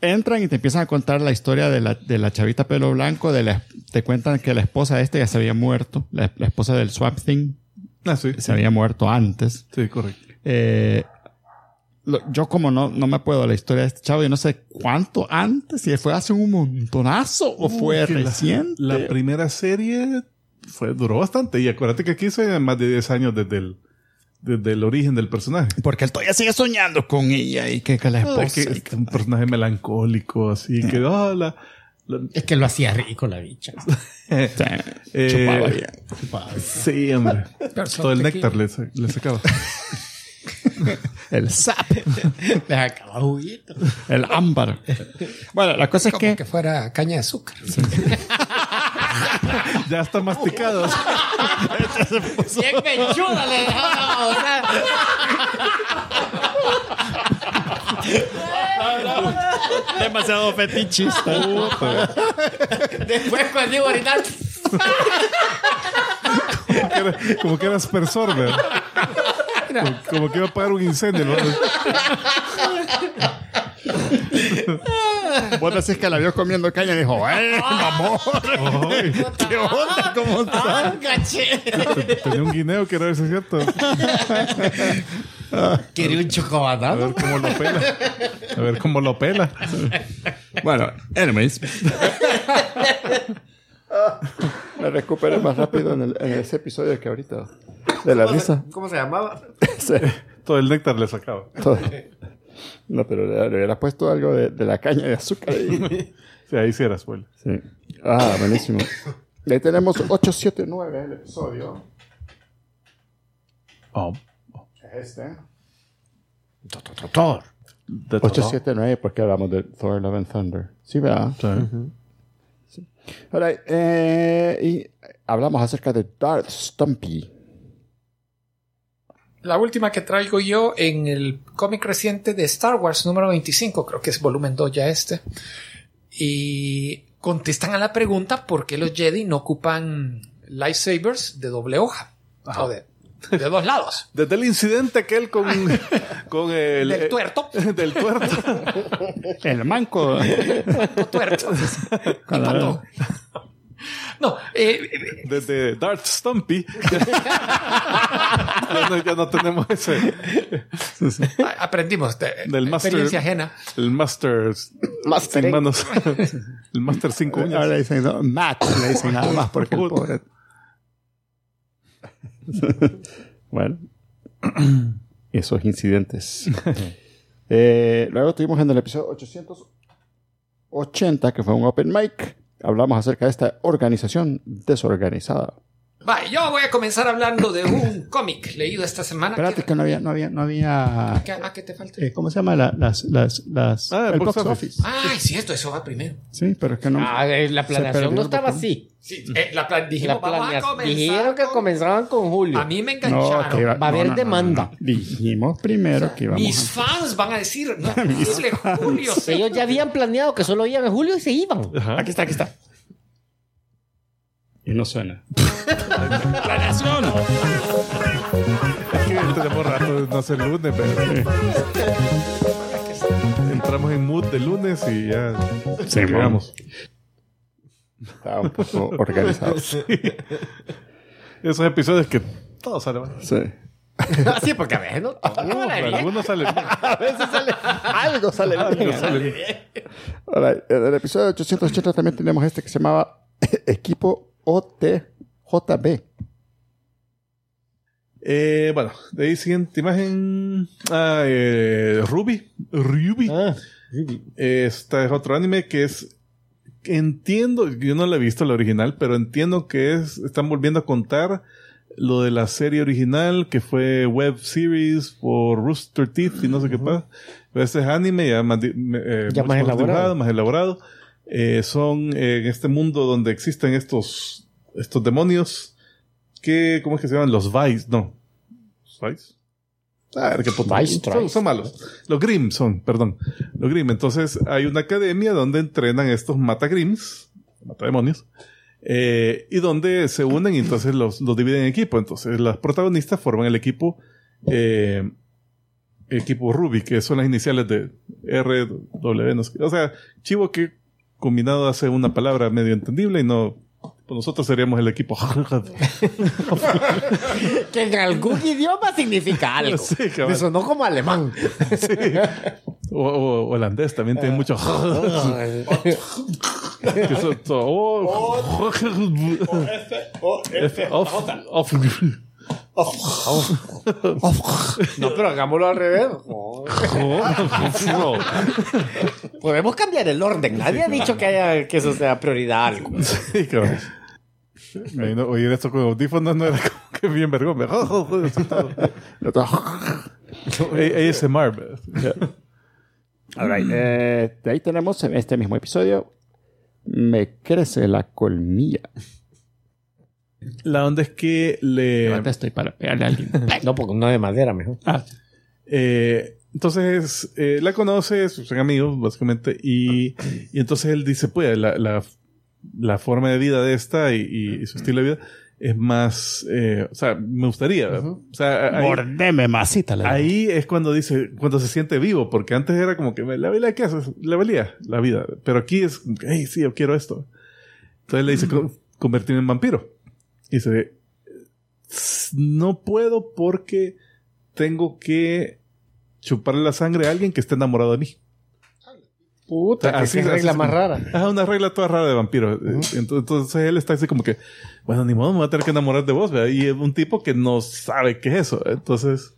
entran y te empiezan a contar la historia de la, de la chavita pelo blanco. De la, te cuentan que la esposa de este ya se había muerto. La, la esposa del Swap Thing Ah, sí. se había muerto antes. Sí, correcto. Eh, lo- yo como no, no me puedo la historia de este chavo, yo no sé cuánto antes, si fue hace un montonazo o fue Uh, que la- reciente. La, primera serie fue, duró bastante. Y acuérdate que aquí hice más de 10 años desde el, desde el origen del personaje. Porque él todavía sigue soñando con ella y que, que la Ah, esposa... que y es un personaje melancólico, así que ah, la- la- Es que lo hacía rico la bicha. que- eh, chupaba bien. Sí, hombre. Todo el néctar le, sa- le sacaba. El sap, Les acababa juguito. el ámbar. Bueno, la cosa es Como que... que fuera caña de azúcar. ya está masticado. Bien pechuda le dejaba la babosada. Demasiado fetichista. Después cuando iba a orinar, como, que era, como que era aspersor, ¿verdad? Como, como que iba a apagar un incendio. ¿no? Vos decís que la vio comiendo caña y dijo, ¡eh, amor! ¿Qué onda? ¿Cómo estás? Tenía un guineo que era ese, ¿cierto? quería un A chocobanano. ver cómo lo pela. A ver cómo lo pela. Bueno, anyways. Me recuperé más rápido en, el- en ese episodio que ahorita. De la risa. ¿Cómo se llamaba? Sí. Todo el néctar le sacaba. Todo. No, pero le, le hubiera puesto algo de, de la caña de azúcar. ahí. Sí, ahí sí era spoiler. Sí. Ah, buenísimo. Y ahí tenemos 879 el episodio. Oh. Es Este. Doctor. 879, porque hablamos de Thor Love and Thunder. Sí, ¿verdad? Sí. All right, eh, y hablamos acerca de Darth Stumpy. La última que traigo yo en el cómic reciente de Star Wars número 25, creo que es volumen 2 ya este. Y contestan a la pregunta por qué los Jedi no ocupan lightsabers de doble hoja. O de, de dos lados. Desde el incidente aquel con, con el... eh, Del tuerto. del tuerto. El manco. tuerto. Y pato. No, eh, eh, Desde Darth Stumpy. ya, no, ya no tenemos ese. a- aprendimos de, Del de master. experiencia ajena. El Master... Master. Sin manos. el Master sin Ahora le uñas. dicen, no, Matt, le dicen nada más porque el pobre. Bueno. Esos incidentes. Eh, luego tuvimos en el episodio 880, que fue un open mic. Hablamos acerca de esta organización desorganizada. Va, yo voy a comenzar hablando de un cómic leído esta semana. Espérate que no había, no había, no había. ¿Qué- ah, qué te falta? eh, ¿Cómo se llama? La- las, las, las, Ah, el box office. Ay, cierto, eso va primero. Sí, pero es que no. Ah, eh, la planeación no perdió estaba el botón. así. Sí, eh, la plan- dijimos, La vamos a planeación. comenzar Dijeron que con- comenzaban con Julio. A mí me No, engancharon. que iba- Va a haber no, no, no, demanda. no. Dijimos primero que íbamos. Mis fans van a decir, no es posible, Julio. sí. Ellos ya habían planeado que solo iban en julio y se iban. Aquí está, aquí está. Y no suena. Que tenemos rato de no ser lunes, pero... Entramos en mood de lunes y ya... Sí, Llegamos. Estaba un poco organizado. Esos episodios que todos salen mal. Sí. Así porque a ver, ¿no? Uh, algunos salen mal. Algo Ah, sale bien. Ahora, en el episodio 880 también tenemos este que se llamaba Equipo OTJB. Eh, bueno, de ahí siguiente imagen. Ah, eh, Ruby. Ruby. Ah, Eh, Esta es otro anime que es. que Entiendo, yo no la he visto la original, pero entiendo que es. Están volviendo a contar lo de la serie original que fue web series por Rooster Teeth y no sé qué pasa. Pero Este es anime ya más, di- me- eh, Ya mucho más elaborado. dibujado, más elaborado. Eh, son eh, en este mundo donde existen estos, estos demonios que, ¿cómo es que se llaman? Los Vice, no. ¿Vice? Ah, qué puto. Vice, son, Trice. son malos. Los Grimm son, perdón. Los Grimm. Entonces hay una academia donde entrenan estos Matagrims matademonios. Eh, y donde se unen y entonces los, los dividen en equipo. Entonces las protagonistas forman el equipo eh, equipo Ruby, que son las iniciales de R, W, no sé qué. o sea, chivo que combinado hace una palabra medio entendible y no... pues Nosotros seríamos el equipo. que en algún idioma significa algo. Sí, cabal. Me sonó como alemán. Sí. O, o holandés también tiene mucho. Ah. que son todo- oh. F- off- off. No, pero hagámoslo al revés. No. Podemos cambiar el orden. Nadie ha dicho que, haya, que eso sea prioridad a algo. Sí, cabrón. Me vino- Oír esto con audífonos no era como que bien vergón. me- A- ASMR. ve. All right, eh, de ahí tenemos en este mismo episodio. Me crece la colmilla. La onda es que le. estoy para pegarle a alguien. No, porque no de madera, mejor. eh, entonces, eh, la conoce, sus amigos, básicamente, y, y entonces él dice: Pues, la, la, la forma de vida de esta y, y su estilo de vida es más. eh, o sea, me gustaría. O sea, ahí- Mordeme, masita. le digo. Ahí es cuando dice, cuando se siente vivo, porque antes era como que la vida que haces, le valía la vida. Pero aquí es, como que, hey, sí, yo quiero esto. Entonces le dice, "Co- convertirme en vampiro. Y dice, no puedo porque tengo que chuparle la sangre a alguien que esté enamorado de mí. Puta, que Así qué es, así regla es más como- rara. Ah, una regla toda rara de vampiro. Ento- Entonces él está así como que, bueno, ni modo, me voy a tener que enamorar de vos, ¿verdad? Y es un tipo que no sabe qué es eso. Entonces,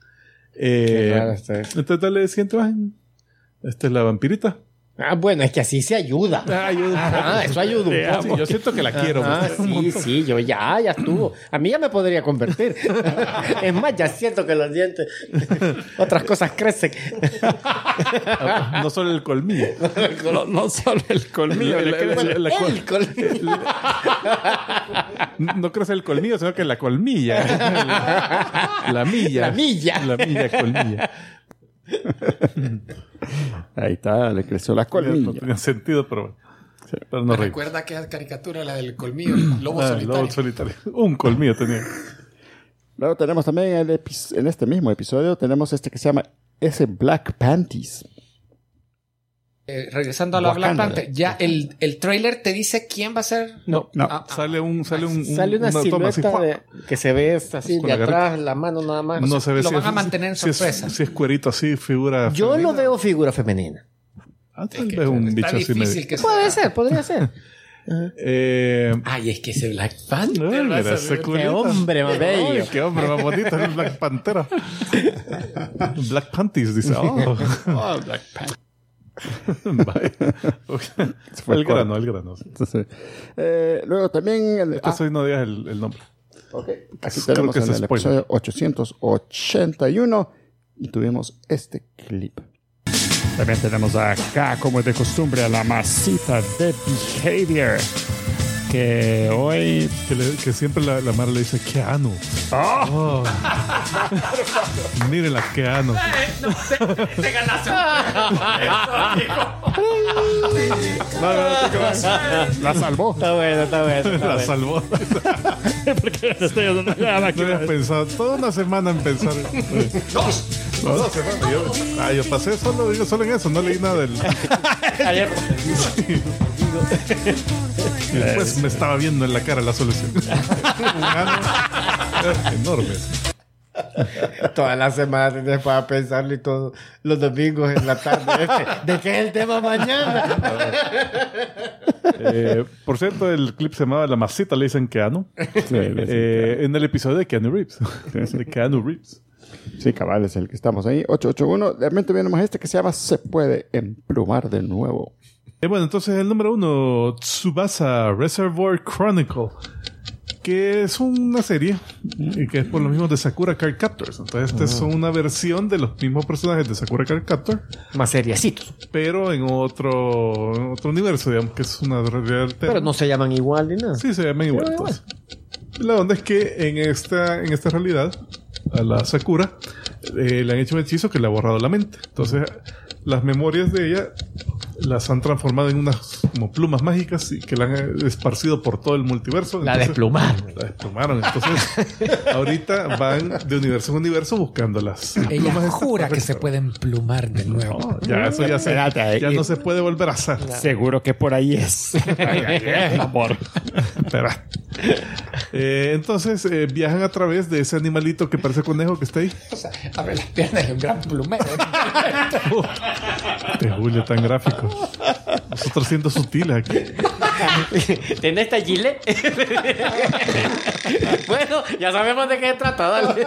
Qué eh, rara está. entonces dale siento, ah, esta es la vampirita. Ah, bueno, es que así se ayuda. Ah, eso ayuda un Ah, poco. sí, yo siento que la quiero. Ah, pues. sí, sí, yo ya, ya estuvo. A mí ya me podría convertir. es más, ya siento que los dientes, otras cosas crecen. Ah, No solo el colmillo. No, no solo el colmillo. La- le la- crece- la- la col- El colmillo. no crece el colmillo, sino que la colmilla. La, la milla. La milla. La milla, colmilla. Ahí está, le creció la No colmilla. tenía sentido, pero bueno. Pero no reí. Recuerda aquella caricatura, la del colmillo, el lobo Ah, el solitario. lobo solitario. Un colmillo tenía. Luego tenemos también el epi- en este mismo episodio, tenemos este que se llama ese Black Panties. Eh, regresando a la Black Wakanda. Panther, ya el, el trailer te dice quién va a ser. No, No, Ah, ah. sale un, sale un, un- Sale una, toma así, silueta ¡fua! de- que se ve así Con de la garrita. atrás, la mano nada más. No se ve lo si van es- a mantener en si es- sorpresa. Si es cuerito así, figura. Yo femenina. lo veo figura femenina. Ah, tal que vez un bicho Está así medio. difícil que Puede sea. ser, podría ser. Eh, Ay, es que ese Black Panther. Ay, va a mira, salir- ese culito. hombre más bello. Ay, qué hombre más bonito, el Black Pantera. Black Panties, dice. Oh. Black fue el corto. grano, el grano. sí. Entonces, eh, luego también el, ah, Entonces hoy no digas el, el nombre. ok, aquí creo tenemos que en es el spoiler. episodio 881 y tuvimos este clip. También tenemos acá, como de costumbre, a la masita de Behavior. Que hoy ¡Ah! Que, le- que siempre la, la Mara le dice, ¿qué ano? Oh. Miren la que ano. la salvó. Está bueno, está bueno. está La bueno. salvó. Porque no estoy haciendo nada No que habías ver. pensado toda una semana en pensar. No, dos semanas. Yo, ah, yo pasé solo, digo, solo en eso, no leí nada del. Y después me estaba viendo en la cara la solución. Un ano enorme. Toda la semana tienes para pensarlo y todos los domingos en la tarde. este, ¿De qué es el tema mañana? Eh, por cierto, el clip se llamaba La Masita, le dicen Keanu. Eh, en el episodio de Keanu Reeves. De Keanu Reeves. Sí, cabal, es el que estamos ahí. 881. Realmente tenemos este que se llama Se puede emplumar de nuevo. Eh, bueno, entonces el número uno, Tsubasa Reservoir Chronicle, que es una serie y que es por lo mismo de Sakura Card Captors. Entonces, esta es una versión de los mismos personajes de Sakura Card Captor, Más seriecitos. pero en otro, en otro universo, digamos que es una realidad alterna. Pero no se llaman igual ni nada. Sí, se llaman igual. Pero igual. entonces. La onda es que en esta, en esta realidad, a la Sakura eh, le han hecho un hechizo que le ha borrado la mente. Entonces, las memorias de ella las han transformado en unas como plumas mágicas y que la han esparcido por todo el multiverso. La desplumaron. La desplumaron. Entonces, ahorita van de universo en universo buscando las las Ella plumas. jura que se pueden plumar de nuevo. Oh, Ya, eso ya, se, Espérate, ya y- no se puede volver a hacer. Seguro que por ahí es. amor. Espera. Eh, entonces eh, viajan a través de ese animalito que parece conejo que está ahí. Abre las piernas y un gran plumero. De Este Julio, tan gráfico. Nosotros siendo sutiles aquí. ¿Tenés esta gilet? bueno, ya sabemos de qué se trata, dale.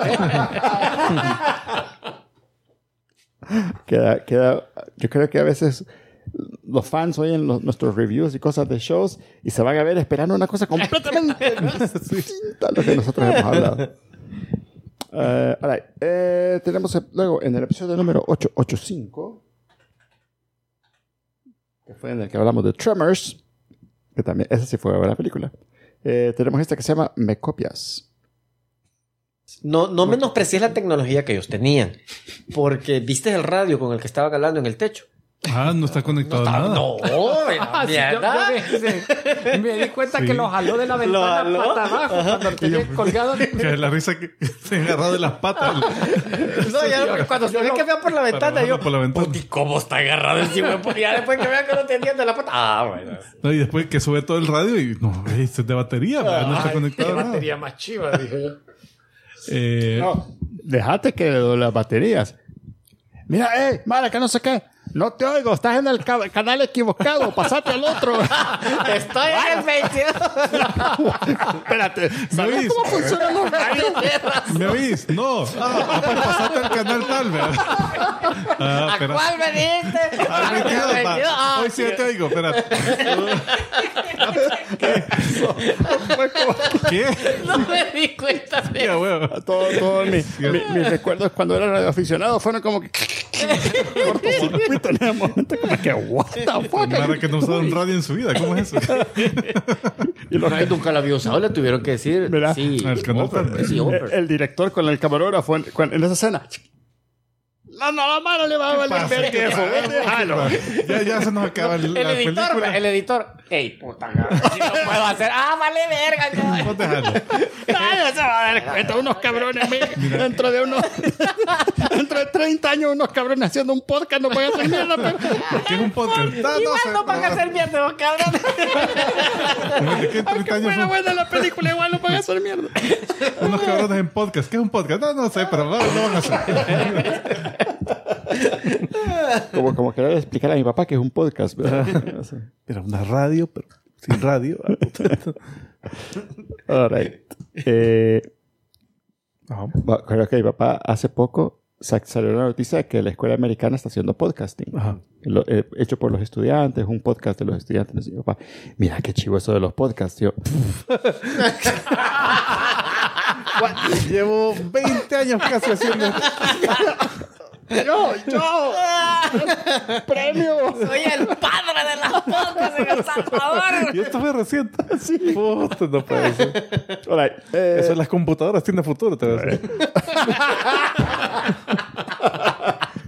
queda, queda, yo creo que a veces los fans oyen los- nuestros reviews y cosas de shows y se van a ver esperando una cosa completamente distinta a lo que nosotros hemos hablado. Eh, all right. Eh, tenemos eh, luego en el episodio número 885, que fue en el que hablamos de Tremors, que también, esa sí fue buena película. Eh, tenemos esta que se llama Me copias. No, no menosprecies la tecnología que ellos tenían. Porque viste el radio con el que estaban hablando en el techo. Ah, no está conectado a nada. No, Ah, sí, yo- mierda. yo me- sí. me di cuenta Sí. que lo jaló de la ventana jaló? pata abajo cuando lo tenía pues, colgado. Que la risa que se ha agarrado de las patas. No, ya no, cuando se ve que vea por la ventana, yo. por la ventana. "Puti, ¿Cómo está agarrado el chihuahua? Ya después que vea que no tenía de la pata. Ah, bueno. No, y después que sube todo el radio y no, este es de batería, pero no está conectado a nada. batería más chiva, dije yo. Eh, Dejate que le doy las baterías. Mira, eh, mala, que no sé qué. No te oigo, estás en el ca- canal equivocado, pasate al otro. Estoy en el 22. Espérate, ¿sabes oís? cómo funcionan los radios? ¿Me oís? No. Ah, pues pasate al canal tal, ¿verdad? Ah, espera. ¿Cuál me diste? Ah, me quedo, Al pa. 22. Ah, Hoy sí te oigo, espérate. ¿Qué? No me di cuenta de Ya, huevo. Todo, todo mi- mi- mis recuerdos cuando era radioaficionado fueron como que. cortocircuito en ese momento, como que, what the fuck. Para que no usaba un radio en su vida, ¿cómo es eso? Y los- Ay, nunca la había usado, le tuvieron que decir. Mira, sí, el canal Over, también. pues, sí, el, Over. el director con el camarógrafo en, con- en esa escena. La, la, la mano le va a valer ver que eso. déjalo. Ya, ya se nos acaba la El editor, pues, película. el editor. Ey, puta madre, si no puedo hacer. Ah, vale verga. ya. Vos dejalo. Ay, no se va a dar cuenta, unos cabrones. mira, Dentro de unos. dentro de 30 años, unos cabrones haciendo un podcast no van a hacer mierda, pero. ¿Qué es un podcast? Ah, Igual sé. no van a hacer mierda, los cabrones. Fíjate que en 30 años Bueno, son bueno, la película igual no van a hacer mierda. unos cabrones en podcast. ¿Qué es un podcast? No, no sé, pero no, no van a hacer. Como, como querer explicar a mi papá que es un podcast, ¿verdad? Era una radio, pero sin radio. All right. Eh, Ajá. va- creo que mi papá hace poco sa- salió la noticia de que la escuela americana está haciendo podcasting. Ajá. Lo- eh, hecho por los estudiantes, un podcast de los estudiantes. Me dice mi papá, mira qué chivo eso de los podcasts, tío. Llevo 20 años casi haciendo ¡Yo! ¡Yo! ¡Premio! Soy el padre de las podcasts en El Salvador. Y esto fue reciente. Puta, no puede ser. All right. eh, Eso las computadoras tienen futuro, te voy a decir.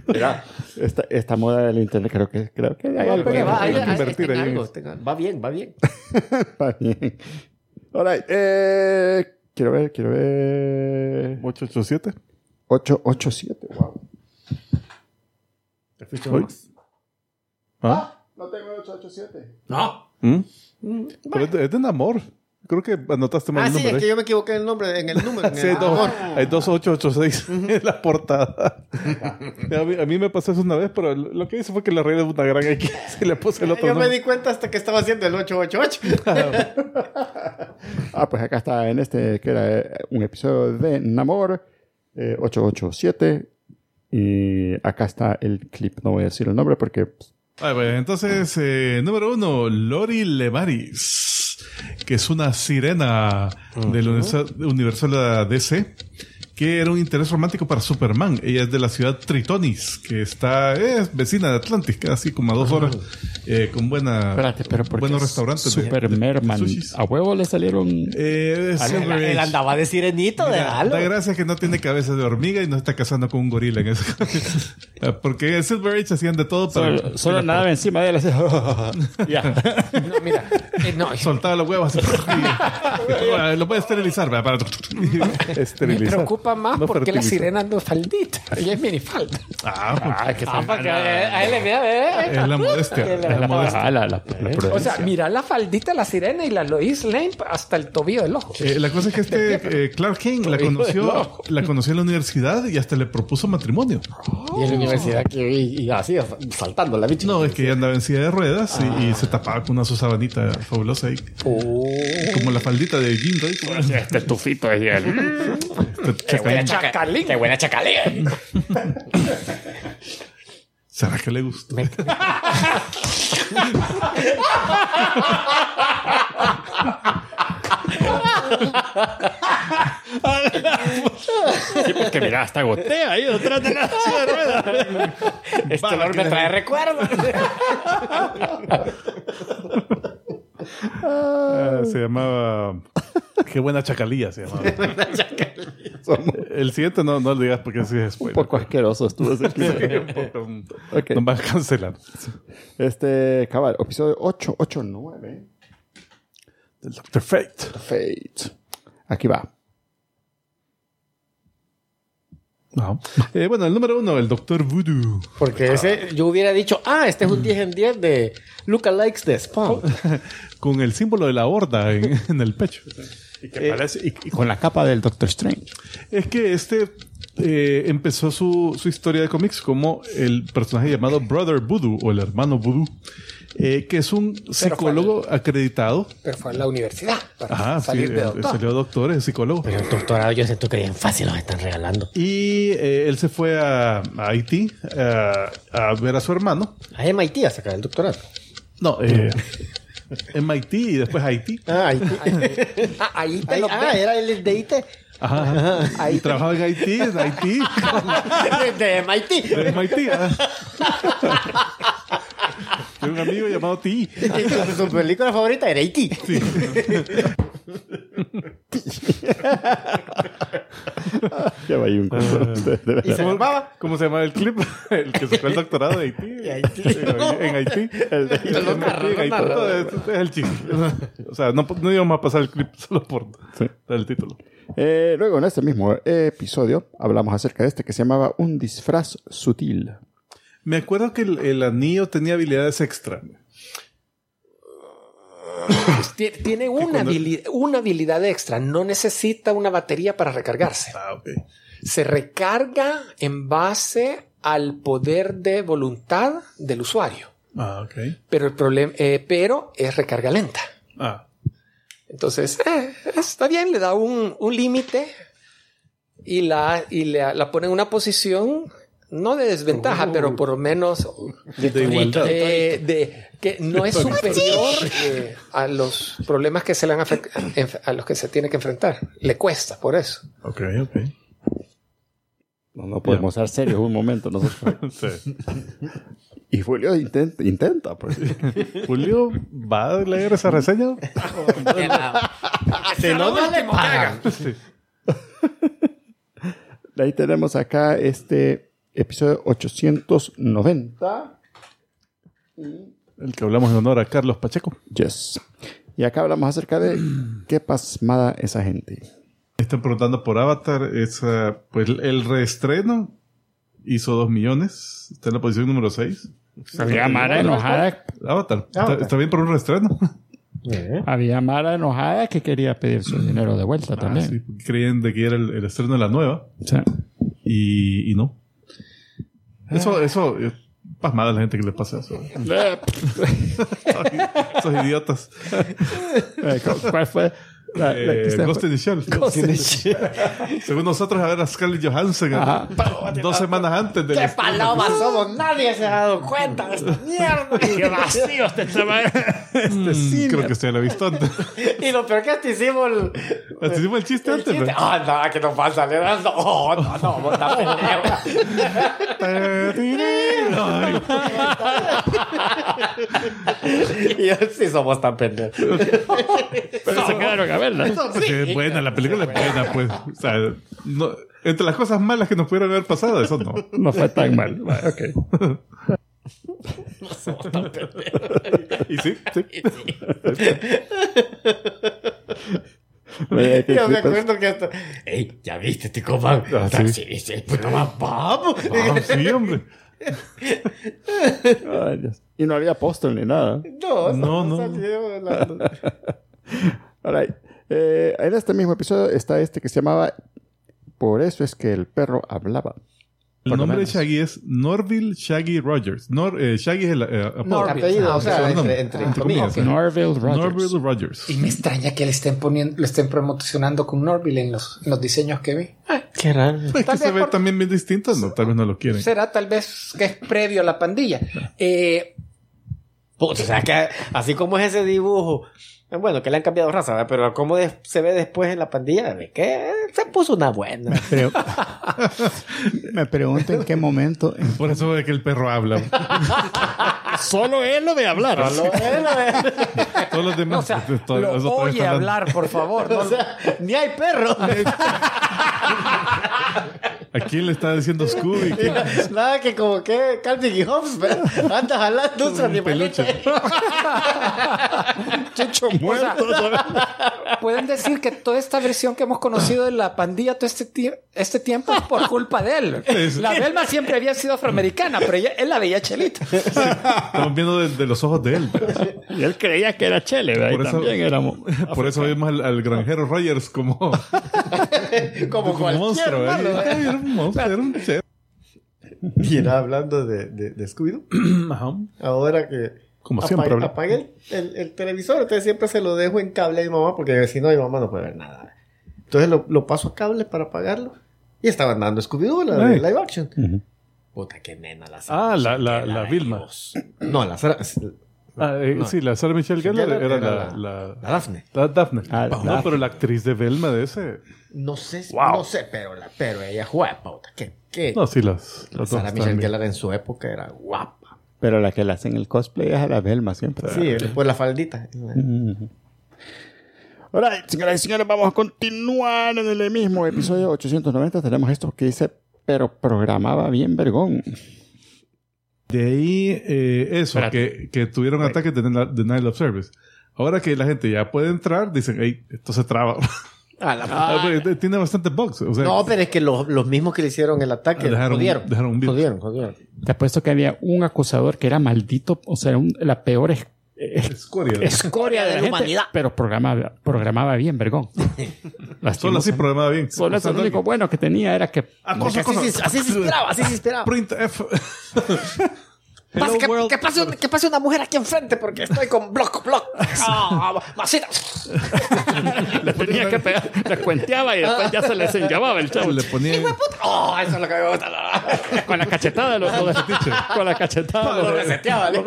mira, esta, esta moda del internet creo que, creo que hay algo. Porque ahí. va, hay ahí- que ahí- este invertir tenga ahí en este algo, eso. tenga- va bien, va bien. Está bien. All right. eh, quiero ver, quiero este. ver. 887. 887. Wow. Uy. ¿Ah? No tengo 887. No. ¿Mm? Pero es de, es de Namor. Creo que anotaste mal Ah, el sí, número. ¿eh? es que yo Ah. me equivoqué en el nombre, en el número. en Sí, hay, el dos, amor. hay dos 886 en la portada. a, mí, a mí me pasó eso una vez, pero lo que hice fue que le arreglé una gran X y le puse el otro Yo me nombre. di cuenta hasta que estaba haciendo el 888. Ah, pues acá está en este, que era eh, un episodio de Namor eh, 887. Y acá está el clip. No voy a decir el nombre porque. pues, Ah, bueno, entonces, eh, número uno, Lori Levaris, que es una sirena del universo, universo de la DC, que era un interés romántico para Superman. Ella es de la ciudad Tritonis, que está es vecina de Atlantis, casi como a dos horas, eh, con buena, Ah. Espérate, pero ¿por qué Ah, buenos restaurantes. de- Super de- de Merman. sushis. a huevo le salieron. Eh, es al Él, revés. él andaba de sirenito, de Mira, algo. Da gracias que no tiene cabeza de hormiga y no está casando con un gorila en eso. Porque en Silver Age hacían de todo para. Solo, solo nada encima de él. así, ya. No, mira. eh, no, Soltaba los huevos. así. Ahora, Lo puede esterilizar, ¿verdad? Para Me esterilizar. preocupa más No porque la fertilizar. sirena anda faldita. Ella es minifalda. Ah, Ah, que Ah, para que Ah, a él le vea, eh. pues, es la modestia. la, Ah, la, la, la- la O sea, prudencia. mira la faldita de la sirena y la Lois Lane hasta el tobillo del ojo. Eh, la cosa es que este eh, Clark Kane la conoció, la conoció en la universidad y hasta le propuso matrimonio. Y en la universidad que y, y así, saltando la bicha. No, es que ella andaba en silla de ruedas y, y se tapaba con una su sabanita fabulosa ahí. Oh. Como la faldita de Jim Roy. como- Este tufito es él. Este chacalín. Chacalín. Qué buena chacalía. ¿Será que le gustó? Sí, porque mira, hasta gotea ahí detrás de la silla de ruedas. Este olor me trae recuerdos. Ah, se llamaba. Qué buena chacalía se llamaba. El siguiente no, no lo digas porque así es Un spoiler. poco asqueroso estuvo ese episodio. Un poco, un- Ok. Nos van a cancelar. Este, cabal, episodio 8, 8, 9. El Doctor Fate. Fate. Aquí va. No. Eh, bueno, el número uno, el Doctor Voodoo. Ah. Porque ese, yo hubiera dicho, ah, este Mm. es un 10 en 10 de Luca Likes de Spawn. Con el símbolo de la horda en, en el pecho. Y, con la capa del Doctor Strange. Es que este eh, empezó su, su historia de cómics como el personaje llamado Brother Voodoo o el hermano Voodoo, eh, que es un psicólogo acreditado. Pero fue en la universidad para Ajá, sí, salir de eh, doctor. salió doctor, es psicólogo. pero el doctorado yo siento que bien fácil los están regalando. Y eh, él se fue a, a Haití a, a ver a su hermano. A MIT a sacar el doctorado. No, eh, MIT y después Haití. Ah, ahí, Ah, ahí te ahí- lo ah, era el de IT. Ajá, ajá. Y trabajaba en Haití, en Haití. De, de MIT. De MIT. ah. Tengo un amigo llamado Ti. Su- Su película favorita era IT. Ya va ahí un Ah. de, de verdad. se llamaba? ¿Cómo se llama el clip? El que sacó el doctorado de Haití. En Haití. El de- Lo narró, en Haití. lo narró. Todo Es es el chiste. O sea, no, no íbamos a pasar el clip solo por dar el título. Eh, luego, en este mismo episodio, hablamos acerca de este que se llamaba Un disfraz sutil. Me acuerdo que el, el anillo tenía habilidades extra. Tie- Tiene una, habili- una habilidad extra. No necesita una batería para recargarse. Ah, ok. Se recarga en base al poder de voluntad del usuario. Ah, ok. Pero el problema, eh, pero es recarga lenta. Ah, Entonces, eh, está bien, le da un, un límite y la, y la, la pone en una posición no de desventaja, pero por lo menos de igualdad. eh, de que no es superior eh, a los problemas que se le han afec- enf- a los que se tiene que enfrentar. Le cuesta por eso. Ok, ok. No, no podemos ser serios un momento nosotros. Sí. Y Julio intenta, intenta pues. Julio, ¿va a leer esa reseña? Se no, no le pagan. Sí. De Ahí tenemos acá este episodio 890. El que hablamos en honor a Carlos Pacheco. Yes. Y acá hablamos acerca de qué pasmada esa gente. Me Están preguntando por Avatar. Esa, pues el reestreno hizo 2 millones. Está en la posición número 6. Había Mara enojada. Avatar. Está, está bien por un reestreno. Había Mara enojada que quería pedir su dinero de vuelta Ah, también. sí, porque creían de que era el, el estreno de la nueva. O sea, Y, y no. Eso, eso. eh, Pasmada la gente que le pasa eso. Eh, Esos idiotas. ¿Cuál fue? La, Ah, la que está- Eh, Ghost in the Shell. Ghost in the Según nosotros, a ver a Scarlett Johansson Ajá. dos semanas antes de ¡Qué palomas somos! Nadie se ha dado cuenta de esta mierda. ¡Qué vacío este chaval! este cine. Creo que usted lo ha visto antes. Y lo peor que hasta hicimos el. Hasta hicimos el chiste antes. chiste. pero- Ah, no, que no pasa, le das. Oh, no, no, vos estás pendejo. Ay, Y yo, sí somos tan pendejos. Pero se quedaron a verla. pues, porque pues es buena, la película es buena, pues. O sea, no- entre las cosas malas que nos pudieron haber pasado, eso no. No fue tan mal. Va, ok. Y sí, sí. Eh, Oye, hay que- Yo me pues, acuerdo que hasta. ¡Ey, ya viste, tico, man! Ah, sí. Sí, sí, pues no más, vamos. Ah, sí, hombre. Ay, Dios. Y no había postre ni nada. No, No, no. salió la- All right. Eh, en este mismo episodio está este que se llamaba Por eso es que el perro hablaba. El Por lo nombre de menos. Shaggy es Norville Shaggy Rogers. Nor- eh, Shaggy es el. eh, No, apodo. apellido, o sea, Sobrenombre, entre- entre comillas. comillas. Norville Rogers. Norville Rogers. Y me extraña que le estén poniendo, le estén promocionando con Norville en los, en los diseños que vi. Qué raro. Es que Tal se vez ve por- también bien distinto, no, tal vez no lo quieren. Será tal vez que es previo a la pandilla. Eh, Puta, Pues, o sea, que así como es ese dibujo, eh, bueno, que le han cambiado raza, ¿verdad? pero como se ve después en la pandilla, de que se puso una buena. Pero- me pregunto en qué momento. en- Por eso es que el perro habla. Solo él lo ve hablar. Todos los demás. este, pues, todos Lo los otros oye están hablando. hablar, por favor. O no- sea, ni hay perro. ¿A quién le está diciendo Scooby? ¿Quién- Nada que como que Calvin y Hobbes, ¿verdad? anda jalando su animalito. Chucho muerto. ¿sabes? Pueden decir que toda esta versión que hemos conocido de la pandilla todo este, tie- este tiempo es por culpa de él. La Belma siempre había sido afroamericana, pero ella- él la veía chelita. Estamos viendo desde los ojos de él. Y él creía que era Chele, ¿verdad? Por Y eso- también éramos. Por eso vemos al, al granjero Rogers como, como Como un cualquier monstruo. ¿eh? malo. Era un monstruo, era un ser. Mira, hablando de, de, de Scooby-Doo, Ajá. ahora que Como apa- siempre. habla. apagué el, el- el televisor, entonces siempre se lo dejo en cable a mi mamá, porque si no, mi mamá no puede ver nada. Entonces lo, lo paso a cable para apagarlo. Y estaba andando Scooby-Doo, la de Ay. live action. Puta, qué nena la Ah, la, Sara la, Michelle, la de Vilma. Dios. No, la Sara. Ah, eh, No. Sí, la Sarah Michelle Gellar Gellar era, era la, la- la, La Daphne. la Daphne. Ah, no, Daphne. pero la actriz de Velma de ese. No sé, si- no sé, pero, la, pero ella guapa. puta, ¿Qué? qué? No, sí, las, las dos Sara están Michelle bien. Gellar en su época era guapa. Pero la que le hacen el cosplay es a la Velma siempre. Sí, por la faldita. Alright, señoras y señores, vamos a continuar en el mismo episodio 890. Tenemos esto que dice, pero programaba bien vergón. De ahí eh, eso, que, que tuvieron ataques de denial denial of service. Ahora que la gente ya puede entrar, dicen, hey, esto se traba. Ah, la- Porque Tiene bastante bugs. O sea, No, pero es que los, los mismos que le hicieron el ataque Dejaron- jodieron. dejaron un virus. Jodieron, jodieron. Te apuesto que había un acusador que era maldito, o sea, un- la peor es- escoria. escoria de la, humanidad. Pero programaba, programaba bien, vergón. Solo así programaba bien. Solo eso, lo único bueno que tenía era que Ah, cosa, Así, cosa. se- así se inspiraba, así se inspiraba. Print F. Pasa Hello que, world. que pase, un- que pase una mujer aquí enfrente porque estoy con block, block. Ah, masita. Le tenía que pegar, le cuenteaba y después ya se le desenllababa el chavo. Le ponían Oh, eso es lo que me gusta. la- Con la cachetada lo, lo- Con la cachetada lo- Lo reseteaba, le-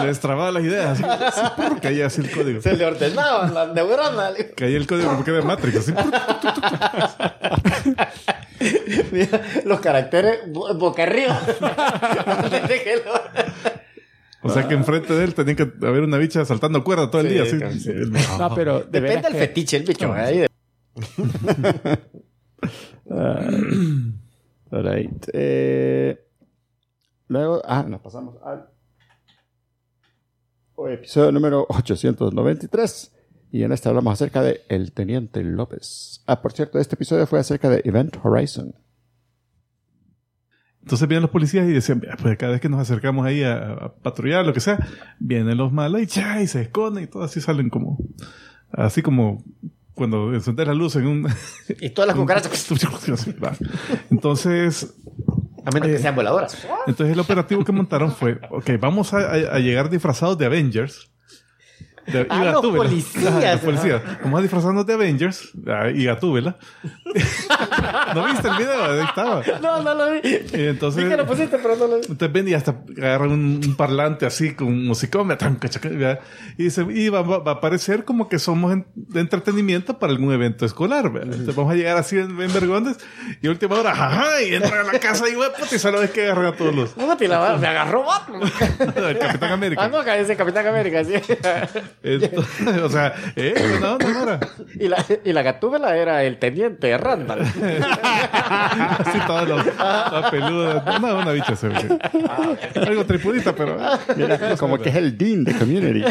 le destrababa las ideas. Así, así, prr, caía así el código. se le ordenaban las neuronas. le- Caía el código porque era Matrix. así, prr. Mira, los caracteres bo- boca arriba. Desde que lo- O sea que enfrente de él tenía que haber una bicha saltando cuerda todo el Ah. Sí, día. así. claro, sí. No, pero de Depende veras del que- fetiche, el bicho. ¿eh? Alright, eh, luego, ah, nos pasamos al o episodio número 893. Y en este hablamos acerca de El Teniente López. Ah, por cierto, este episodio fue acerca de Event Horizon. Entonces vienen los policías y decían, "Vea, pues cada vez que nos acercamos ahí a, a patrullar, lo que sea, vienen los malos y ya, y se esconden y todo así salen como, así como cuando encendes la luz en un... Y todas las cucarachas, Entonces, eh, a menos que sean voladoras. entonces el operativo que montaron fue, ok, vamos a, a- a llegar disfrazados de Avengers. De, y Ah, los Gatúbela. policías. Ajá, los policías. Como disfrazándonos de Avengers ah, y Gatúbela. ¿No viste el video? Ahí estaba. No, no lo vi. Y entonces, Sí que lo pusiste, pero no lo vi. entonces ven y hasta agarra un, un parlante así con un musicón tan, cachaca, ¿verdad? y dice, y va, va- va a parecer como que somos en- de entretenimiento para algún evento escolar. ¿verdad? Entonces vamos a llegar así en, en vergones y a última hora, ajá, y entra a la casa y hueputa y solo ves que agarran a todos los Una pilada, me agarró Batman. el Capitán Ah, América. no, acá dice Capitán América, sí. Entonces, o sea, eh, no, no, no, no. Y la, y la gatúbela era el teniente Randall. Así todos los la peluda. No, una bicha se ve. Ah, Algo tripudita, pero. eh, Mira, como que es el Dean de Community.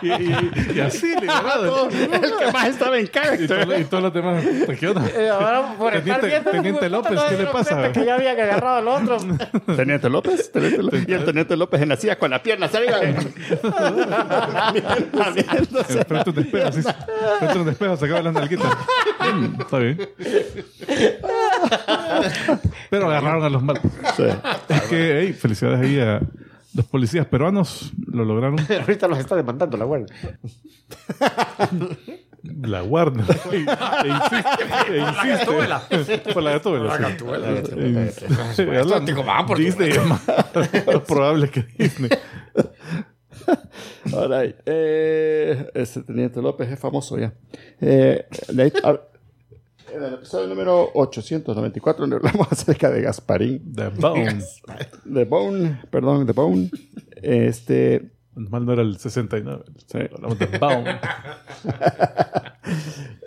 Y, y- y así, liberado. el que más estaba en Y, todo- y todos los demás. "Pues, ¿Qué onda? Eh, ahora, por estar Teniente- viendo, Teniente puta, López, no ¿qué me le di pasa? cuenta Que ya había agarrado al otro. Teniente López, Teniente López. Y el Teniente López en la silla con la pierna arriba. Eh, Frente a un espejo, así. Frente a un espejo, sacaba las nalguitas. Mm, está bien. Pero agarraron a los malos. Sí. Es que, hey, felicidades ahí a los policías peruanos. Lo lograron. Ahorita los está demandando la buena. La Warner. E insiste. e insiste. Por la Por la gatúbela. sí. Eh, Alan, Disney es más más probable que Disney. Alright. Eh, ese Teniente López es famoso ya. Eh, de ahí- a- en el episodio número 894 donde hablamos acerca de Gasparín. The Bone. The Bone, perdón, The Bone. Este, Menos Mal no era el 69. Sí. Hablamos de Bone.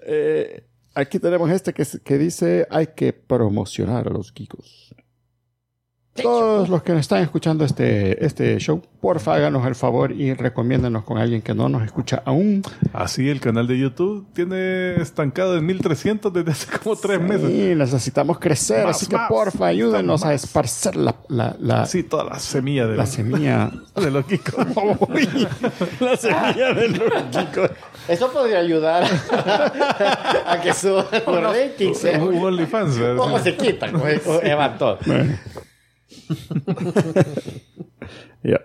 eh, aquí tenemos este que, es- que dice hay que promocionar a los geekos. Todos los que nos están escuchando este, este show, porfa, háganos el favor y recomiéndanos con alguien que no nos escucha aún. Así el canal de YouTube tiene estancado en 1300 desde hace como tres meses. Sí, necesitamos crecer, Más, así que más. porfa, ayúdenos Más. a esparcer la, la, la, Así toda la semilla de, la semilla. de los geekos. la semilla de los geekos. Eso podría ayudar a que suban los rankings. eh. Un OnlyFans. ¿verdad? ¿Cómo se quitan? güey? O- Evan todo. Yep.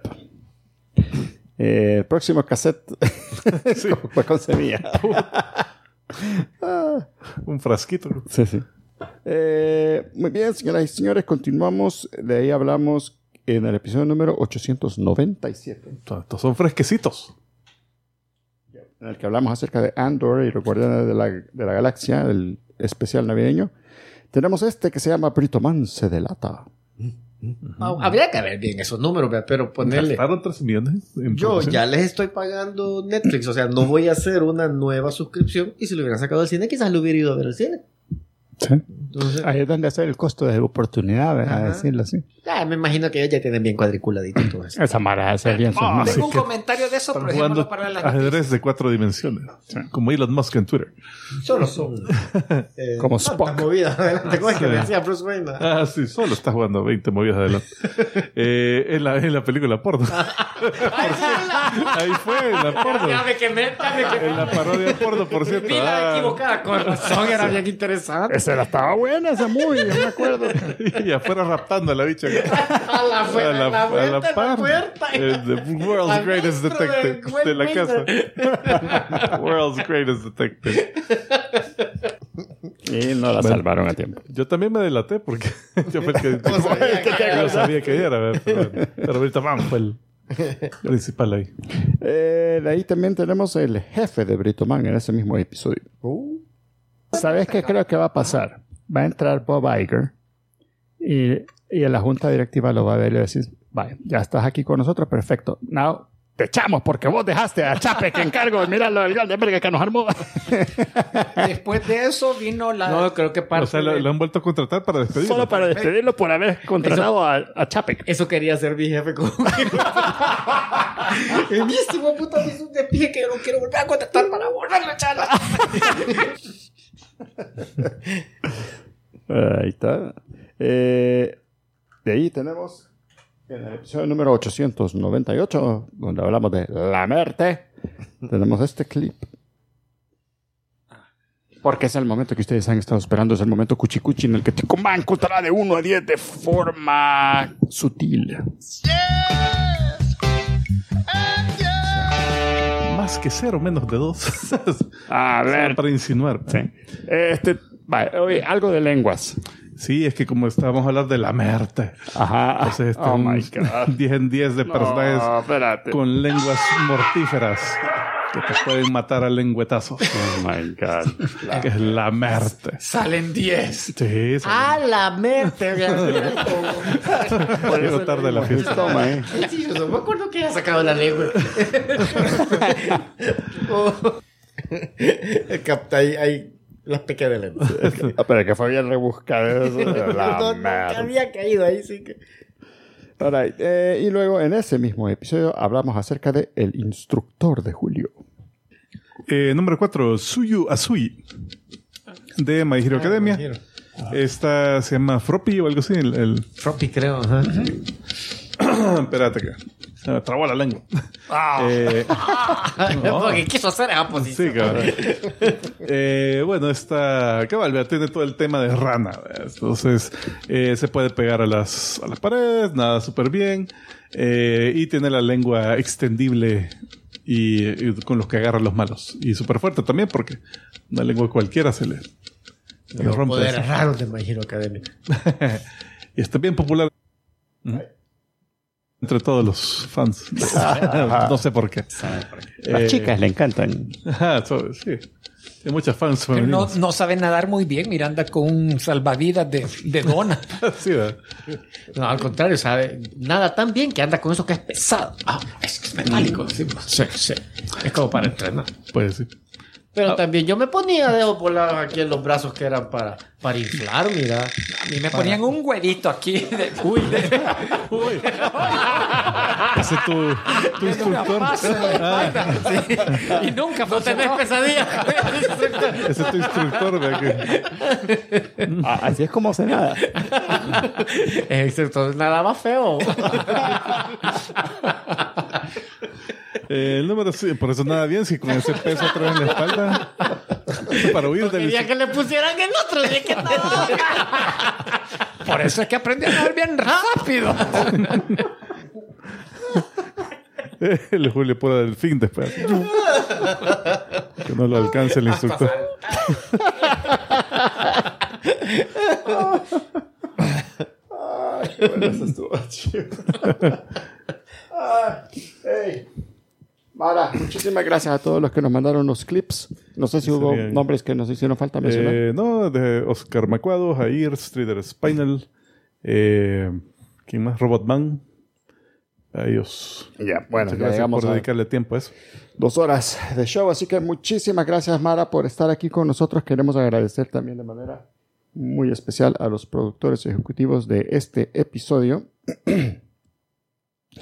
Eh, próximo cassette. Con- pues con semilla. Un frasquito. Sí, sí. Eh, muy bien, señoras y señores, continuamos. De ahí hablamos en el episodio número 897, Estos son fresquecitos. en el que hablamos acerca de Andor y los guardianes de la, de la galaxia, el especial navideño. Tenemos este que se llama Britomanse de Lata. Habría que ver bien esos números, vea, pero ponerle. Gastaron 3 millones. en Yo promoción. ya les estoy pagando Netflix, o sea, no voy a hacer una nueva suscripción. Y si lo hubieran sacado al cine, quizás lo hubiera ido a ver al cine. Entonces, Ahí es donde hacer el costo de oportunidad, Ajá. a decirlo así. ya, me imagino que ellos ya tienen bien cuadriculadito todo eso. Esa mara es bien Ah, Tengo famosa. un comentario de eso, pero Están dejémoslo jugando para la ajedrez de cuatro dimensiones. Como Elon Musk en Twitter. Solo son. eh, Como tantas Spock. movidas adelante, ¿cómo es que Sí. me decía Bruce Wayne? ¿no? Ah, sí, solo está jugando 20 movidas adelante. Eh, en, la, en la película porno. Ahí fue, en la porno. Ya me quemé, ya me quemé. En la parodia porno, por cierto. Vi la Ah, equivocada con razón, era bien interesante. Esa era- estaba buena, esa movie, yo me acuerdo. y afuera raptando a la bicha. A la A la, fuera, a la, a la vuelta, a la par. puerta. Eh, the world's Al greatest monstruo detective del de la Westminster. casa. world's greatest detective. Y no la salvaron a tiempo. Yo también me delaté porque yo fue el que No sabía que era. yo sabía que era, ¿verdad? pero, bueno. pero ahorita vamos, fue el principal ahí. Eh, de ahí también tenemos el jefe de Britoman en ese mismo episodio. ¿Sabes qué creo que va a pasar? Va a entrar Bob Iger y, y en la junta directiva lo va a ver y le va a decir, vaya, ya estás aquí con nosotros, perfecto. Now, te echamos porque vos dejaste a Chape que encargo, mira lo del gol de verga que nos armó. Después de eso vino la. No, creo que parte. O sea, lo, lo han vuelto a contratar para despedirlo. Solo para despedirlo por haber contratado a, a Chape. Eso quería ser mi jefe con El mismo puto hizo un despije que yo no quiero volver a contratar para borrar la charla. Ahí está. Eh, de ahí tenemos en el episodio número 898, donde hablamos de la muerte. Tenemos este clip. Porque es el momento que ustedes han estado esperando, es el momento cuchicuchi en el que Ticumán contará de 1 a 10 de forma sutil. Yes! And más que cero, menos de dos. A ver. Para insinuar. Este, vale, oye, algo de lenguas. Sí, es que como estábamos hablando de la merta. Ajá. Ah, Entonces, este Oh un my God. 10 en 10 de No, personajes espérate. con lenguas mortíferas que te pueden matar a lengüetazos. Oh my God. que es la merta. Salen 10. Sí, sí. ¡A la mente! Llego tarde a la fiesta. Toma, eh. Sí, yo no me acuerdo que haya sacado la lengua. Oh. Capta, ahí, ahí las pequé de lengua. Ah, pero que fue bien rebuscado eso. No, La no, que merda. había caído ahí, sí que. All right, eh, y luego en ese mismo episodio hablamos acerca de El Instructor de Julio. Eh, número 4, Suyu Asui, de Ah, My Hero Academia. Esta se llama Froppy o algo así. El, el- Froppy, creo. ajá. Espérate que se me trabó la lengua. Eh, Ah. Porque quiso hacer esa posición. sí, cabrón. Eh, bueno, esta cabal, vea, tiene todo el tema de rana. ¿verdad? Entonces, eh, se puede pegar a las, a las paredes, nada súper bien. Eh, y tiene la lengua extendible y, y con los que agarra a los malos. Y súper fuerte también, porque una lengua cualquiera se le, se le Los rompe. poderes raros de My Hero Academia. y está bien popular entre todos los fans. no sé por qué. Las Eh, chicas le encantan. ajá, so- sí. Hay muchas fans Pero no, femeninas. no sabe nadar muy bien. Miranda con un salvavidas de, de dona. Sí, ¿verdad? No, al contrario, sabe nada tan bien que anda con eso que es pesado. Ah, es que es metálico. Sí, sí, sí. Es como para entrenar. Ah. Pues sí. Pero también yo me ponía dedos volados aquí en los brazos que eran para, para inflar, mira. A mí me ponían un huevito aquí. de- uy, de- Ese tu, tu instructor. Ah, y nunca fue pesadilla. ese tu instructor, ¿verdad? Que- Ah, A- Así es como se nada. Excepto nada más feo. eh, el número sí, por eso nada bien, si con ese peso otra vez en la espalda. Para huir del Quería que le pusieran el otro, día que nada. Por eso es que aprendí a nadar bien Ah. rápido. El Julio pura del fin después. Que no lo alcance el instructor. Mara, muchísimas gracias a todos los que nos mandaron los clips. No sé si hubo bien. nombres que nos hicieron falta mencionar. Eh, no, de Oscar Macuado, Jair, Strider Spinal, eh, ¿quién más? Robotman. Adiós. ya, bueno, Muchas ya gracias llegamos por a dedicarle tiempo a eso. dos horas de show. Así que muchísimas gracias, Mara, por estar aquí con nosotros. Queremos agradecer también de manera muy especial a los productores ejecutivos de este episodio.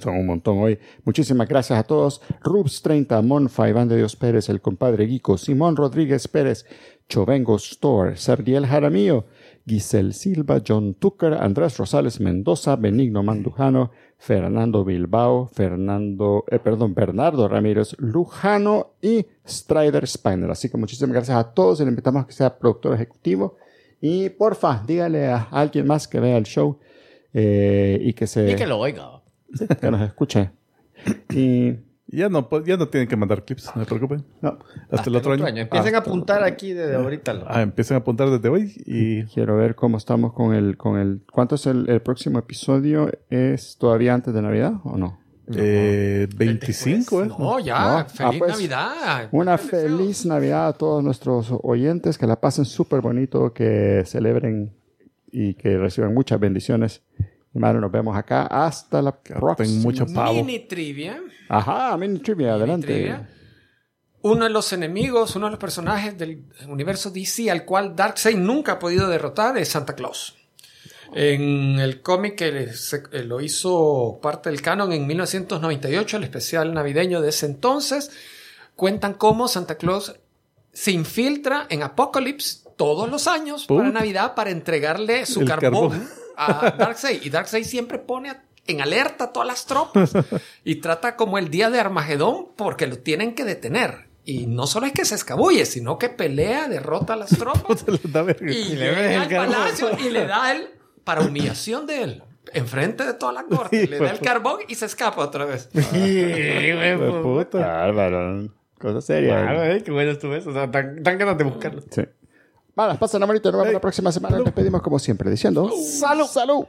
Son un montón hoy. Muchísimas gracias a todos. Rubs 30, Monfa, Iván de Dios Pérez, el compadre Guico, Simón Rodríguez Pérez, Chovengo Store, Sardiel Jaramillo, Giselle Silva, John Tucker, Andrés Rosales Mendoza, Benigno Mandujano, Fernando Bilbao, Fernando, eh, perdón, Bernardo Ramírez Lujano y Strider Spiner. Así que muchísimas gracias a todos y le invitamos a que sea productor ejecutivo. Y porfa, dígale a alguien más que vea el show eh, y que se Y que lo oiga. que nos escuche. Y Ya no, po- ya no tienen que mandar clips, no se preocupen. no, Hasta, el otro año. Empiecen a apuntar aquí desde ahorita. lo- Ah, empiecen a apuntar desde hoy y quiero ver cómo estamos con el, con el, ¿cuánto es el, el próximo episodio? ¿Es todavía antes de Navidad o no? eh, 25 es. No, Oh, ya. No. Feliz Ah, pues. Navidad. Una feliz Navidad a todos nuestros oyentes, que la pasen súper bonito, que celebren y que reciban muchas bendiciones. Y madre, nos vemos acá hasta la Ten próxima. eh. mucho pavo. Mini trivia. Ajá, mini trivia, adelante. trivia. Uno de los enemigos, uno de los personajes del universo DC al cual Darkseid nunca ha podido derrotar es Santa Claus. En el cómic que le- se- eh, lo hizo parte del canon en 1998, el especial navideño de ese entonces, cuentan cómo Santa Claus se infiltra en Apocalypse todos los años para Puta. Navidad para entregarle su El carbón, carbón. a Darkseid. Y Darkseid siempre pone a- en alerta a todas las tropas y trata como el día de Armagedón porque lo tienen que detener. Y no solo es que se escabulle, sino que pelea, derrota a las tropas Da verga. y le le ves el al carbón. palacio y le da él para humillación de él enfrente de toda la corte Sí, le da el pues. carbón y se escapa otra vez Sí, güey, Hijo de pues. puta. Bárbaro. Cosa seria. Claro, eh, qué bueno estuvo eso. O sea, tan, tan ganas de buscarlo. Sí. Malas, pasan la manito. Nos vemos la próxima semana. Nos despedimos como siempre diciendo... ¡Salud! ¡Salud!